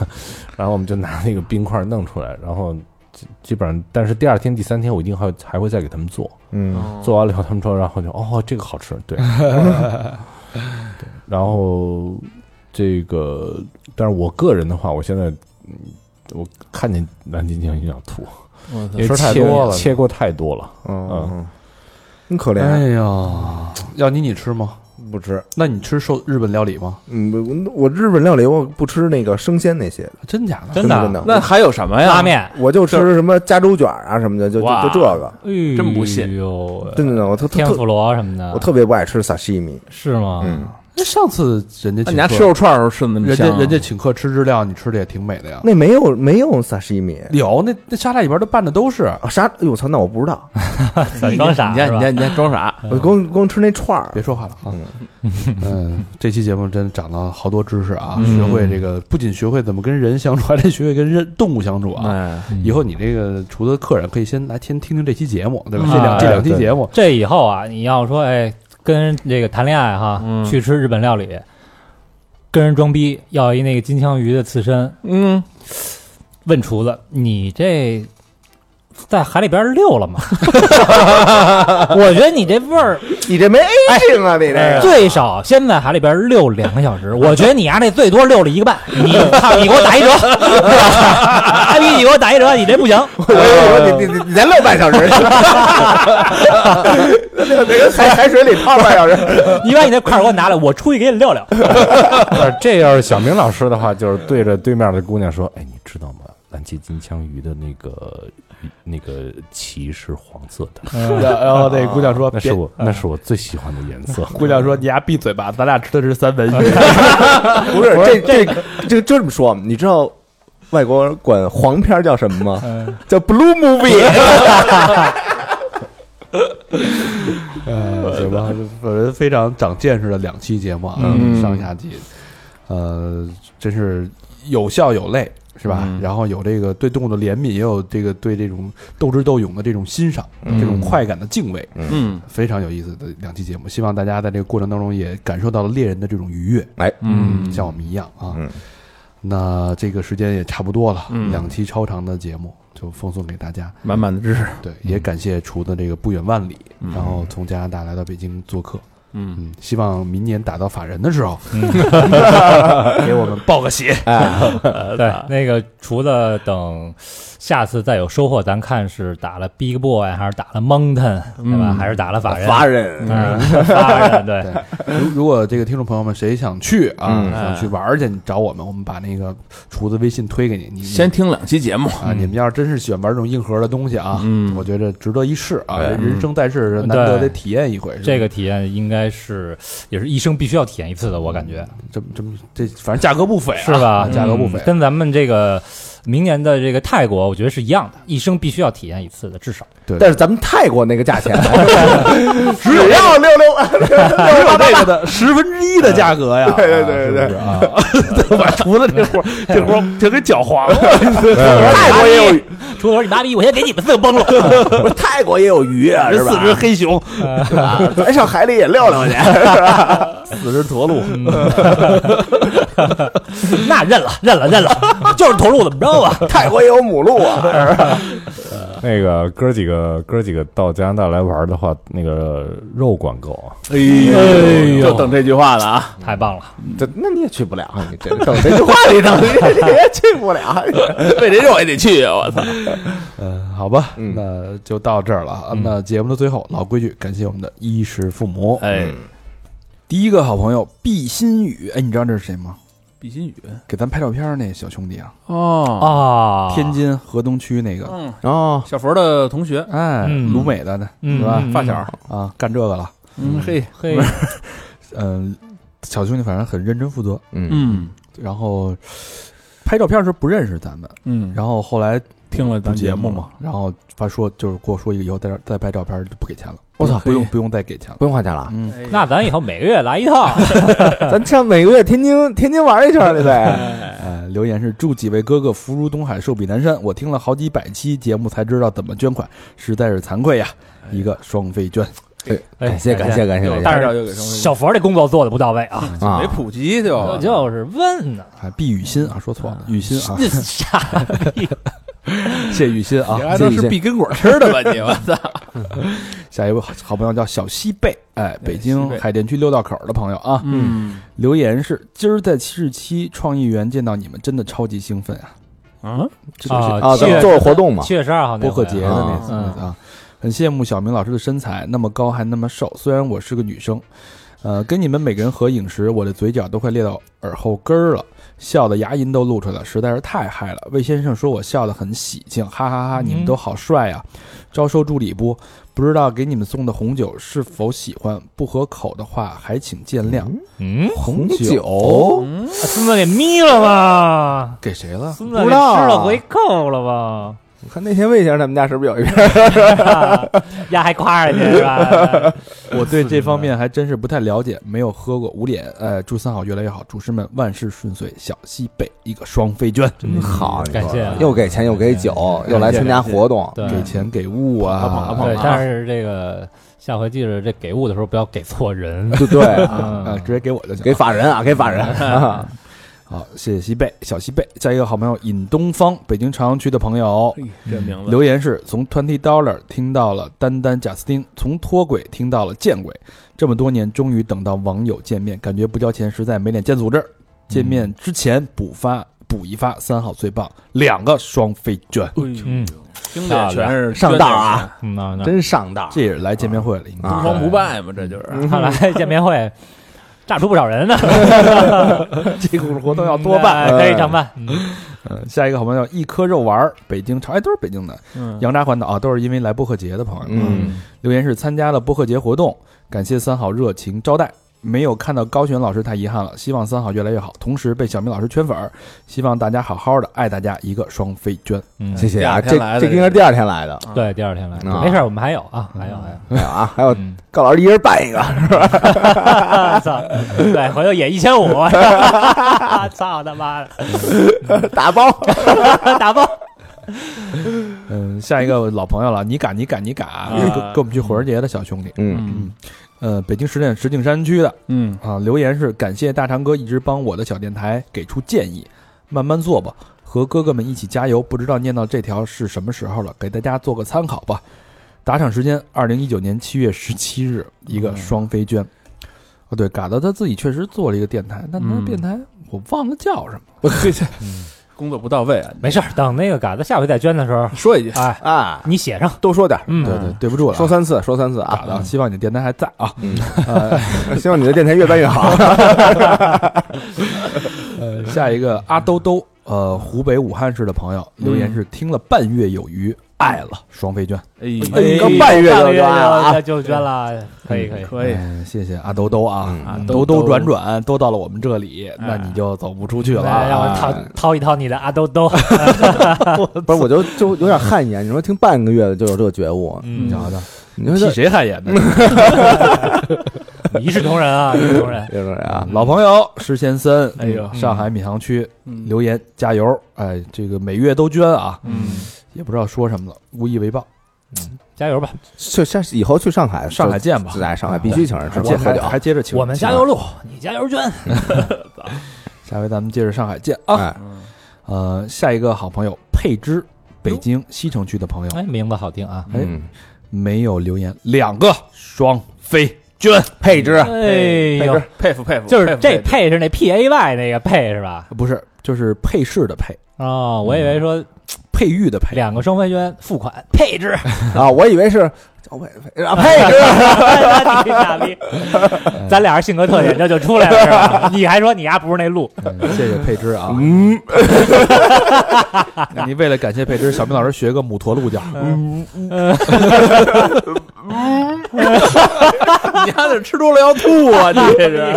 F: 然后我们就拿那个冰块儿弄出来，然后基基本上，但是第二天、第三天我一定还还会再给他们做。
A: 嗯，
F: 做完了以后，他们说，然后就哦，这个好吃，对，对，然后这个，但是我个人的话，我现在，嗯，我看见南京酱就想吐，因为
K: 吃太
F: 切
K: 多了
F: 切过太多了，
A: 哦，很可
C: 哎
A: 怜，啊
C: 呀，要你你吃吗？
A: 不吃。
C: 那你吃寿日本料理吗？
A: 嗯，我我日本料理我不吃那个生鲜那些，
C: 真假的？
A: 真
D: 的啊
A: 真的，
K: 那还有什么呀？
D: 拉面，
A: 我就吃什么加州卷啊什么的，就就
K: 哇
A: 就这个，
K: 真不信
D: 哎呦
A: 真的，我特特
D: 天啊
A: 特
D: 妇罗什么的，
A: 我特别不爱吃萨西米，
D: 是吗？
A: 嗯，
C: 那上次人家
K: 那
C: 请
K: 你家
C: 客
K: 吃肉串儿的时候吃的那么
C: 人家
K: 香啊
C: 人家请客吃日料，你吃的也挺美的呀。
A: 那没有没有萨西米
C: 有那那沙拉里边都拌的都是，
A: 啊啥？哎呦我操，那我不知道，
D: 你装傻
K: 你家
D: 是
K: 你
D: 吧
K: 家？你家装傻，
A: 我光光吃那串儿
C: 别，说话了啊。嗯， 这期节目真长了好多知识啊，学会这个不仅学会怎么跟人相处，还得学会跟人动物相处啊。
K: 哎，
C: 以后你这个除了客人，可以先来先听听这期节目，哎对吧？
D: 嗯
C: 这两
D: 啊
C: 这两期节目，
D: 这以后啊，你要说哎，跟这个谈恋爱哈，
K: 嗯
D: 去吃日本料理，跟人装逼要一那个金枪鱼的刺身，
K: 嗯，
D: 问厨子，你这在海里边溜了吗？ 我觉得你这味儿
A: 你这没 aging 啊，你这
K: 哎
A: 个
D: 最少先在海里边溜两个小时，我觉得你丫、那最多溜了一个半，你操，你给我打一折， 阿逼你给我打一折，你这不行。
A: 我我我你你你再唠半小时， 那个海海水里泡半小时，
D: 你把你那块儿给我拿来，我出去给你溜溜。
F: 但是这要是小明老师的话，就是对着对面的姑娘说：“哎，你知道吗？蓝鳍金枪鱼的那个那个鳍是黄色的，
C: 然后嗯啊那姑娘说别
F: 那是我那是我最喜欢的颜色。
C: 姑娘说：“你丫闭嘴吧，咱俩吃的是三文 鱼。
A: 不是这这这就这么说，你知道外国管黄片儿叫什么
D: 嗯
A: 吗？叫 blue movie，
C: 呃，行吧，反正非常长见识的两期节目啊，
K: 嗯
C: 上下集，呃，真是有笑有泪，是吧？
K: 嗯
C: 然后有这个对动物的怜悯，也有这个对这种斗智斗勇的这种欣赏，这种快感的敬畏，
K: 嗯
C: 非常有意思的两期节目。希望大家在这个过程当中也感受到了猎人的这种愉悦，
A: 哎，
K: 嗯，
C: 像我们一样啊。
A: 嗯
C: 那这个时间也差不多了，
K: 嗯
C: 两期超长的节目就奉送给大家。
K: 满满的知识，
C: 对，也感谢厨子这个不远万里，然后从加拿大来到北京做客。
K: 嗯
C: 嗯，希望明年打到法人的时 候，
A: 给我们
C: 报个喜。
D: 对，那个厨子等下次再有收获，咱看是打了 Big Boy 还是打了 Mountain 对吧？
K: 嗯
D: 还是打了法人？
A: 乏人，
D: 嗯，法人对，
C: 如如果这个听众朋友们谁想去啊，
A: 嗯
C: 想去玩儿去，你找我们，我们把那个厨子微信推给你。你
K: 先听两期 节目，
C: 啊，你们要是真是喜欢玩这种硬核的东西啊，
K: 嗯哎
C: 我觉得值得一试啊，
A: 对
C: 人生在世
D: 嗯
C: 难得得
D: 对
C: 体验一回。是吧
D: 这个体验应该是也是一生必须要体验一次的，我感觉
C: 这这这，反正价格不菲啊，
D: 是吧？
C: 价格不菲
D: 嗯。跟咱们这个明年的这个泰国，我觉得是一样的，一生必须要体验一次的，至少。
A: 但是咱们泰国那个价 钱，只要六六
C: 只有这个的十分之一的价格呀！
A: 对对对对
C: 是不是啊，把厨子这活儿这活儿就给搅黄了。
A: 泰国也有鱼，
B: 除了你妈逼，我先给你们四个崩了。
A: 不是泰国也有鱼啊，是
C: 这四
A: 吧？
C: 只黑熊，
D: 嗯
A: 是吧咱上海里也溜溜去，是吧？
C: 四只驼鹿，
B: 那认了，认了，认了，就是驼鹿，怎么着吧？
A: 泰国也有母鹿啊，是吧
F: 那个哥几个哥几个到加拿大来玩的话，那个肉管够啊，
K: 哎呦，就等这句话了啊！
D: 太棒了！
A: 这那你也去不了，啊你这等 这句话里头你也去不了。啊
K: 为这肉也得去啊！我操！
C: 嗯，好吧，那就到这儿了
K: 嗯
C: 啊。那节目的最后，老规矩，感谢我们的衣食父母。
K: 哎，
C: 第一个好朋友毕新宇，哎，你知道这是谁吗？
K: 毕新宇
C: 给咱拍照片儿那小兄弟啊，
K: 哦，
D: 啊，
C: 天津河东区那个，
K: 嗯，
A: 哦，
K: 小佛的同学，
C: 哎，
D: 嗯
C: 鲁美的呢，
D: 嗯
C: 是吧？
D: 嗯
K: 发小，
C: 啊，干这个了，
K: 嗯嘿，
D: 嘿，
C: 嗯，小兄弟反正很认真负责，
K: 嗯
C: 然后拍照片的时候不认识咱们，
K: 嗯，
C: 然后后来
K: 听了
C: 录
K: 咱
C: 节目
K: 嘛，
C: 嘛，然后他说就是跟我说以后再再拍照片就不给钱了，
A: 我操
C: 不用不用再给钱了，
A: 不用花钱了，
C: 嗯，
B: 那咱以后每个月来一趟，
A: 咱上每个月天津天津玩一圈去呗。
C: 呃，留言是祝几位哥哥福如东海，寿比南山，我听了好几百期节目才知道怎么捐款，实在是惭哎愧呀，一个双飞捐，
D: 哎
A: 感谢感谢感谢感谢，
K: 但是
B: 小佛这工作做的不到位啊，
A: 啊
K: 没，普及就
D: 嗯我就是问呢，
C: 啊，毕雨欣啊，说错了，雨欣啊，
B: 这傻逼，
C: 谢雨欣啊
K: 原，来都是避根果吃的吧你？我操！
C: 下一位好朋友叫小西贝，哎，北京
K: 西贝
C: 海淀区六道口的朋友啊，
K: 嗯
C: 留言是今儿在七十七创意园见到你们，真的超级兴奋啊！
K: 啊，
A: 啊，咱
B: 啊，七
A: 们
B: 月
A: 做个活动嘛，
B: 七月十二号那
C: 播
B: 回
C: 客
B: 啊
C: 节的那次
D: 啊
C: 啊，很羡慕小明老师的身材，那么高还那么瘦，虽然我是个女生，呃，跟你们每个人合影时，我的嘴角都快裂到耳后根儿了，笑的牙龈都露出来了，实在是太嗨了。魏先生说我笑得很喜庆，哈哈哈
B: 嗯
C: 你们都好帅呀、招收助理不？不知道给你们送的红酒是否喜欢，不合口的话还请见谅。
B: 嗯，
C: 红
A: 酒
B: 孙子给眯了吧？
C: 给谁了？
B: 孙
A: 不
B: 子给
A: 知
B: 吃
A: 道啊
B: 了回扣了吧？
A: 我看那天魏先生他们家是不是有一瓶？
B: 呀，还夸人家是吧？
C: 我对这方面还真是不太了解，没有喝过无脸。呃，祝三好越来越好，主持们万事顺遂。小西北一个双飞娟，
A: 真好，你说
B: 感谢啊
A: 嗯又给钱又给酒，又来参加活动，
D: 对
C: 给钱给物啊，
D: 对，但是这个下回记着这给物的时候不要给错人。
A: 对对啊，
C: 啊，
D: 嗯，
C: 直接给我就行。
A: 给法人啊，给法人啊，
C: 好，谢谢西贝，小西贝。下一个好朋友尹东方，北京朝阳区的朋友，
K: 哎
A: 哎
K: 这名字
C: 留言是从 Twenty Dollar 听到了丹丹贾斯汀，从脱轨听到了见鬼，这么多年终于等到网友见面，感觉不交钱实在没脸见组织。见面
A: 嗯
C: 之前补发补一发，三好最棒，两个双飞卷，
B: 嗯，
K: 哎听的也全是
A: 上当啊，
B: 嗯那那
A: 真上道
C: 这也是来见面会了，应该。
K: 东方不败嘛，这就是
B: 看来见面会炸出不少人呢，
C: 这个活动
B: 要多办，可以常办。嗯
C: 嗯，下一个好朋友一颗肉丸，儿，北京朝，哎，都是北京的，
K: 嗯
C: 杨扎环岛啊，都是因为来播客节的朋友。
A: 嗯，
C: 留言是参加了播客节活动，感谢三好热情招待。没有看到高璇老师，太遗憾了。希望三好越来越好，同时被小明老师圈粉儿。希望大家好好的，爱大家一个双飞娟。
B: 嗯，
A: 谢谢啊，
K: 第二天
A: 这
K: 来的
A: 这应该是第二天来的，
B: 对，第二天来，
A: 啊
B: 没事儿，我们还有啊，还有还有。
A: 还有啊，还有
B: 嗯，
A: 高老师一人办一个，
B: 啊操，对，回头也一千五， 操他妈的，
A: 打包，
B: 打包。
C: 嗯，下一个老朋友了，你敢你敢你敢，跟跟我们去火人节的小兄弟，
A: 嗯，
C: 呃，北京十店石景山区的
K: 嗯，
C: 啊，留言是感谢大长哥一直帮我的小电台给出建议，慢慢做吧，和哥哥们一起加油。不知道念到这条是什么时候了，给大家做个参考吧。打赏时间：二零一九年七月十七日，一个双飞娟。哦，对，嘎达他自己确实做了一个电台，但他
K: 嗯
C: 电台我忘了叫什么。
K: 工作不到位啊，
B: 没事儿，等那个嘎子下回再捐的时候，
K: 说一句，
B: 哎，
A: 啊，
B: 你写上。
A: 多说点儿，
B: 嗯，
C: 对对，对不住了啊，
A: 说三次，说三次
C: 嘎
A: 啊，
C: 达，希望你电台还在啊。
A: 嗯
C: 呃，
A: 希 望你的电台越办越好，
C: 呃，下一个阿兜兜，呃湖北武汉市的朋友留言是听了半月有余，爱了双飞券，
K: 哎呦，
A: 哎一个半月就
D: 半
A: 就完了啊，
D: 就捐了，可以可以。
K: 可以，
C: 哎，谢谢阿兜兜啊，
A: 嗯
C: 啊
K: 嗯
C: 兜兜转转都到了我们这里，那你就走不出去了
D: 来，
C: 啊，
D: 哎让我掏掏一掏你的阿兜兜。
A: 不是，我就就有点汗颜。你说听半个月的就有这觉悟，
C: 你
D: 嗯，
C: 瞧瞧，
A: 你说
C: 替
A: 这
C: 谁汗颜呢？
D: 一视同仁啊，一视同仁。
A: 这种人啊，
C: 老朋友石先森，
K: 哎呦
C: 上海闵行区
K: 嗯
C: 留言加油，哎，这个每月都捐啊，
K: 嗯，
C: 也不知道说什么了，无以为报，
D: 加油吧！
A: 嗯去上以后去上海，
C: 上海见吧嗯
A: 就，在上海必须请人吃
C: 还接
A: 饭喝
C: 还
A: 酒，
C: 还接着请，
D: 我们加油录，你加油捐。
C: 啊下回咱们接着上海见啊。
A: 哎
C: 呃，下一个好朋友佩芝，北京西城区的朋友
D: 哎，名字好听啊！
C: 哎
A: 嗯，
C: 没有留言，两个双飞捐，
A: 配置
D: 哎呦，
K: 佩服佩服，
D: 就是这
K: 佩服
D: 配是那 P A Y 那个配是吧？
C: 不是就是配饰的配，
D: 哦，我以为说
C: 佩玉的佩，
D: 两个双飞捐付款配置，
A: 啊，我以为是交配配啊配 置，
D: 那你傻逼！咱俩人性格特点这就出来了是吧？你还说你丫不是那路，
C: 嗯谢谢佩芝啊。
A: 哎
C: 嗯，
K: 啊
C: 你为了感谢佩芝，小明老师学个母驼鹿叫。
K: 嗯 你还得吃多了要吐啊！你这是，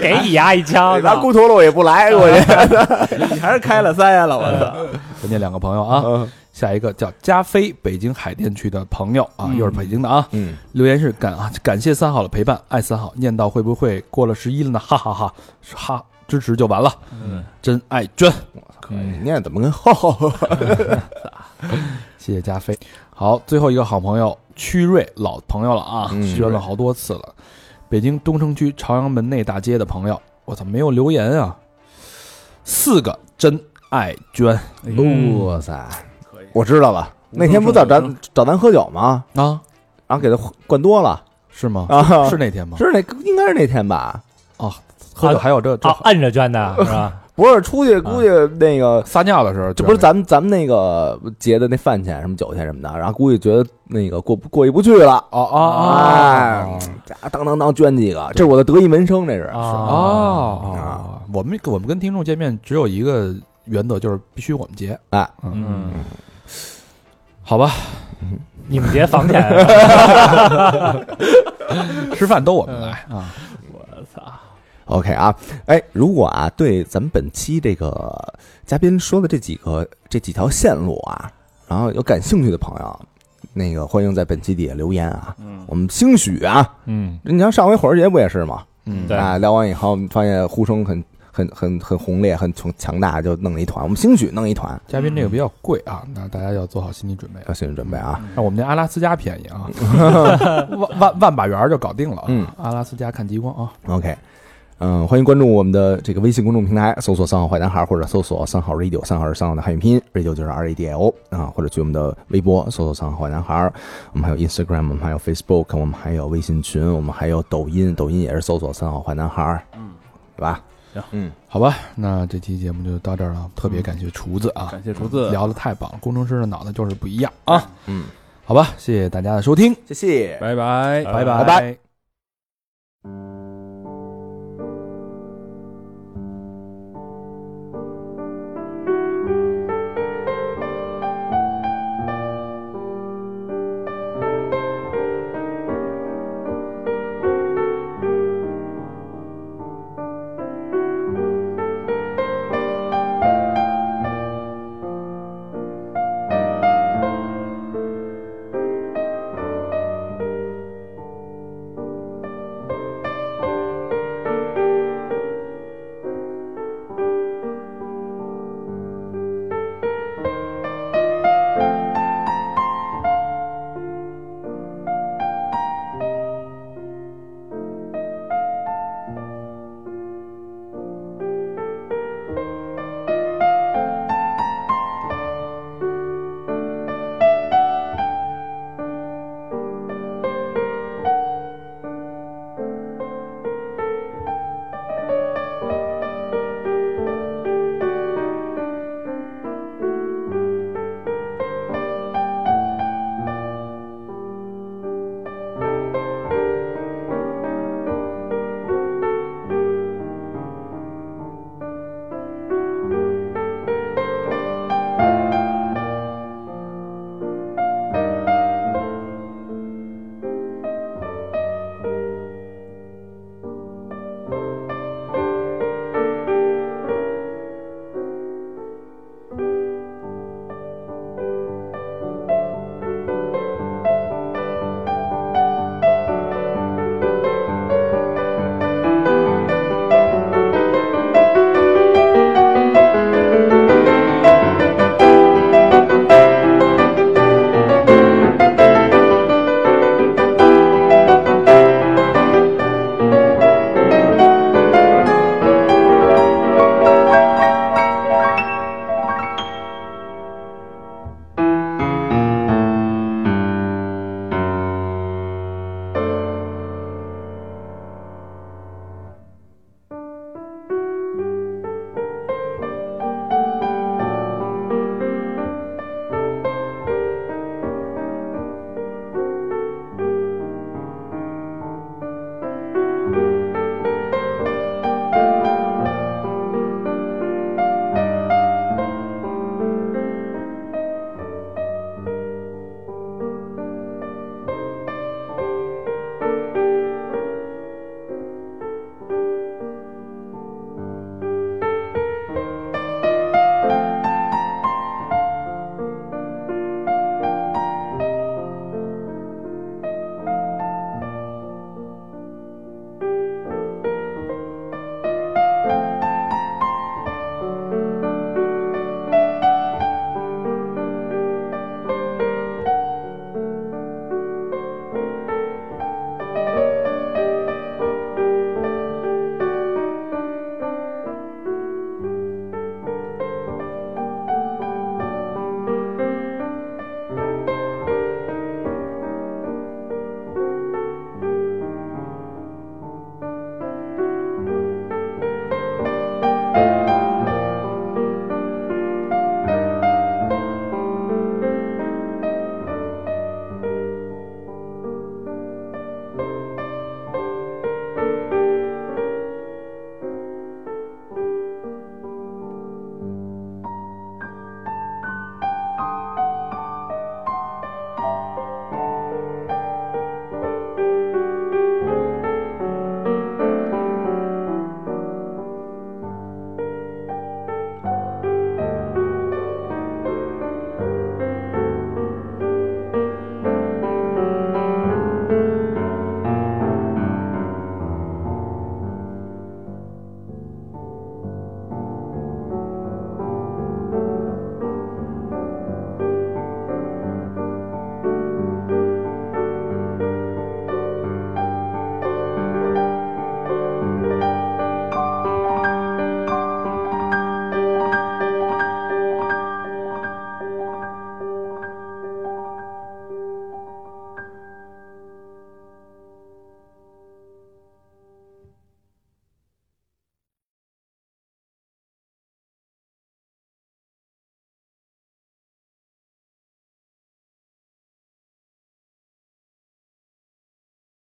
D: 给你丫一枪！
A: 拿
D: 操
A: 骨头了我也不来，我这 你还是开了塞了，我操！
C: 人家两个朋友啊，下一个叫加菲，北京海淀区的朋友啊，又是北京的啊。
A: 嗯，
C: 留言是感啊，感谢三好的陪伴，爱三好，念到会不会过了十一了呢？哈哈哈，哈，支持就完了。嗯，真爱捐，
A: 可以，念怎么跟浩 浩
C: 谢谢加菲。好，最后一个好朋友曲瑞，老朋友了啊，
A: 嗯
C: 捐了好多次了。北京东城区朝阳门内大街的朋友，我操，没有留言啊。四个真爱捐
A: 哇塞，我知道了。那天不
C: 嗯
A: 找咱找咱喝酒吗？
C: 啊，
A: 然后给他灌多了
C: 是吗？
A: 啊，
C: 是那天吗？
A: 是那应该是那天吧？
C: 喝酒还有这这
D: 好，摁着捐的是吧？
A: 不是出
C: 啊
A: 去估计那个，
C: 撒尿的时候，
A: 这不是咱们咱们那个结的那饭钱什么酒钱什么的，然后估计觉得那个过不过意不去了，
C: 哦哦
A: 哎
C: 哦，
A: 当当当捐几个，这是我的得意门生，这是
D: 啊，
C: 哦，我们我们跟听众见面只有一个原则，就是必须我们结。
A: 哎，
K: 嗯，
C: 好吧，
D: 你们别房钱是吧，
C: 吃饭都我们来啊。
A: OK 啊，哎，如果啊对咱们本期这个嘉宾说的这几个这几条线路啊，然后有感兴趣的朋友，那个欢迎在本期底下留言啊。
K: 嗯
A: 我们兴许啊，
D: 嗯，
A: 你像上回火儿节不也是吗？
C: 嗯
D: 对
A: 啊，聊完以后发现呼声很很很很红烈，很强强大，就弄了一团。我们兴许弄一团，
C: 嘉宾这个比较贵啊，那大家要做好心理准备。
A: 要心理准备啊。
C: 那我们那阿拉斯加便宜啊， 万万万把元儿就搞定了啊。
A: 嗯
C: 阿拉斯加看极光啊。
A: OK，嗯，欢迎关注我们的这个微信公众平台，搜索“三好坏男孩”或者搜索“三好 radio”，三好是三好的汉语拼音，radio 就是 R A D I O 啊，或者去我们的微博搜索“三好坏男孩”，我们还有 Instagram，我们还有 Facebook，我们还有微信群，我们还有抖音，抖音也是搜索“三好坏男孩”，嗯，对吧？
C: 好吧，那这期节目就到这儿了。特别感谢厨子啊，
K: 感谢厨
A: 嗯
K: 子，
C: 聊的太棒了，工程师的脑袋就是不一样啊。嗯，好吧，谢谢大家的收听，
A: 谢谢，
K: 拜拜，
C: 拜
A: 拜拜。